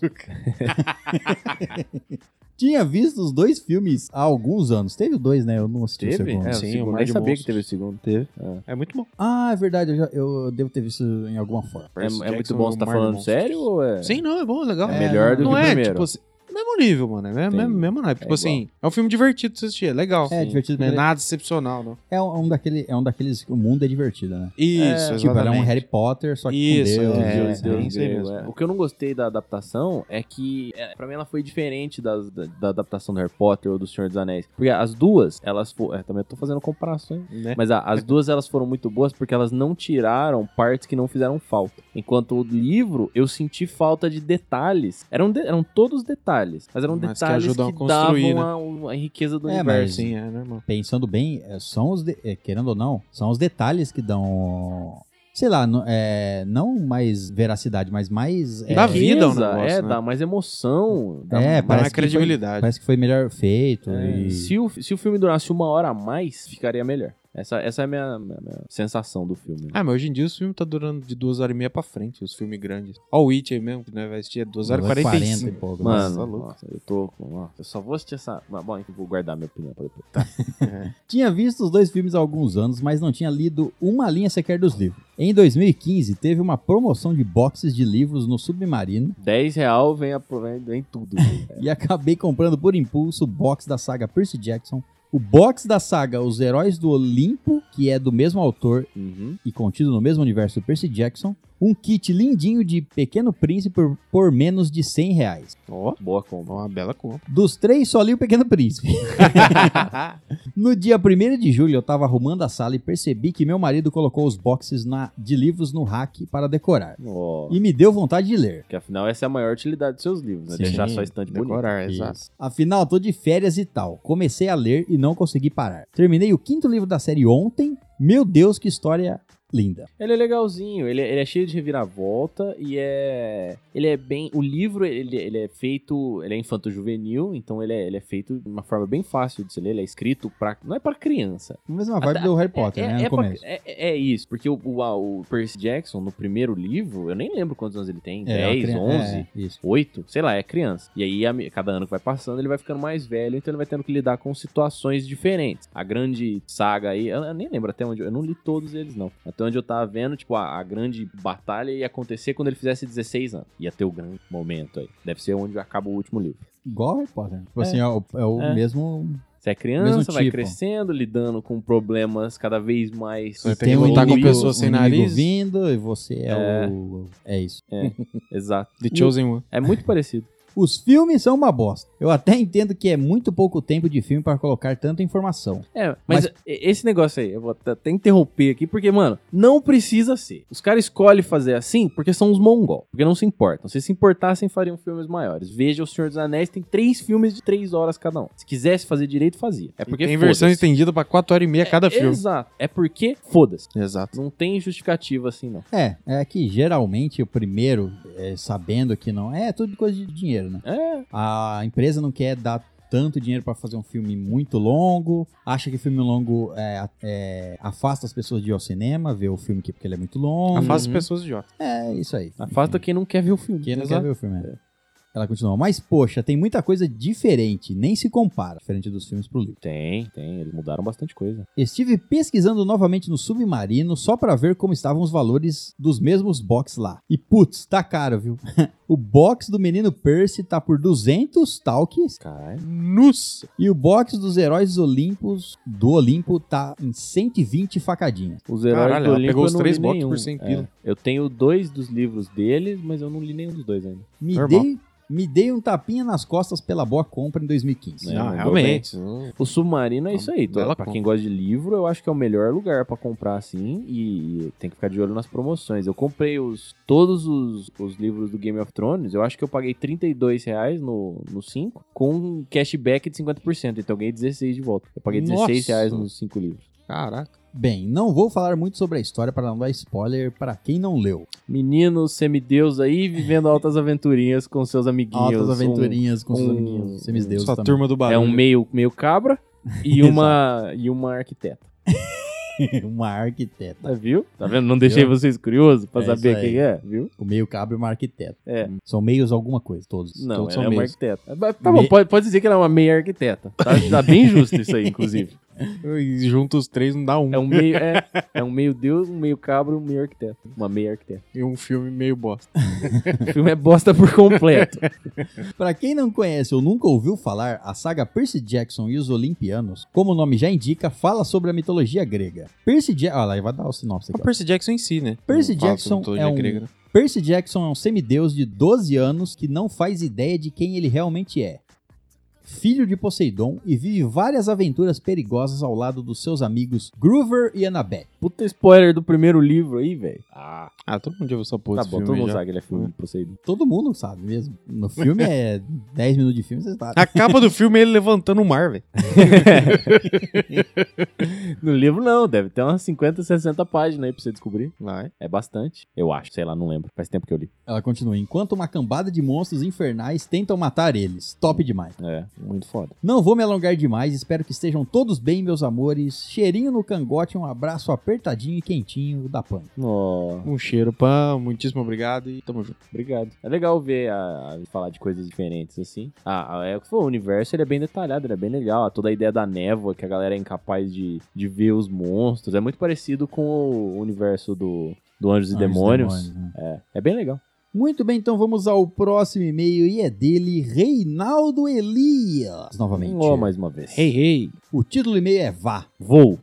A: Tinha visto os dois filmes há alguns anos. Teve dois, né? Eu não assisti o segundo.
B: É,
C: Sim,
B: o
C: o
B: segundo.
C: Mar
B: nem
C: de
B: sabia
C: Monstros.
B: que teve o segundo. Teve. É,
C: É muito bom.
A: Ah, é verdade, eu, já- eu devo ter visto em alguma forma.
B: É- é
C: Percy
B: muito
C: Jackson,
B: bom. Você tá
C: o Mar de
B: falando
C: Monstros.
B: sério ou é?
C: Sim, não, é bom, é legal.
B: É melhor do
C: não
B: que o
C: é,
B: primeiro.
C: tipo assim, mesmo nível, mano. É mesmo,
B: Entendi.
C: mesmo, mesmo naipe.
B: É
C: tipo assim, é um filme divertido de você assistir, é legal.
A: É, divertido.
C: Não é
A: porque
C: nada excepcional, não.
A: É um, um daquele, é um daqueles. O mundo é divertido, né?
C: Isso,
B: é
A: tipo, era um Harry Potter, só que
C: Isso,
A: com Deus. né?
C: é,
B: Deus, Deus,
C: é isso aí
B: grego,
C: mesmo,
B: é.
C: é.
B: O que eu não gostei da adaptação é que, é, pra mim, ela foi diferente das- da, da adaptação do Harry Potter ou do Senhor dos Anéis. Porque as duas, elas foram. também eu tô fazendo comparações.
C: Né?
B: Mas a- as duas elas foram muito boas porque elas não tiraram partes que não fizeram falta. Enquanto o livro, eu senti falta de detalhes. Eram, de- eram todos detalhes, mas eram
C: Mas que
B: detalhes que,
C: ajudam a construir,
B: davam a, a riqueza do
A: É,
B: universo.
A: mas-
C: Sim, é normal.
A: Pensando bem, é, são os. de- é, querendo ou não, são os detalhes que dão. Sei lá, não, é, não mais veracidade, mas mais. é,
C: Dá vida ao
B: Riqueza,
C: negócio,
B: É,
C: né?
B: dá mais emoção.
A: É,
B: Dá mais-
C: Dá uma
A: parece que foi-
C: credibilidade.
A: Parece que foi melhor feito.
B: É,
A: e-
B: Se, o, se o filme durasse uma hora a mais, ficaria melhor. Essa, essa é a minha, minha- minha sensação do filme.
C: Ah, mas hoje em dia os filmes tá durando de duas horas e meia pra frente, os filmes grandes. Ó, o Witch aí mesmo, que nós vai assistir, é duas horas e
A: Duas
C: quarenta e
A: 40 e
C: cinco.
A: pouco. né?
B: Mano,
C: tá louco.
B: nossa, eu tô. com- ó, eu só vou assistir essa. mas, Bom, enfim, vou guardar minha opinião pra depois.
A: Tinha visto os dois filmes há alguns anos, mas não tinha lido uma linha sequer dos livros. Em 2015, teve uma promoção de boxes de livros no Submarino
B: 10 real vem, a- vem, vem tudo.
A: e acabei comprando por impulso o box da saga Percy Jackson, o box da saga Os Heróis do Olimpo, que é do mesmo autor
B: uhum.
A: e contido no mesmo universo do Percy Jackson, um kit lindinho de Pequeno Príncipe por, por menos de 100 reais.
C: Ó,
B: Boa compra.
C: uma bela compra.
A: Dos três, só li o Pequeno Príncipe. No dia 1 de julho, eu tava arrumando a sala e percebi que meu marido colocou os boxes na- de livros no rack para decorar.
B: Ó,
A: E me deu vontade de ler.
B: Porque afinal essa é a maior utilidade dos seus livros, né?
A: Sim.
B: Deixar sua estante bonita.
C: Decorar,
A: Isso.
C: exato.
A: Afinal, tô de férias e tal. Comecei a ler e não consegui parar. Terminei o quinto livro da série ontem. Meu Deus, que história linda.
B: Ele é legalzinho, ele, ele é cheio de reviravolta e é. Ele é bem. O livro, ele, ele é feito. Ele é infanto-juvenil, então ele é, ele é feito de uma forma bem fácil de se ler. Ele é escrito pra. Não é pra criança.
A: Mesma vibe
B: Até-
A: do Harry Potter,
B: é,
A: né?
B: é
A: No
B: pra-
A: começo.
B: é- é- é isso, porque o, o, a- o Percy Jackson, no primeiro livro, eu nem lembro quantos anos ele tem,
A: É, a
B: 10,
A: criança-
B: 11.
A: é, isso.
B: 8, sei lá, é criança. E aí, a me- cada ano que vai passando, ele vai ficando mais velho, então ele vai tendo que lidar com situações diferentes. A grande saga aí, eu eu nem lembro até onde, eu não li todos eles, não. Até onde eu tava vendo, tipo, a, a grande batalha ia acontecer quando ele fizesse 16 anos. Ia ter o grande momento aí. Deve ser onde acaba o último livro.
A: Igual Harry Potter. Tipo
B: É.
A: assim, é o, é o
B: É.
A: mesmo.
B: Você é criança,
A: Mesmo
B: vai
A: tipo.
B: crescendo, lidando com problemas cada vez mais...
C: Vai
A: Tem
C: que
A: um
C: lutar com
A: inimigo-
C: pessoas sem
A: um inimigo
C: nariz.
A: vindo e você é,
B: É.
A: o. É isso.
B: Exato.
C: The Chosen One.
B: É muito parecido.
A: Os filmes são uma bosta. Eu até entendo que é muito pouco tempo de filme para colocar tanta informação.
B: É, mas,
A: Mas-
B: e- esse negócio aí, eu vou até até interromper aqui, porque, mano, não precisa ser. Os caras escolhem fazer assim porque são os mongol, porque não se importam. Se se importassem, fariam filmes maiores. Veja O Senhor dos Anéis, tem três filmes de três horas cada um. Se quisesse fazer direito, fazia. É porque
C: Porque tem versão
B: foda-se.
C: estendida pra quatro horas e meia cada filme.
B: Exato. É porque foda-se.
C: Exato.
B: Não tem justificativa assim, não.
A: É, é que geralmente o primeiro, é, sabendo que não. É tudo coisa de dinheiro, né?
B: É,
A: A empresa não quer dar tanto dinheiro para fazer um filme muito longo, acha que filme longo é, é, afasta as pessoas de ir ao cinema, ver o filme aqui porque ele é muito longo.
C: Afasta as pessoas idiotas.
A: É, isso aí.
B: afasta quem não quer ver o filme.
A: Quem não
B: Exato.
A: quer ver o filme. é. Ela continua, mas poxa, tem muita coisa diferente, nem se compara, diferente dos filmes pro livro.
B: Tem, tem. Eles mudaram bastante coisa.
A: Estive pesquisando novamente no submarino só pra ver como estavam os valores dos mesmos box lá. E putz, tá caro, viu? o box do menino Percy tá por 200 talques
B: Caralho.
C: Nossa!
A: e o box dos heróis Olimpos do Olimpo tá em 120 facadinhas.
B: Os heróis
C: Caralho,
B: do
C: ela
B: Olimpo
C: pegou
B: eu
C: os
B: não
C: três
B: li
C: boxes
B: nenhum.
C: por 100 pila.
B: É. Eu tenho dois dos livros deles, mas eu não li nenhum dos dois ainda.
A: Me
C: Normal.
A: dei, me dei um tapinha nas costas pela boa compra em 2015.
B: É,
C: Não,
B: mandou
C: realmente.
B: O Submarino é isso aí. Tô,
C: bela
B: pra
C: compra.
B: quem gosta de livro, eu acho que é o melhor lugar pra comprar, assim, e, e tem que ficar de olho nas promoções. Eu comprei os, todos os, os livros do Game of Thrones, eu acho que eu paguei R$ 32 reais no, no 5, com um cashback de 50%, então eu ganhei 16 de volta. Eu paguei 16
C: Nossa!
B: reais nos 5 livros.
C: Caraca.
A: Bem, não vou falar muito sobre a história para não dar spoiler pra quem não leu.
B: Menino semideus aí, vivendo altas aventurinhas com seus amiguinhos.
A: Altas
B: Um-
A: aventurinhas com seus
B: um-
A: amiguinhos, semideus
C: Sua
A: também.
C: turma do barulho.
B: é um meio, meio cabra e uma, e uma arquiteta.
A: uma arquiteta.
B: Tá, viu? Tá vendo? Não deixei vocês curiosos pra
A: É
B: saber
A: isso aí.
B: quem é, viu?
A: O meio cabra e uma arquiteta.
B: É.
A: São meios alguma coisa, todos.
B: Não,
C: todos
B: ela é
C: são
B: uma
C: meios.
B: arquiteta. Mas Tá bom,
A: Me-
B: pode, pode dizer que ela é uma meia arquiteta. Tá, tá bem justo isso aí, inclusive.
C: E junta os três não dá um.
B: É um meio, é, é um meio deus, um meio cabra e um meio arquiteta. Uma meia arquiteta.
C: E um filme meio bosta.
B: O filme é bosta por completo.
A: Pra quem não conhece ou nunca ouviu falar, a saga Percy Jackson e os Olimpianos, como o nome já indica, fala sobre a mitologia grega. Percy Jackson. Olha lá, vai dar o sinopse
C: O
A: aqui. ó.
C: Percy Jackson em si, né?
A: Percy
C: Não fala
A: Jackson
C: sobre
A: é
C: mitologia
A: um-
C: grega, né?
A: Percy Jackson é um semideus de 12 anos que não faz ideia de quem ele realmente é. Filho de Poseidon e vive várias aventuras perigosas ao lado dos seus amigos Groover e Annabeth.
B: Puta spoiler do primeiro livro aí, velho. Ah,
C: Ah, todo mundo já viu essa porra
B: tá
C: desse
B: bom,
C: filme
B: todo
C: aí
B: mundo
C: já.
B: sabe que ele é filme de Poseidon.
A: Todo mundo sabe mesmo. No filme é 10 minutos de filme, você sabe.
C: A capa do filme é ele levantando o mar, velho.
B: No livro não, deve ter umas 50, 60 páginas aí pra você descobrir.
C: Vai.
B: É bastante, eu acho. Sei lá, não lembro. Faz tempo que eu li.
A: Ela continua. Enquanto uma cambada de monstros infernais tentam matar eles. Top demais.
B: É, muito foda.
A: Não vou me alongar demais, espero que estejam todos bem, meus amores. Cheirinho no cangote, um abraço apertadinho e quentinho da PAN.
B: Nossa.
C: Um cheiro, pá. Muitíssimo obrigado e tamo junto.
B: Obrigado. É legal ver a, a- falar de coisas diferentes assim. Ah, a- é o que foi, o universo ele é bem detalhado, ele é bem legal. Toda a ideia da névoa, que a galera é incapaz de, de ver os monstros, é muito parecido com o universo do, do Anjos e Demônios. É bem legal.
A: né? Muito bem, então vamos ao próximo e-mail e é dele, Reinaldo Elias. Novamente.
B: Ó, mais uma vez.
C: Hey, hey.
A: O título do e-mail é Vá.
B: Vou.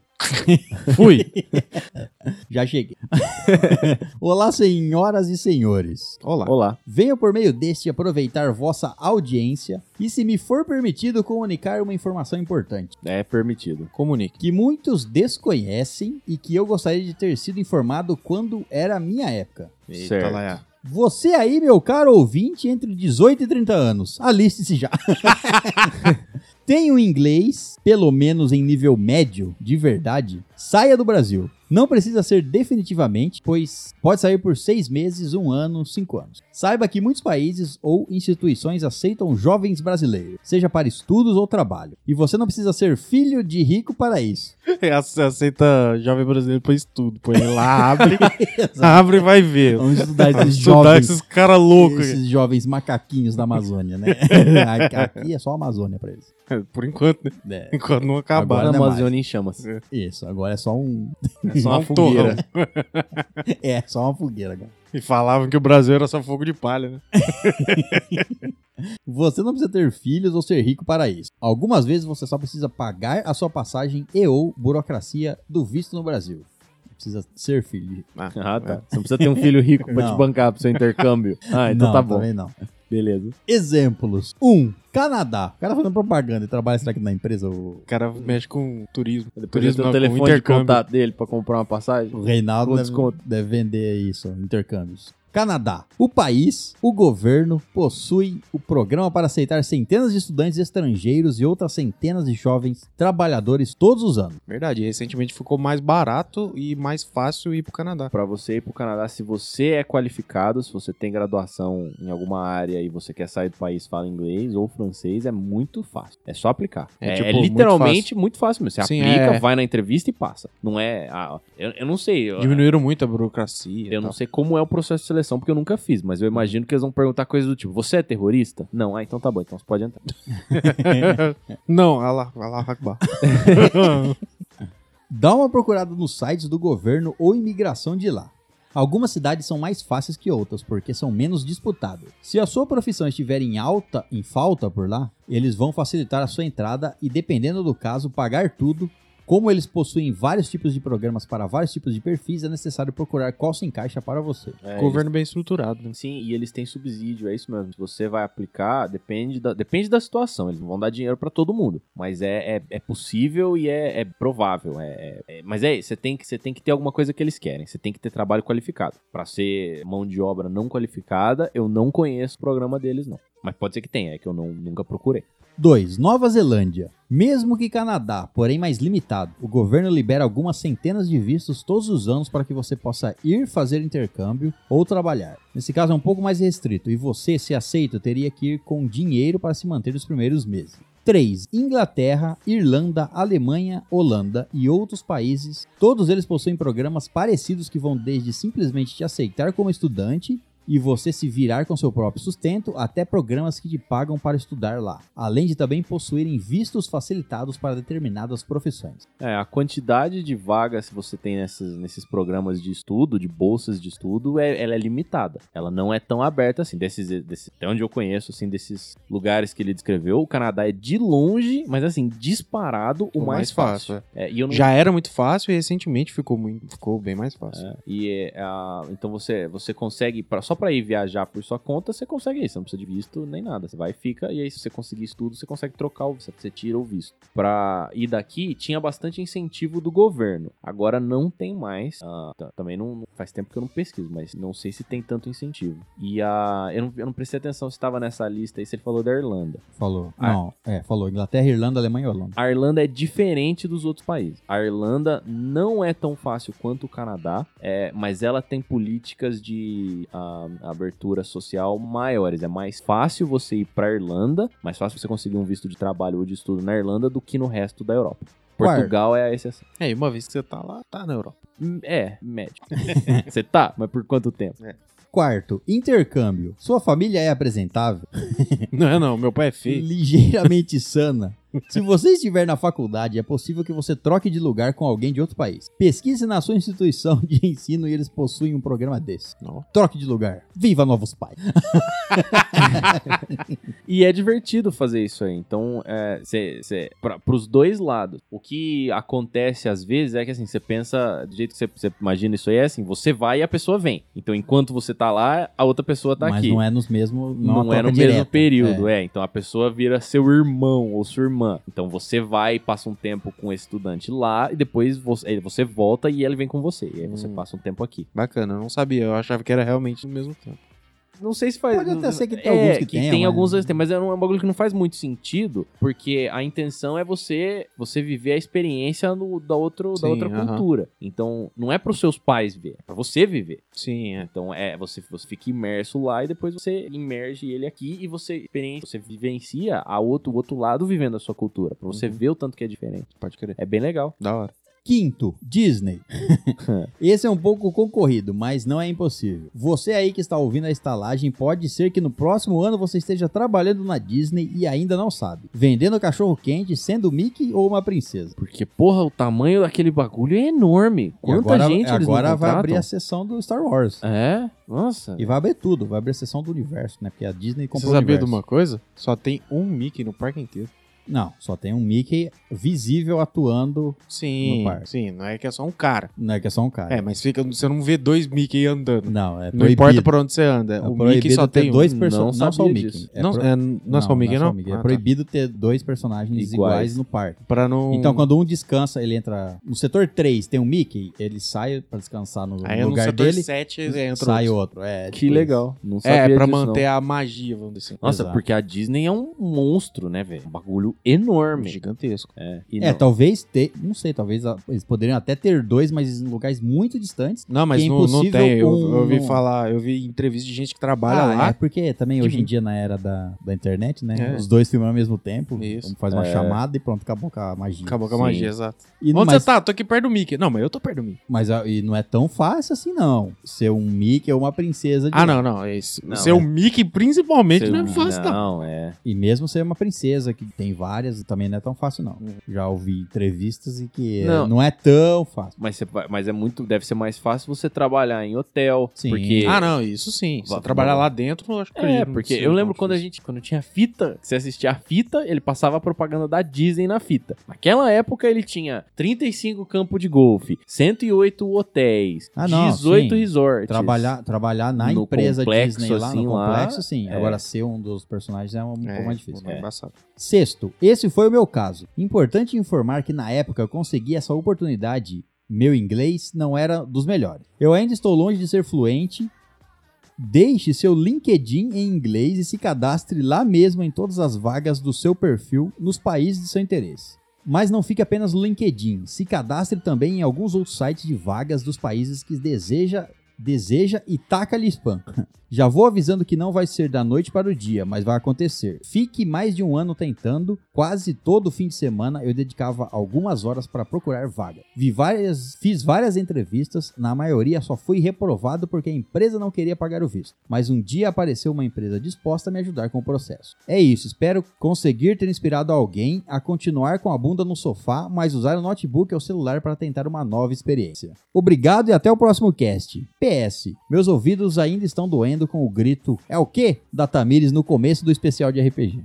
C: Fui.
A: Já cheguei. Olá, senhoras e senhores.
C: Olá.
B: Olá.
A: Venho por meio deste aproveitar vossa audiência e, se me for permitido, comunicar uma informação importante.
B: É permitido.
C: Comunique.
A: que muitos desconhecem e que eu gostaria de ter sido informado quando era a minha época.
B: Certo.
C: Laia.
A: Você aí, meu caro ouvinte, entre 18 e 30 anos, aliste-se já. Tem o inglês, pelo menos em nível médio, de verdade, saia do Brasil. Não precisa ser definitivamente, pois pode sair por seis meses, um ano, cinco anos. Saiba que muitos países ou instituições aceitam jovens brasileiros, seja para estudos ou trabalho. E você não precisa ser filho de rico para isso.
C: Você aceita jovem brasileiro pra estudo. Põe ele lá, abre. abre e vai ver.
A: Vamos estudar esses
C: Estudar
A: jovens,
C: esses caras loucos.
A: esses jovens macaquinhos da Amazônia, né? Aqui é só a Amazônia pra eles.
C: Por enquanto, né?
A: É,
C: Enquanto não acabar.
A: Agora
B: Agora
A: não é
B: Amazônia em chamas.
A: isso, agora é só um.
C: É só uma
B: um torrão.
C: fogueira.
A: É, só uma fogueira agora.
C: E falavam que o Brasil era só fogo de palha, né?
A: Você não precisa ter filhos ou ser rico para isso. Algumas vezes você só precisa pagar a sua passagem e ou burocracia do visto no Brasil. Não Precisa ser filho.
B: Ah,
C: É.
B: tá. Você não precisa ter um filho rico pra
A: Não.
B: te bancar pro seu intercâmbio. Ah, então
A: não,
B: tá bom.
A: Também não.
B: Beleza.
A: Exemplos. 1. Um, Canadá. O cara fazendo propaganda e trabalha, será que na empresa o,
C: O cara mexe com turismo.
B: Depois ele
C: turismo
B: tem o
C: não, com
B: telefone de contato dele pra comprar uma passagem.
A: o
B: Com
A: Reinaldo deve,
B: desconto.
A: deve vender isso, intercâmbios. Canadá. O país, o governo, possui o programa para aceitar centenas de estudantes estrangeiros e outras centenas de jovens trabalhadores todos os anos.
C: Verdade, recentemente ficou mais barato e mais fácil ir pro Canadá.
B: Pra você ir pro Canadá, se você é qualificado, se você tem graduação em alguma área e você quer sair do país, fala inglês ou francês, é muito fácil. É só aplicar.
C: É,
B: É,
C: tipo,
B: é
C: muito
B: literalmente muito fácil. mesmo. Você
C: Sim,
B: aplica,
C: é.
B: vai na entrevista e passa. Não é. ah, eu, eu não sei. Eu,
C: Diminuíram muito a burocracia. e
B: eu não
C: tal.
B: sei como é o processo de seleção porque eu nunca fiz, mas eu imagino que eles vão perguntar coisas do tipo: você é terrorista? Não, ah, então tá bom, então você pode entrar.
C: Não, Allah, Allah Akbar.
A: Dá uma procurada nos sites do governo ou imigração de lá. Algumas cidades são mais fáceis que outras porque são menos disputadas. Se a sua profissão estiver em alta, em falta por lá, eles vão facilitar a sua entrada e, dependendo do caso, pagar tudo. Como eles possuem vários tipos de programas para vários tipos de perfis, é necessário procurar qual se encaixa para você.
B: É,
C: Governo bem estruturado, né?
B: eles- Sim, assim, e eles têm subsídio, é isso mesmo. Se você vai aplicar, depende da, depende da situação. Eles não vão dar dinheiro pra todo mundo. Mas é, é, é possível e é, é provável. É, é- é- mas é isso, você tem, que, você tem que ter alguma coisa que eles querem. Você tem que ter trabalho qualificado. Pra ser mão de obra não qualificada, eu não conheço o programa deles, não. Mas pode ser que tenha, é que eu não, nunca procurei.
A: 2. Nova Zelândia. Mesmo que Canadá, porém mais limitado, o governo libera algumas centenas de vistos todos os anos para que você possa ir fazer intercâmbio ou trabalhar. Nesse caso é um pouco mais restrito e você, se aceito, teria que ir com dinheiro para se manter nos primeiros meses. 3. Inglaterra, Irlanda, Alemanha, Holanda e outros países. Todos eles possuem programas parecidos que vão desde simplesmente te aceitar como estudante e você se virar com seu próprio sustento, até programas que te pagam para estudar lá, além de também possuírem vistos facilitados para determinadas profissões.
B: É, a quantidade de vagas que você tem nesses, nesses programas de estudo, de bolsas de estudo, é, ela é limitada. Ela não é tão aberta assim. Desses, desse, até onde eu conheço, assim, desses lugares que ele descreveu, o Canadá é de longe, mas assim, disparado o, mais, fácil. É, e eu não
C: Já era muito fácil e recentemente ficou, muito, ficou bem mais fácil.
B: E é, a- então você, você consegue, pra- só pra ir viajar por sua conta, você consegue isso. Você não precisa de visto nem nada. Você vai e fica, e aí se você conseguir isso tudo, você consegue trocar o visto, você tira o visto. Pra ir daqui, tinha bastante incentivo do governo. Agora não tem mais. Ah, tá- também não não- faz tempo que eu não pesquiso, mas não sei se tem tanto incentivo. E a, eu, não, eu não prestei atenção se estava nessa lista aí, se ele falou da Irlanda.
A: Falou.
B: Ah.
A: Não, é, falou Inglaterra, Irlanda, Alemanha e Holanda.
B: A Irlanda é diferente dos outros países. A Irlanda não é tão fácil quanto o Canadá, é, mas ela tem políticas de ah, abertura social maiores. É mais fácil você ir para Irlanda, mais fácil você conseguir um visto de trabalho ou de estudo na Irlanda do que no resto da Europa.
A: Quarto.
B: Portugal é a exceção.
C: É, e uma vez que você tá lá, tá na Europa.
B: Hum, É, médio. você tá, mas por quanto tempo?
A: Quarto, intercâmbio. Sua família é apresentável,
C: Não, não, meu pai é
A: Hum.
C: feio.
A: ligeiramente sana. Se você estiver na faculdade, é possível que você troque de lugar com alguém de outro país. Pesquise na sua instituição de ensino e eles possuem um programa desse.
C: Não.
A: Troque de lugar. Viva novos pais.
B: E é divertido fazer isso aí. Então, é, cê, cê, pra, pros dois lados. O que acontece às vezes é que assim, você pensa, do jeito que você imagina isso aí, é assim, você vai e a pessoa vem. Então, enquanto você tá lá, a outra pessoa tá
A: Mas
B: aqui.
A: não é nos mesmos.
B: Não,
A: uma
B: é no
A: troca
B: mesmo
A: direta.
B: período, é. Então a pessoa vira seu irmão ou sua irmã. Então você vai, passa um tempo com esse estudante lá e depois você, aí você volta e ele vem com você. E aí você
C: Hum.
B: passa um tempo aqui.
C: Bacana, eu não sabia, eu achava que era realmente no mesmo tempo.
B: Não sei se faz.
A: Pode até ser que tenha
B: é,
A: alguns que
B: tem
A: tenham, né?
B: alguns que tem, mas é um bagulho que não faz muito sentido, porque a intenção é você você viver a experiência no- da, outro, da
C: Sim,
B: outra
C: aham.
B: cultura. Então, não é pros seus pais ver, é pra você viver.
C: Sim, é.
B: Então, é, você, você fica imerso lá e depois você imerge ele aqui e você experiência, você vivencia a outro, o outro lado vivendo a sua cultura, pra você
C: Uhum.
B: ver o tanto que é diferente.
C: Pode crer.
B: É bem legal.
C: Da hora.
A: Quinto, Disney. Esse é um pouco concorrido, mas não é impossível. Você aí que está ouvindo a estalagem, pode ser que no próximo ano você esteja trabalhando na Disney e ainda não sabe. Vendendo cachorro quente, sendo Mickey ou uma princesa.
B: Porque, porra, o tamanho daquele bagulho é
A: E
B: enorme. Quanta
A: agora,
B: gente eles não
A: Agora vai
B: contratam?
A: abrir a sessão do Star Wars.
B: É? Nossa.
A: E vai abrir tudo, vai abrir a sessão do universo, né? Porque a Disney
C: Você
A: comprou o
C: sabia de
A: universo.
C: uma coisa? Só tem um Mickey no parque inteiro.
A: Não, só tem um Mickey visível atuando,
C: Sim,
A: No parque.
C: sim, não é que é só um cara.
A: não é que é só um cara.
C: É, mas fica, você não vê dois Mickey andando.
A: Não, é
C: Não
A: proibido.
C: importa por onde você anda.
A: É
C: o
A: proibido
C: Mickey só
A: ter
C: tem um.
A: dois
B: Não
A: personagens. Não, só o
B: sabia
A: Mickey.
B: disso.
A: É
C: não,
A: pro-
C: é, não é só o Mickey, não?
A: É
C: Ah, tá.
A: proibido ter dois personagens iguais.
B: Iguais.
A: no parque.
C: Pra não.
A: Então, quando um descansa, ele entra. No setor 3 tem o Mickey, ele sai pra descansar no
C: Aí é no hum,
A: lugar
C: setor
A: dele.
C: 7 entra
A: sai
C: outro.
A: outro. É,
B: Que
A: tipo isso.
B: legal. Não
C: É,
B: sabia
C: pra
B: disso, não.
C: manter a magia, vamos dizer assim.
B: Nossa,
A: Exato.
B: porque a Disney é um monstro, né, velho? Um bagulho bagulho enorme.
C: Gigantesco.
B: É, e
A: É,
B: não-
A: talvez ter. Não sei, talvez ah, eles poderiam até ter dois, mas em locais muito distantes.
C: Não, mas
A: Que é
C: não, não
A: impossível
C: tem. Eu,
A: um-
C: eu ouvi falar, eu vi entrevista de gente que trabalha
A: Ah,
C: lá.
A: É, porque também
C: Que
A: hoje em
C: bom.
A: dia, na era da, da internet, né?
C: É.
A: Os dois filmam ao mesmo tempo.
C: Isso. É.
A: Um Faz uma chamada e pronto, acabou com a magia.
C: Acabou com a
B: Sim.
C: magia, exato.
A: E,
C: Onde
A: mas
C: você tá? Tô aqui perto do Mickey. Não, mas eu tô perto do Mickey.
A: mas ah, e não é tão fácil assim, não. Ser um Mickey ou uma princesa. de-
C: Ah, não, não. É isso.
B: Não,
C: Seu
B: é.
C: Mickey, principalmente, não é
B: Seu-
C: fácil, não.
B: Não, é.
A: E mesmo ser uma princesa, que tem várias, também não é tão fácil, não. Já ouvi entrevistas e que não,
B: Uhum. Não.
A: é tão fácil.
B: Mas, você vai- mas é muito. Deve ser mais fácil você trabalhar em hotel.
A: Sim.
B: Porque.
C: Ah, não, isso sim. Se
B: Vá-
C: trabalhar
B: vá-
C: lá dentro, eu acho que
B: É, porque eu lembro quando a gente. Quando tinha fita, que você assistia a fita, ele passava a propaganda da Disney na fita. Naquela época ele tinha 35 campos de golfe, 108 hotéis,
A: Ah, não,
B: 18
A: sim.
B: resorts.
A: Trabalhar, trabalhar na
B: No
A: empresa
B: complexo,
A: Disney lá,
B: assim,
A: no
B: lá,
A: complexo, sim.
B: é. tipo, né?
A: Agora, ser um dos personagens é um pouco mais difícil.
C: É embaçado.
A: Sexto, esse foi o meu caso. Importante informar que na época eu consegui essa oportunidade. Meu inglês não era dos melhores. Eu ainda estou longe de ser fluente. Deixe seu LinkedIn em inglês e se cadastre lá mesmo em todas as vagas do seu perfil nos países de seu interesse. Mas não fique apenas no LinkedIn, se cadastre também em alguns outros sites de vagas dos países que deseja, deseja e taca-lhe spam. Já vou avisando que não vai ser da noite para o dia, mas vai acontecer. Fique mais de um ano tentando, quase todo fim de semana eu dedicava algumas horas para procurar vaga. Vi várias, fiz várias entrevistas, na maioria só fui reprovado porque a empresa não queria pagar o visto. Mas um dia apareceu uma empresa disposta a me ajudar com o processo. É isso, espero conseguir ter inspirado alguém a continuar com a bunda no sofá, mas usar o notebook ou celular para tentar uma nova experiência. Obrigado e até o próximo cast. PS, meus ouvidos ainda estão doendo com o grito É o quê? da Tamires no começo do especial de RPG.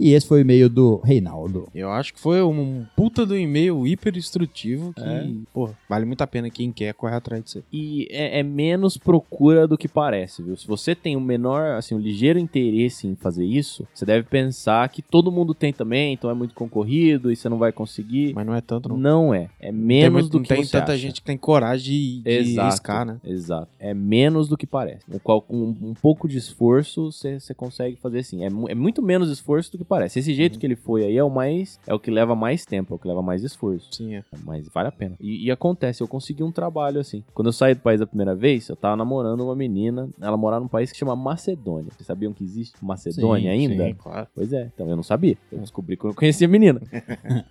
A: E esse foi o e-mail do Reinaldo.
C: Eu acho que foi um puta do e-mail hiper instrutivo que,
B: É.
C: porra, vale muito a pena quem quer correr atrás disso aí.
B: e é, é menos procura do que parece, viu? Se você tem o menor, assim, um ligeiro interesse em fazer isso, você deve pensar que todo mundo tem também, então é muito concorrido e você não vai conseguir.
C: Mas não é tanto, não.
B: Não é. É menos
C: muito-
B: do
C: não
B: que
C: tem
B: você
C: tanta
B: acha.
C: gente que tem coragem de, de
B: Exato,
C: arriscar, né?
B: Exato. É menos do que parece. Um, qual- um, um pouco de esforço você você consegue fazer sim. É, mu- é muito menos esforço do que parece. Esse
C: Uhum.
B: jeito que ele foi aí é o mais. É o que leva mais tempo, é o que leva mais esforço.
C: Sim, é.
B: Mas vale a pena. E, e acontece, eu consegui um trabalho assim. Quando eu saí do país a primeira vez, eu tava namorando uma menina. Ela morava num país que chama Macedônia. Vocês sabiam que existe Macedônia
A: Sim,
B: ainda?
C: Sim, claro.
B: Pois é, então eu não sabia. Eu descobri quando eu conheci a menina.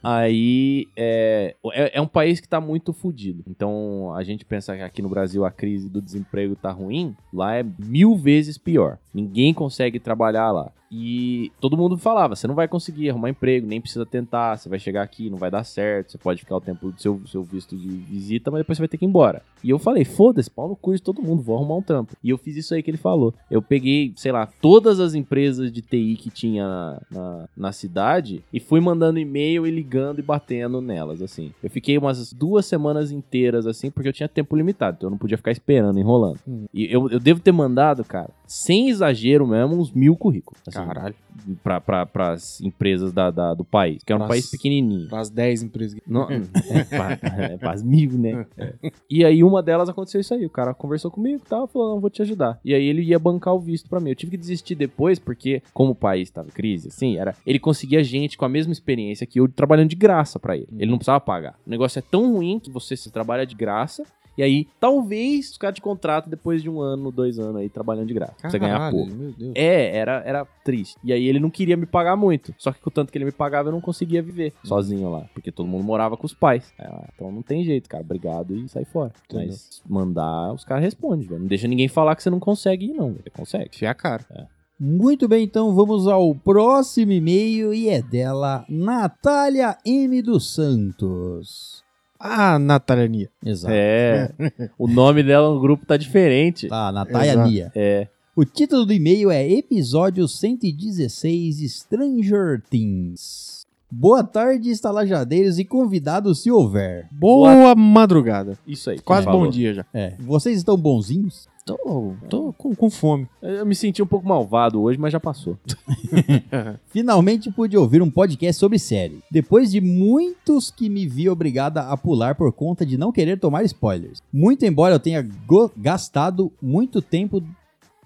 B: Aí é, é, é um país que tá muito fudido. Então a gente pensa que aqui no Brasil a crise do desemprego tá ruim, lá é mil vezes pior. Ninguém consegue trabalhar lá. E todo mundo falava: você não vai conseguir arrumar emprego, nem precisa tentar, você vai chegar aqui, não vai dar certo, você pode ficar o tempo do seu, seu visto de visita, mas depois você vai ter que ir embora. E eu falei: foda-se, pau no cu de todo mundo, vou arrumar um trampo. E eu fiz isso aí que ele falou. Eu peguei, sei lá, todas as empresas de TI que tinha na, na- na cidade e fui mandando e-mail e ligando e batendo nelas, assim. Eu fiquei umas duas semanas inteiras, assim, porque eu tinha tempo limitado, então eu não podia ficar esperando, enrolando.
C: Hum.
B: E eu, eu devo ter mandado, cara, sem exagero mesmo, uns mil currículos. assim,
C: Caralho.
B: pra, pra, pras empresas da, da- do país, que é um
C: Pras-
B: país pequenininho.
C: As 10 empresas. que-
B: Não, é, pra, é pras mil, né? E aí uma delas aconteceu isso aí. O cara conversou comigo e tal, falou, não, vou te ajudar. E aí ele ia bancar o visto pra mim. Eu tive que desistir depois, porque como o país tava em crise, assim, era, ele conseguia gente com a mesma experiência que eu trabalhando de graça pra ele. Ele não precisava pagar. O negócio é tão ruim que você se trabalha de graça, e aí talvez os caras te contratam depois de um ano, dois anos aí trabalhando de graça. pra você ganhar
C: Caralho,
B: pouco.
C: Meu Deus.
B: É, era, era triste. E aí ele não queria me pagar muito. Só que com o tanto que ele me pagava, eu não conseguia viver sozinho lá. Porque todo mundo morava com os pais. Ah, então não tem jeito, cara. Obrigado e sai fora.
C: Entendeu.
B: Mas mandar, os caras respondem, velho. Não deixa ninguém falar que você não consegue ir, não. Você consegue.
C: Enfiar a cara.
A: Muito bem, então vamos ao próximo e-mail e é dela Natália M. dos Santos.
C: Ah, Natalania.
A: Exato.
B: É. o nome dela no grupo tá diferente.
A: Tá, Natália
C: Exato.
A: Nia.
B: É.
A: O título do e-mail é Episódio 116 Stranger Things. Boa tarde, estalajadeiros e convidados, se houver.
C: Boa, madrugada.
B: Isso aí.
C: Quase
B: Falou.
C: bom dia já.
A: É, vocês estão bonzinhos?
C: Tô, tô com, com fome.
B: Eu me senti um pouco malvado hoje, mas já passou.
A: Finalmente pude ouvir um podcast sobre série. Depois de muitos que me vi obrigada a pular por conta de não querer tomar spoilers. Muito embora eu tenha go- gastado muito tempo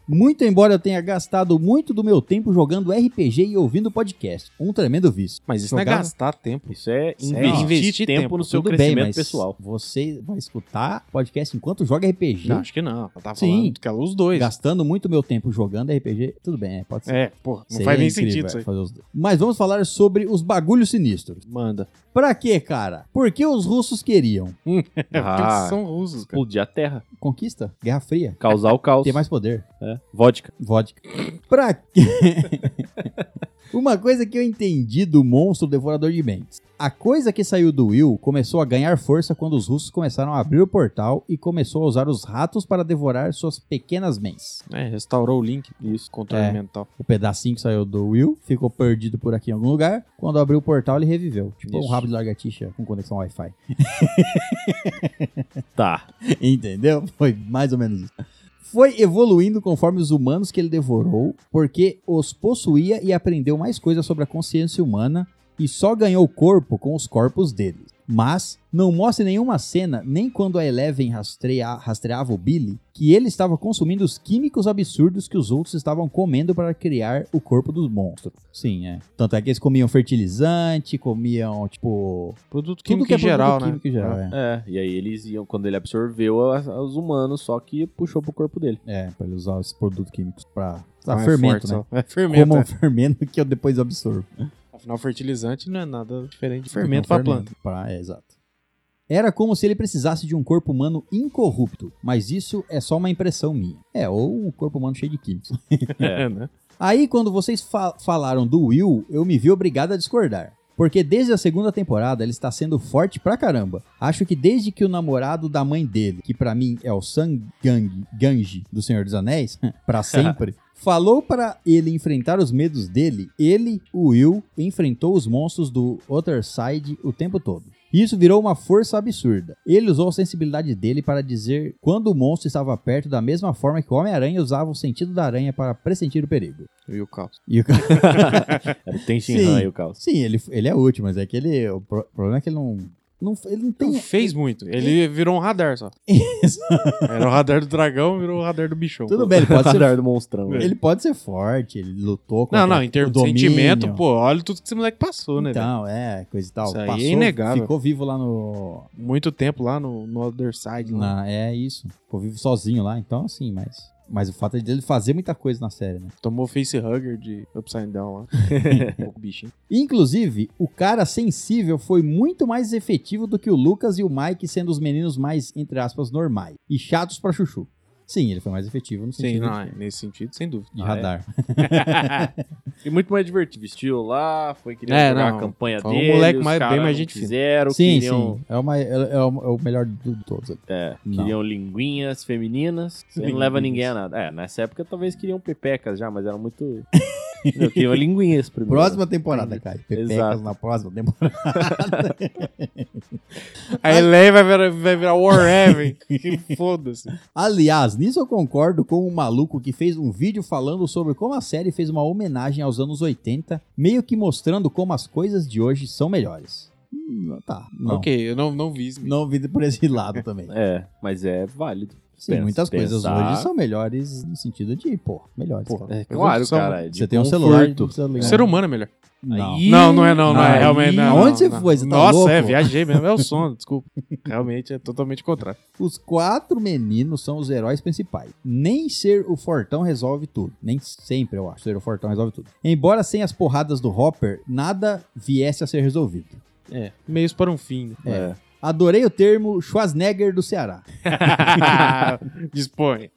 A: Muito embora eu tenha gastado muito do meu tempo jogando RPG e ouvindo podcast. Um tremendo vício.
C: Mas isso não é
A: Jogava-
C: gastar tempo.
B: Isso é
C: Isso é
B: investir,
C: investir
B: tempo,
C: tempo.
B: no seu
A: Tudo
B: crescimento
A: bem, mas
B: pessoal.
A: você vai escutar podcast enquanto joga RPG?
C: Não, acho que não. Ela tá
A: Sim.
C: falando que ela os dois.
A: Gastando muito meu tempo jogando RPG? Tudo bem, é, pode ser.
C: É, pô, não
A: Seria
C: faz nem
A: incrível,
C: sentido
A: é,
C: isso aí.
A: fazer os dois. Mas vamos falar sobre os bagulhos sinistros.
C: Manda.
A: Pra quê, cara? Porque os russos queriam
C: É, porque
B: Ah.
C: eles são russos, cara.
B: Explodir a terra,
A: conquista, Guerra Fria,
B: causar o caos.
A: ter mais poder.
B: É. Vodka.
A: Vodka. Pra quê? Uma coisa que eu entendi do monstro devorador de mentes. A coisa que saiu do Will começou a ganhar força quando os russos começaram a abrir o portal e começou a usar os ratos para devorar suas pequenas mentes.
C: É, restaurou o link. Isso, controle
A: É.
C: mental.
A: O pedacinho que saiu do Will ficou perdido por aqui em algum lugar. Quando abriu o portal, ele reviveu. Tipo um
C: Isso.
A: rabo de lagartixa com conexão Wi-Fi.
B: Tá.
A: Entendeu? Foi mais ou menos isso. Foi evoluindo conforme os humanos que ele devorou, porque os possuía e aprendeu mais coisas sobre a consciência humana e só ganhou corpo com os corpos deles. Mas não mostra em nenhuma cena, nem quando a Eleven rastreia- rastreava o Billy, que ele estava consumindo os químicos absurdos que os outros estavam comendo para criar o corpo dos monstros. Sim, é. Tanto é que eles comiam fertilizante, comiam, tipo.
C: Produto
A: Tudo
C: químico
A: que é
C: em geral,
A: produto
C: né?
A: químico em geral, é.
B: É, e aí eles iam, quando ele absorveu a- os humanos, só que puxou pro corpo dele.
A: É, pra ele usar esses produtos químicos pra.
C: Não
A: Ah,
C: é
A: fermento,
C: forte,
A: né?
C: só. É fermento.
A: Como um
C: é.
A: fermento que eu depois absorvo.
C: Afinal, fertilizante não é nada diferente de
A: Fermento
C: fermento pra planta.
A: Pra- é, exato. Era como se ele precisasse de um corpo humano incorrupto, mas isso é só uma impressão minha. É, ou um corpo humano cheio de químicos.
B: É.
C: É, né?
A: Aí, quando vocês fa- falaram do Will, eu me vi obrigado a discordar. Porque desde a segunda temporada ele está sendo forte pra caramba. Acho que desde que o namorado da mãe dele, que pra mim é o Sangang Ganji do Senhor dos Anéis, pra sempre, falou para ele enfrentar os medos dele, ele, o Will, enfrentou os monstros do Other Side o tempo todo. Isso virou uma força absurda. Ele usou a sensibilidade dele para dizer quando o monstro estava perto, da mesma forma que o Homem-Aranha usava o sentido da aranha para pressentir o perigo.
C: E o caos.
A: E o cara-
B: Era o Tenshin
A: Sim.
B: Han e o caos.
A: Sim, ele, ele é útil, mas é que ele. O pro- problema é que ele não. não ele não tem.
C: Não Então, fez muito. Ele virou um radar só.
A: Isso.
C: Era o radar do dragão, virou o radar do bichão.
A: Tudo bem, ele pode
B: Radar
A: ser.
B: do monstrão. né?
A: Ele pode ser forte, ele lutou
C: Não,
A: contra
C: não, em termos de
A: o domínio.
C: sentimento, pô, olha tudo que esse moleque passou, né, velho?
A: Então, é, coisa e tal.
C: Isso aí é
A: Passou,
C: inegável.
A: Ficou vivo lá no.
C: Muito tempo lá no, no Other Side. lá.
A: na- é isso. Ficou vivo sozinho lá, então assim, mas. Mas o fato é dele fazer muita coisa na série, né?
C: Tomou facehugger de Upside Down lá. o bichinho.
A: Inclusive, o cara sensível foi muito mais efetivo do que o Lucas e o Mike sendo os meninos mais, entre aspas, normais. E chatos pra chuchu. Sim, ele foi mais efetivo no
C: Sim,
A: sentido
C: não, é, nesse sentido, sem dúvida.
A: de
B: Ah, é?
A: radar.
B: E muito mais divertido. Vestiu lá, foi querer
C: É,
B: jogar
C: não.
B: a campanha
C: Foi um
B: dele.
C: moleque
B: os
C: mais-
B: caras
C: bem mais
B: não
C: gente fina.
B: Fizeram,
A: Sim,
B: queriam,
A: sim. É, uma, é, é o, é o melhor de tudo- todos.
B: É,
A: Não.
B: queriam linguinhas femininas. Você não leva ninguém a nada. É, nessa época talvez queriam pepecas já, mas eram muito. Eu queria linguinhas primeiro.
A: Próxima temporada, cara. Pepecas
B: Exato.
A: na próxima temporada.
C: A Elaine vai virar, vai virar Warhaven. que foda-se.
A: Aliás, nisso eu concordo com um maluco que fez um vídeo falando sobre como a série fez uma homenagem aos anos 80, meio que mostrando como as coisas de hoje são melhores. Hum, tá. Não.
C: Ok, eu não, não vi isso.
A: Não vi por esse lado também.
B: É, mas é válido.
A: Sim,
B: Pensa-
A: muitas coisas
B: pensar.
A: hoje são melhores no sentido de, pô, melhores.
C: Pô,
A: cara.
B: É,
C: Mas
B: claro,
C: não são-
B: cara. é de
A: Você tem um
B: conforto.
A: celular, não precisa
C: O
A: ligar.
C: ser humano é melhor.
A: Não.
B: Aí-
C: Não, não é não, não,
A: Aí-
C: é realmente não.
A: Aonde você
C: não, não.
A: foi? Você tá
C: Nossa, é,
A: louco?
C: viajei mesmo. É o sono, desculpa. Realmente é totalmente o contrário.
A: Os quatro meninos são os heróis principais. Nem ser o Fortão resolve tudo. Nem sempre, eu acho, ser o Fortão resolve tudo. Embora sem as porradas do Hopper, nada viesse a ser resolvido.
C: É, meios para um fim. né?
A: É. Adorei o termo Schwarzenegger do Ceará.
C: Dispõe.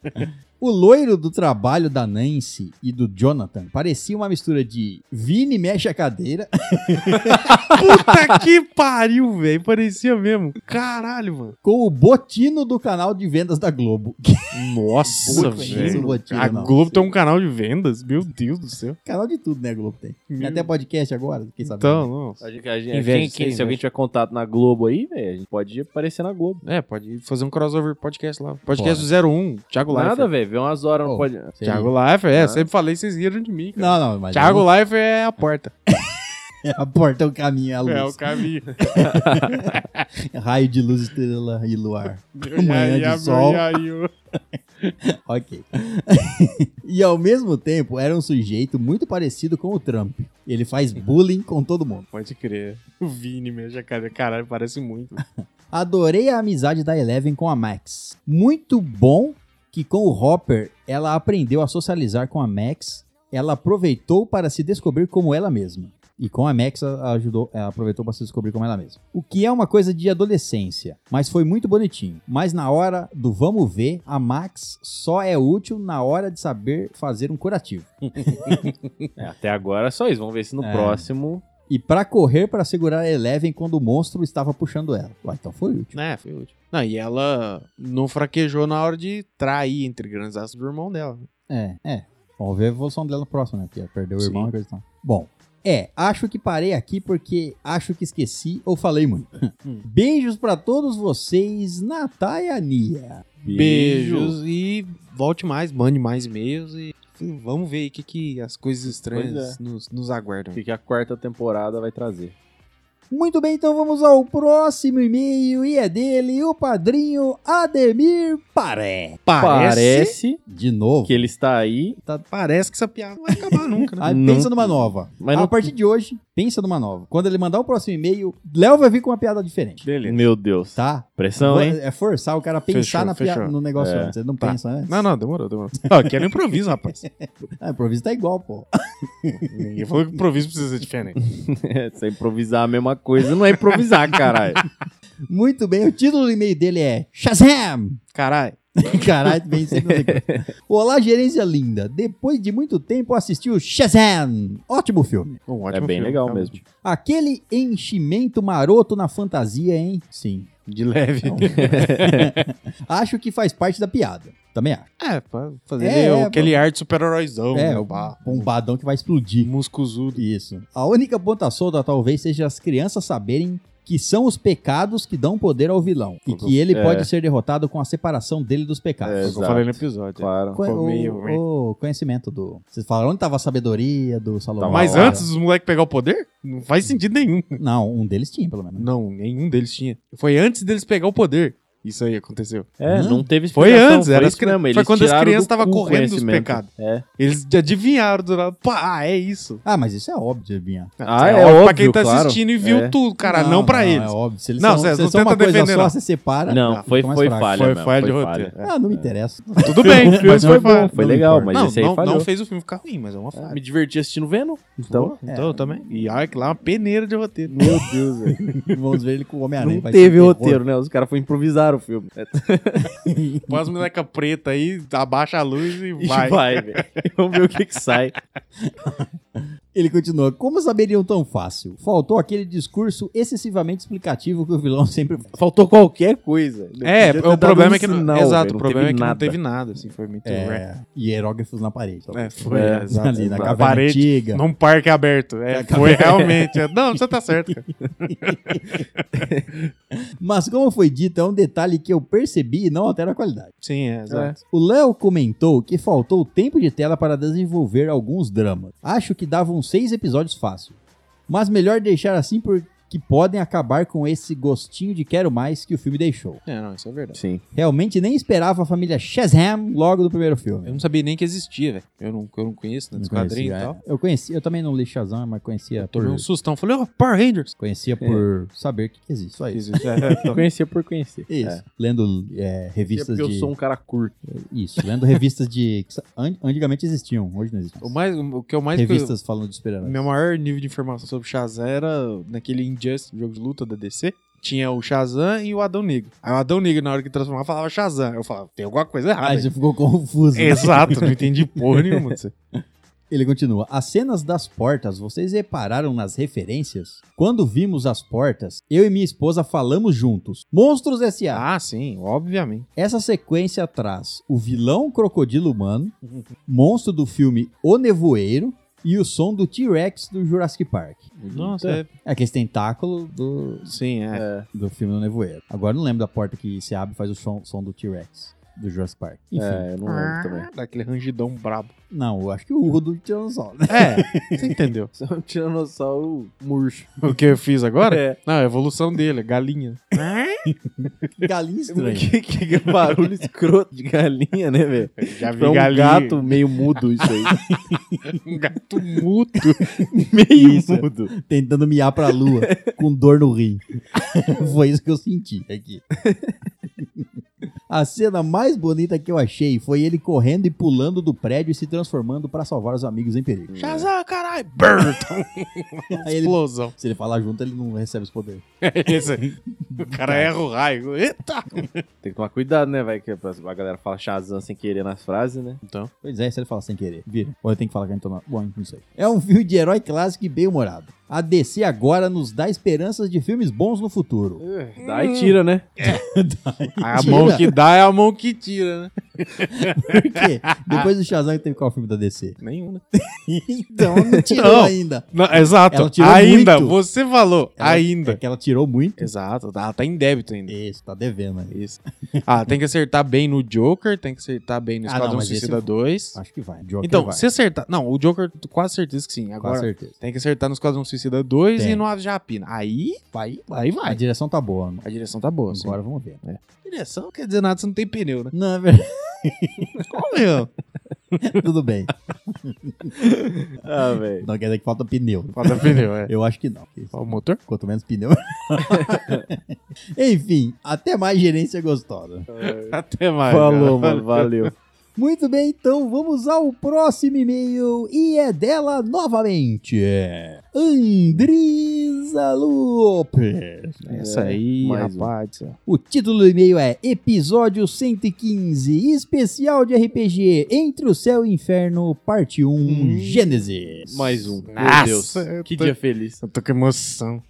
A: O loiro do trabalho da Nancy e do Jonathan parecia uma mistura de Vini mexe a cadeira
C: Puta que pariu, velho. Parecia mesmo. Caralho, mano.
A: com o Botino do canal de vendas da Globo.
C: Nossa,
A: Puta, isso,
C: velho.
A: Botino,
C: A
A: não.
C: Globo tem um canal de vendas? Meu Deus do céu.
A: canal de tudo, né, Globo tem. Tem
C: Meu-
A: até podcast agora, quem sabe.
C: Então, nossa.
B: A gente- a gente-
C: Inveja,
B: quem-
C: isso
B: quem-
C: é
B: se alguém
C: inveja.
B: tiver contato na Globo aí, velho, a gente pode aparecer na Globo.
C: É, pode fazer um crossover podcast lá. Podcast do 01, Thiago Leifert.
B: Nada, velho. Vê umas horas,
A: Oh.
B: não pode.
A: Sei.
C: Thiago Leifert, é, sempre falei, vocês riram de mim. Cara.
A: Não, não, mas
C: Thiago Leifert é a porta.
A: a porta é o caminho, é a luz.
C: É o caminho.
A: Raio de luz, estrela e luar.
C: E
A: Manhã
C: aí,
A: de sol.
C: E aí, o-
A: Ok. e ao mesmo tempo era um sujeito muito parecido com o Trump. Ele faz bullying com todo mundo.
C: Pode crer. Tipo, O Vini, meu jacaré. Caralho, parece muito.
A: Adorei a amizade da Eleven com a Max. Muito bom que com o Hopper ela aprendeu a socializar com a Max. Ela aproveitou para se descobrir como ela mesma. E com a Max a- ajudou, ela aproveitou para se descobrir como ela mesma. O que é uma coisa de adolescência, mas foi muito bonitinho. Mas na hora do vamos ver, a Max só é útil na hora de saber fazer um curativo.
B: É, até agora é só isso. Vamos ver se no
A: É.
B: próximo.
A: E pra correr para segurar a Eleven quando o monstro estava puxando ela. Ué, então foi útil.
C: né, foi útil. Não, e ela não fraquejou na hora de trair, entre grandes aspas, do irmão dela.
A: É, é. Vamos ver a evolução dela no próximo, né? Porque perdeu o
C: Sim.
A: irmão é coisa e tal. Bom, é, acho que parei aqui porque acho que esqueci ou falei muito. Beijos pra todos vocês, Natá e Ania.
C: Beijos e volte mais, mande mais e-mails e vamos ver aí o que, que as coisas estranhas
B: Pois
C: nos, nos aguardam.
B: O que que a quarta temporada vai trazer?
A: Muito bem, então vamos ao próximo e-mail e é dele, o padrinho Ademir Paré.
B: Parece
A: De novo.
B: que ele está aí.
C: tá, Parece que essa piada não vai acabar nunca, né?
A: Aí
B: Não-
A: pensa numa nova.
B: Mas
C: Ah,
A: a
B: não-
A: partir de hoje, pensa numa nova. Quando ele mandar o próximo e-mail, Léo vai vir com uma piada diferente.
C: Beleza.
B: Meu Deus.
A: Tá?
B: Pressão, Então, hein?
A: É forçar o cara a pensar
C: Fechou,
A: na pia-
C: fechou.
A: no negócio
B: É.
A: antes. Ele não
C: Tá.
A: pensa antes.
C: Não, não, demorou, demorou. Ó, aqui era improviso, rapaz.
A: Ah, improviso tá igual, pô.
C: Ninguém falou que improviso precisa ser diferente.
B: Você improvisar a mesma coisa não é improvisar, caralho.
A: Muito bem, o título do e-mail dele é Shazam!
C: Caralho.
A: Caralho, bem assim, sempre. Olá, gerência linda. Depois de muito tempo, assisti o Shazam! Ótimo filme.
C: Um
B: É
C: ótimo
B: bem
C: filme,
B: legal
C: realmente.
B: mesmo.
A: Aquele enchimento maroto na fantasia, hein? Sim.
C: De leve.
B: Então,
A: Acho que faz parte da piada. Também acho.
C: É, pra fazer
A: É, é,
C: aquele ar de super-heróizão.
A: é,
C: né?
A: o
C: Pá.
A: bombadão que vai explodir.
C: Muscuzudo.
A: Isso. A única ponta solta talvez seja as crianças saberem que são os pecados que dão poder ao vilão e que ele
B: É.
A: pode ser derrotado com a separação dele dos
B: É,
A: pecados.
C: Foi o que eu
B: Exato.
C: falei no episódio.
B: Claro.
A: Co-
C: Foi Tá meio-
A: o, o conhecimento do. Vocês falaram onde tava a sabedoria do Salomão?
B: Tá,
C: Mas
B: Uma hora.
C: antes dos moleques pegar o poder, não faz sentido nenhum.
A: Não, um deles tinha, pelo menos.
C: Não, nenhum deles tinha. Foi antes deles pegar o poder. Isso aí aconteceu.
B: É,
A: Hã?
B: não teve
C: Foi
B: explicação,
C: antes, era as
B: isso
C: crianças-
B: mesmo,
C: foi
B: eles
C: quando as
B: tiraram
C: crianças
B: do
C: tava
B: cu o
C: correndo dos
B: conhecimento.
C: pecados.
B: É.
C: Eles adivinharam do nada. Pá, ah, é isso.
A: Ah, mas isso é óbvio, Binha.
B: Ah, é,
C: pra
B: óbvio,
C: quem tá
B: claro.
C: assistindo e viu
B: É.
C: tudo, cara. Não, pra eles.
A: É óbvio. Se eles
C: Não,
A: são,
C: vocês
A: se eles
C: não
A: são uma
C: tentam
A: coisa
C: defender,
A: só,
C: não.
A: você separa.
B: Não,
A: tá,
B: foi,
A: fica mais
B: foi
A: fraco.
B: falha
C: Foi
B: mesmo.
C: falha de
B: foi
C: roteiro.
B: falha.
A: Ah, não me interessa.
C: Tudo bem.
B: O filme
C: mas
B: foi
C: falha.
B: é um bom, foi
A: Não
B: legal,
A: importa.
B: mas
C: Não,
B: esse aí
C: não,
B: falhou.
C: não fez o filme ficar ruim, mas é uma falha.
B: Me diverti assistindo vendo. Então,
C: Então, então eu também. E olha que lá é uma peneira de roteiro.
B: meu Deus, velho.
A: Vamos ver ele com o Homem-Aranha.
B: Não
A: vai ser
B: teve
A: um terror.
B: roteiro, né? Os caras foram improvisar o filme. É,
C: Põe as molecas pretas aí, abaixa a luz e
B: E
C: vai.
B: vai, velho. Vamos ver o que que sai.
A: Ele continua. Como saberiam tão fácil? Faltou aquele discurso excessivamente explicativo que o vilão sempre faz.
B: Faltou qualquer coisa. Podia
C: É,
B: ter
C: o
B: dado
C: problema
B: um
C: é que não,
B: sinal,
C: exato,
B: velho,
C: o problema é
B: teve
C: que não
B: nada.
C: teve nada, assim, foi muito rare.
A: É, hierógrafos na parede. talvez.
C: É, foi,
B: É,
C: exato.
A: ali na
C: exato.
A: caverna antiga.
C: Num parque aberto. É,
A: Na
C: foi realmente. é, Não, você tá certo, cara.
A: Mas como foi dito, é um detalhe que eu percebi e não altera a qualidade.
C: Sim, é, exato.
A: O Léo comentou que faltou tempo de tela para desenvolver alguns dramas. Acho que davam seis episódios fácil. Mas melhor deixar assim porque podem acabar com esse gostinho de quero mais que o filme deixou.
C: É. não, isso é verdade.
B: Sim.
A: Realmente nem esperava a família Shazam logo do primeiro
C: Eu
A: filme.
C: não sabia nem que existia, velho. Eu não, eu não conheço, né, dos quadrinhos e
A: conhecia,
C: tal.
A: é. eu conheci, eu também não li Shazam, mas conhecia por,
C: Tomei um sustão. Falei, ó, Power Rangers.
A: conhecia por
C: É.
A: saber que existe, só isso.
C: Existe, é, então.
B: Conhecia por conhecer.
A: Isso,
B: É.
A: lendo é, revistas
B: porque eu
A: de...
B: sou um cara curto.
A: Isso, lendo revistas de... que an- Antigamente existiam, hoje não existem.
C: o, mais, o que eu mais...
A: Revistas falando de super
C: o Meu maior nível de informação sobre Shazam era naquele Injustice, jogo de luta da DC. Tinha o Shazam e o Adão Negro. Aí o Adão Negro, na hora que transformava, falava Shazam. Eu falava, tem alguma coisa errada.
A: Ah,
C: aí.
A: já ficou confuso. né?
C: Exato, não entendi porra nenhuma. disso.
A: Ele continua. As cenas das portas, vocês repararam nas referências? Quando vimos as portas, eu e minha esposa falamos juntos. Monstros S.A.
C: Ah, sim, obviamente.
A: Essa sequência traz o vilão crocodilo humano, monstro do filme O Nevoeiro e o som do T-Rex do Jurassic Park.
C: Nossa, é-
A: É aquele tentáculo do,
C: sim, é.
A: do filme O Nevoeiro. Agora eu não lembro da porta que se abre e faz o som, som do T-Rex do Jurassic Park. Enfim.
B: É, eu não lembro também.
C: Daquele rangidão brabo.
A: Não, eu acho que o urro do Tiranossauro.
C: É, você entendeu.
B: Só um tiranossauro murcho.
C: O que eu fiz agora?
B: É.
C: Não, a evolução dele, galinha.
A: Galinha estranha.
B: Que, que barulho escroto de galinha, né, velho?
C: Já
B: É um gato meio mudo isso aí.
C: um gato mudo.
B: meio
A: Isso.
B: mudo.
A: Tentando miar pra lua com dor no rim. Foi isso que eu senti aqui. A cena mais bonita que eu achei foi ele correndo e pulando do prédio e se transformando pra salvar os amigos em perigo.
C: Shazam, caralho. Burn.
A: Aí ele-
C: Explosão.
A: se ele falar junto, ele não recebe os poderes.
C: É isso aí. O cara erra o raio. Eita.
B: Tem que tomar cuidado, né, velho? Que a galera fala Shazam sem querer nas frases, né?
C: Então.
A: Pois é, se ele falar sem querer. Vira. Ou ele tem que falar que a gente toma. Bom, não sei. É um filme de herói clássico e bem-humorado. A DC agora nos dá esperanças de filmes bons no futuro.
B: Dá e tira, né?
C: A mão que dá é a mão que tira, né?
A: Por quê? Depois do Shazam teve qual filme da DC?
C: Nenhum, né?
A: Então não tirou
C: Não.
A: ainda.
C: Não, exato.
A: Ela tirou
C: ainda.
A: muito.
C: Você falou.
A: Ela-
C: ainda.
A: É que ela tirou muito.
C: Exato. Tá, tá em débito ainda.
A: Isso, tá devendo aí.
C: Isso. Ah, tem que acertar bem no Joker, tem que acertar bem no
A: Ah,
C: Esquadrão
A: não, mas
C: Suicida
A: esse-
C: 2.
A: Acho que vai. Joker
C: Então,
A: vai.
C: se acertar. Não, o Joker, quase certeza que sim.
A: Com
C: Agora
A: certeza.
C: tem que acertar no Esquadrão Suicida 2
A: Tem.
C: e no Aves de Rapina. Aí, vai, aí
A: A
C: vai.
A: direção tá boa. né?
C: A direção tá boa. sim.
A: Agora vamos ver. né?
C: Direção não quer dizer nada, você não tem pneu, né?
A: Não, é verdade.
C: Ô, meu.
A: Tudo bem.
B: Ah, velho.
A: Não quer dizer que falta pneu.
C: Falta pneu, é.
A: Eu acho que não. Porque
C: Ó, O motor?
A: Quanto menos pneu. Enfim, até mais gerência gostosa.
C: Até mais.
B: Falou, mano. Valeu.
A: Muito bem, então vamos ao próximo e-mail e é dela novamente. Andrisa Lopes.
C: Essa É aí,
B: mais um.
C: rapaz.
A: O título do e-mail é Episódio 115, especial de RPG Entre o Céu e o Inferno, parte 1,
C: Hum.
A: Gênesis.
B: Mais um.
C: Nossa,
B: Meu Deus.
C: eu
B: Que
C: tô-
B: dia feliz.
C: Eu tô com emoção.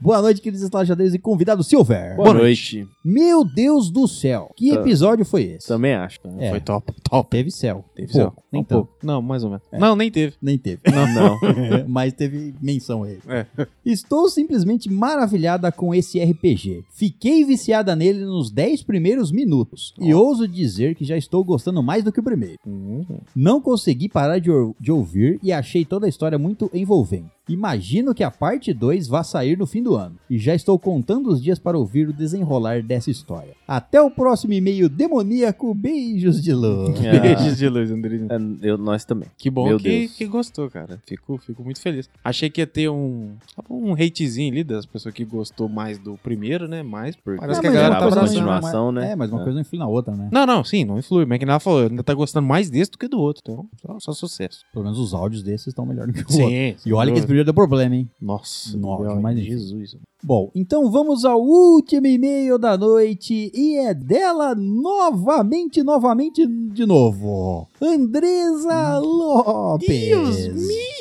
A: Boa noite, queridos estalajadeiros e convidado Silver.
B: Boa noite.
A: Meu Deus do céu, que
B: Tá.
A: episódio foi esse?
B: Também acho. tá?
A: É.
C: Foi top, top.
A: Teve céu.
C: Teve
A: pouco,
C: céu.
A: Nem
C: um
A: tanto.
C: pouco. Não, mais ou menos. Não, nem teve.
A: Nem teve.
B: Não, não.
A: Mas teve menção a ele.
C: É.
A: Estou simplesmente maravilhada com esse RPG. Fiquei viciada nele nos 10 primeiros minutos. E ouso dizer que já estou gostando mais do que o primeiro. Não consegui parar de, ou- de ouvir e achei toda a história muito envolvente. Imagino que a parte 2 vá sair no fim do ano. E já estou contando os dias para ouvir o desenrolar dessa história. Até o próximo e-mail demoníaco. Beijos de luz.
B: É.
C: Beijos de luz, Andrina.
B: É, eu- nós também.
C: Que bom
B: Meu
C: que,
B: Deus.
C: que gostou, cara. Fico, fico muito feliz. Achei que ia ter um, um hatezinho ali das pessoas que gostou mais do primeiro, né? Mas
B: Porque
C: parece
A: Ah,
C: que a
A: mas
C: galera
A: uma
C: tá
A: coisa não-
C: gostando.
B: continuação,
A: mas-
B: né?
A: É, mas uma
B: É.
A: coisa não influi na outra, né?
C: Não, não, sim, não influi. Mas que nada falou, ainda tá gostando mais desse do que do outro. Então, só, só sucesso.
A: Pelo menos os áudios desses estão melhor do que o outro.
C: Sim.
A: E olha que esse primeiro deu problema, hein?
C: Nossa,
A: Nossa,
C: Deus,
A: mas-
C: Jesus.
A: Bom, então vamos ao último e-mail da noite e é dela novamente, novamente de novo. Andresa Lopes.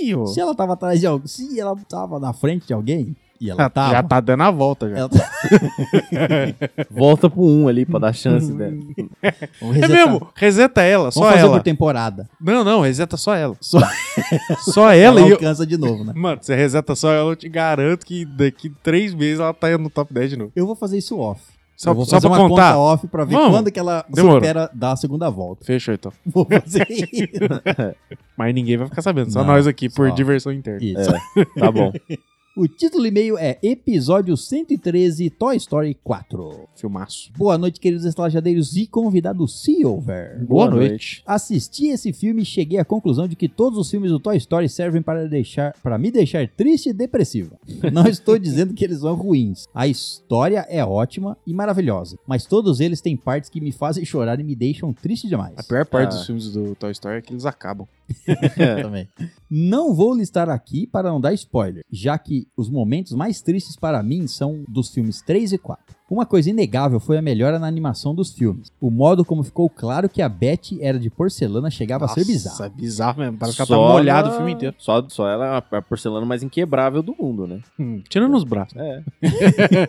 C: meu!
A: Se ela tava atrás de alguém, se ela tava na frente de alguém, e ela tava.
C: Já tá dando a volta já.
A: Ela tá...
B: Volta pro um ali pra dar chance dela.
A: Vamos
C: É
A: resetar.
C: mesmo, reseta ela,
A: Vamos
C: só
A: fazer
C: ela.
A: por temporada.
C: Não, não, reseta só ela.
A: Só-
C: só ela e eu.
A: alcança de novo, né?
C: Mano, você reseta só ela, eu te garanto que daqui três meses ela tá no top 10 de novo.
A: Eu vou fazer isso off.
C: Só,
A: Eu vou
C: só
A: fazer
C: pra
A: uma
C: contar.
A: conta off pra ver
C: Vamos.
A: quando que ela
C: Demorou.
A: supera dar a segunda volta.
C: Fechou então.
A: Vou fazer isso.
C: Mas ninguém vai ficar sabendo, só
A: Não,
C: nós aqui, por
A: só.
C: diversão interna.
A: Isso.
B: Tá bom.
A: O título do e-mail é Episódio 113 Toy Story 4.
C: Filmaço.
A: Boa noite, queridos estalajadeiros e convidado Silver.
C: Boa,
B: Boa
C: noite.
A: Assisti esse filme e cheguei à conclusão de que todos os filmes do Toy Story servem para, deixar, para me deixar triste e depressivo. Não estou dizendo que eles são ruins. A história é ótima e maravilhosa, mas todos eles têm partes que me fazem chorar e me deixam triste demais.
C: A pior parte
B: Ah.
C: dos filmes do Toy Story é que eles acabam.
A: também. Não vou listar aqui para não dar spoiler, já que os momentos mais tristes para mim são dos filmes 3 e 4. Uma coisa inegável foi a melhora na animação dos filmes. O modo como ficou claro que a Betty era de porcelana chegava a ser bizarro.
C: É bizarro mesmo. Parece que ela tá
B: Só
C: molhada
B: na-
C: o filme inteiro.
B: Só, só ela é a porcelana mais inquebrável do mundo, né?
C: Hum, tirando os braços.
B: É.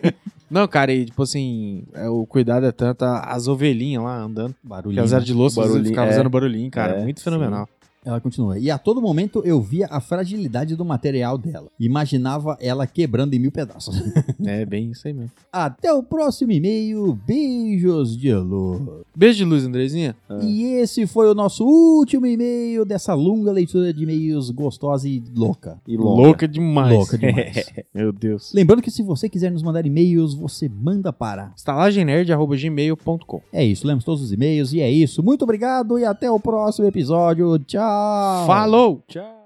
C: Não, cara, e tipo assim, é, o cuidado é tanto, as ovelhinhas lá andando. Que
A: Barulho.
C: elas eram de louça,
B: Barulhinho,
C: ficavam
B: é.
C: fazendo barulhinho, cara.
B: É,
C: muito fenomenal.
A: Ela continua. E a todo momento eu via a fragilidade do material dela. Imaginava ela quebrando em mil pedaços.
C: É bem isso aí mesmo.
A: Até o próximo e-mail. Beijos de luz.
C: Beijo de luz, Andrezinha.
A: E esse foi o nosso último e-mail dessa longa leitura de e-mails gostosa e louca.
B: E
C: Louca demais.
A: Louca demais.
C: Meu Deus.
A: Lembrando que se você quiser nos mandar e-mails, você manda para.
C: estalagenerd.gmail.com
A: É isso, lemos todos os e-mails e é isso. Muito obrigado e até o próximo episódio. Tchau.
C: Falou!
B: Tchau.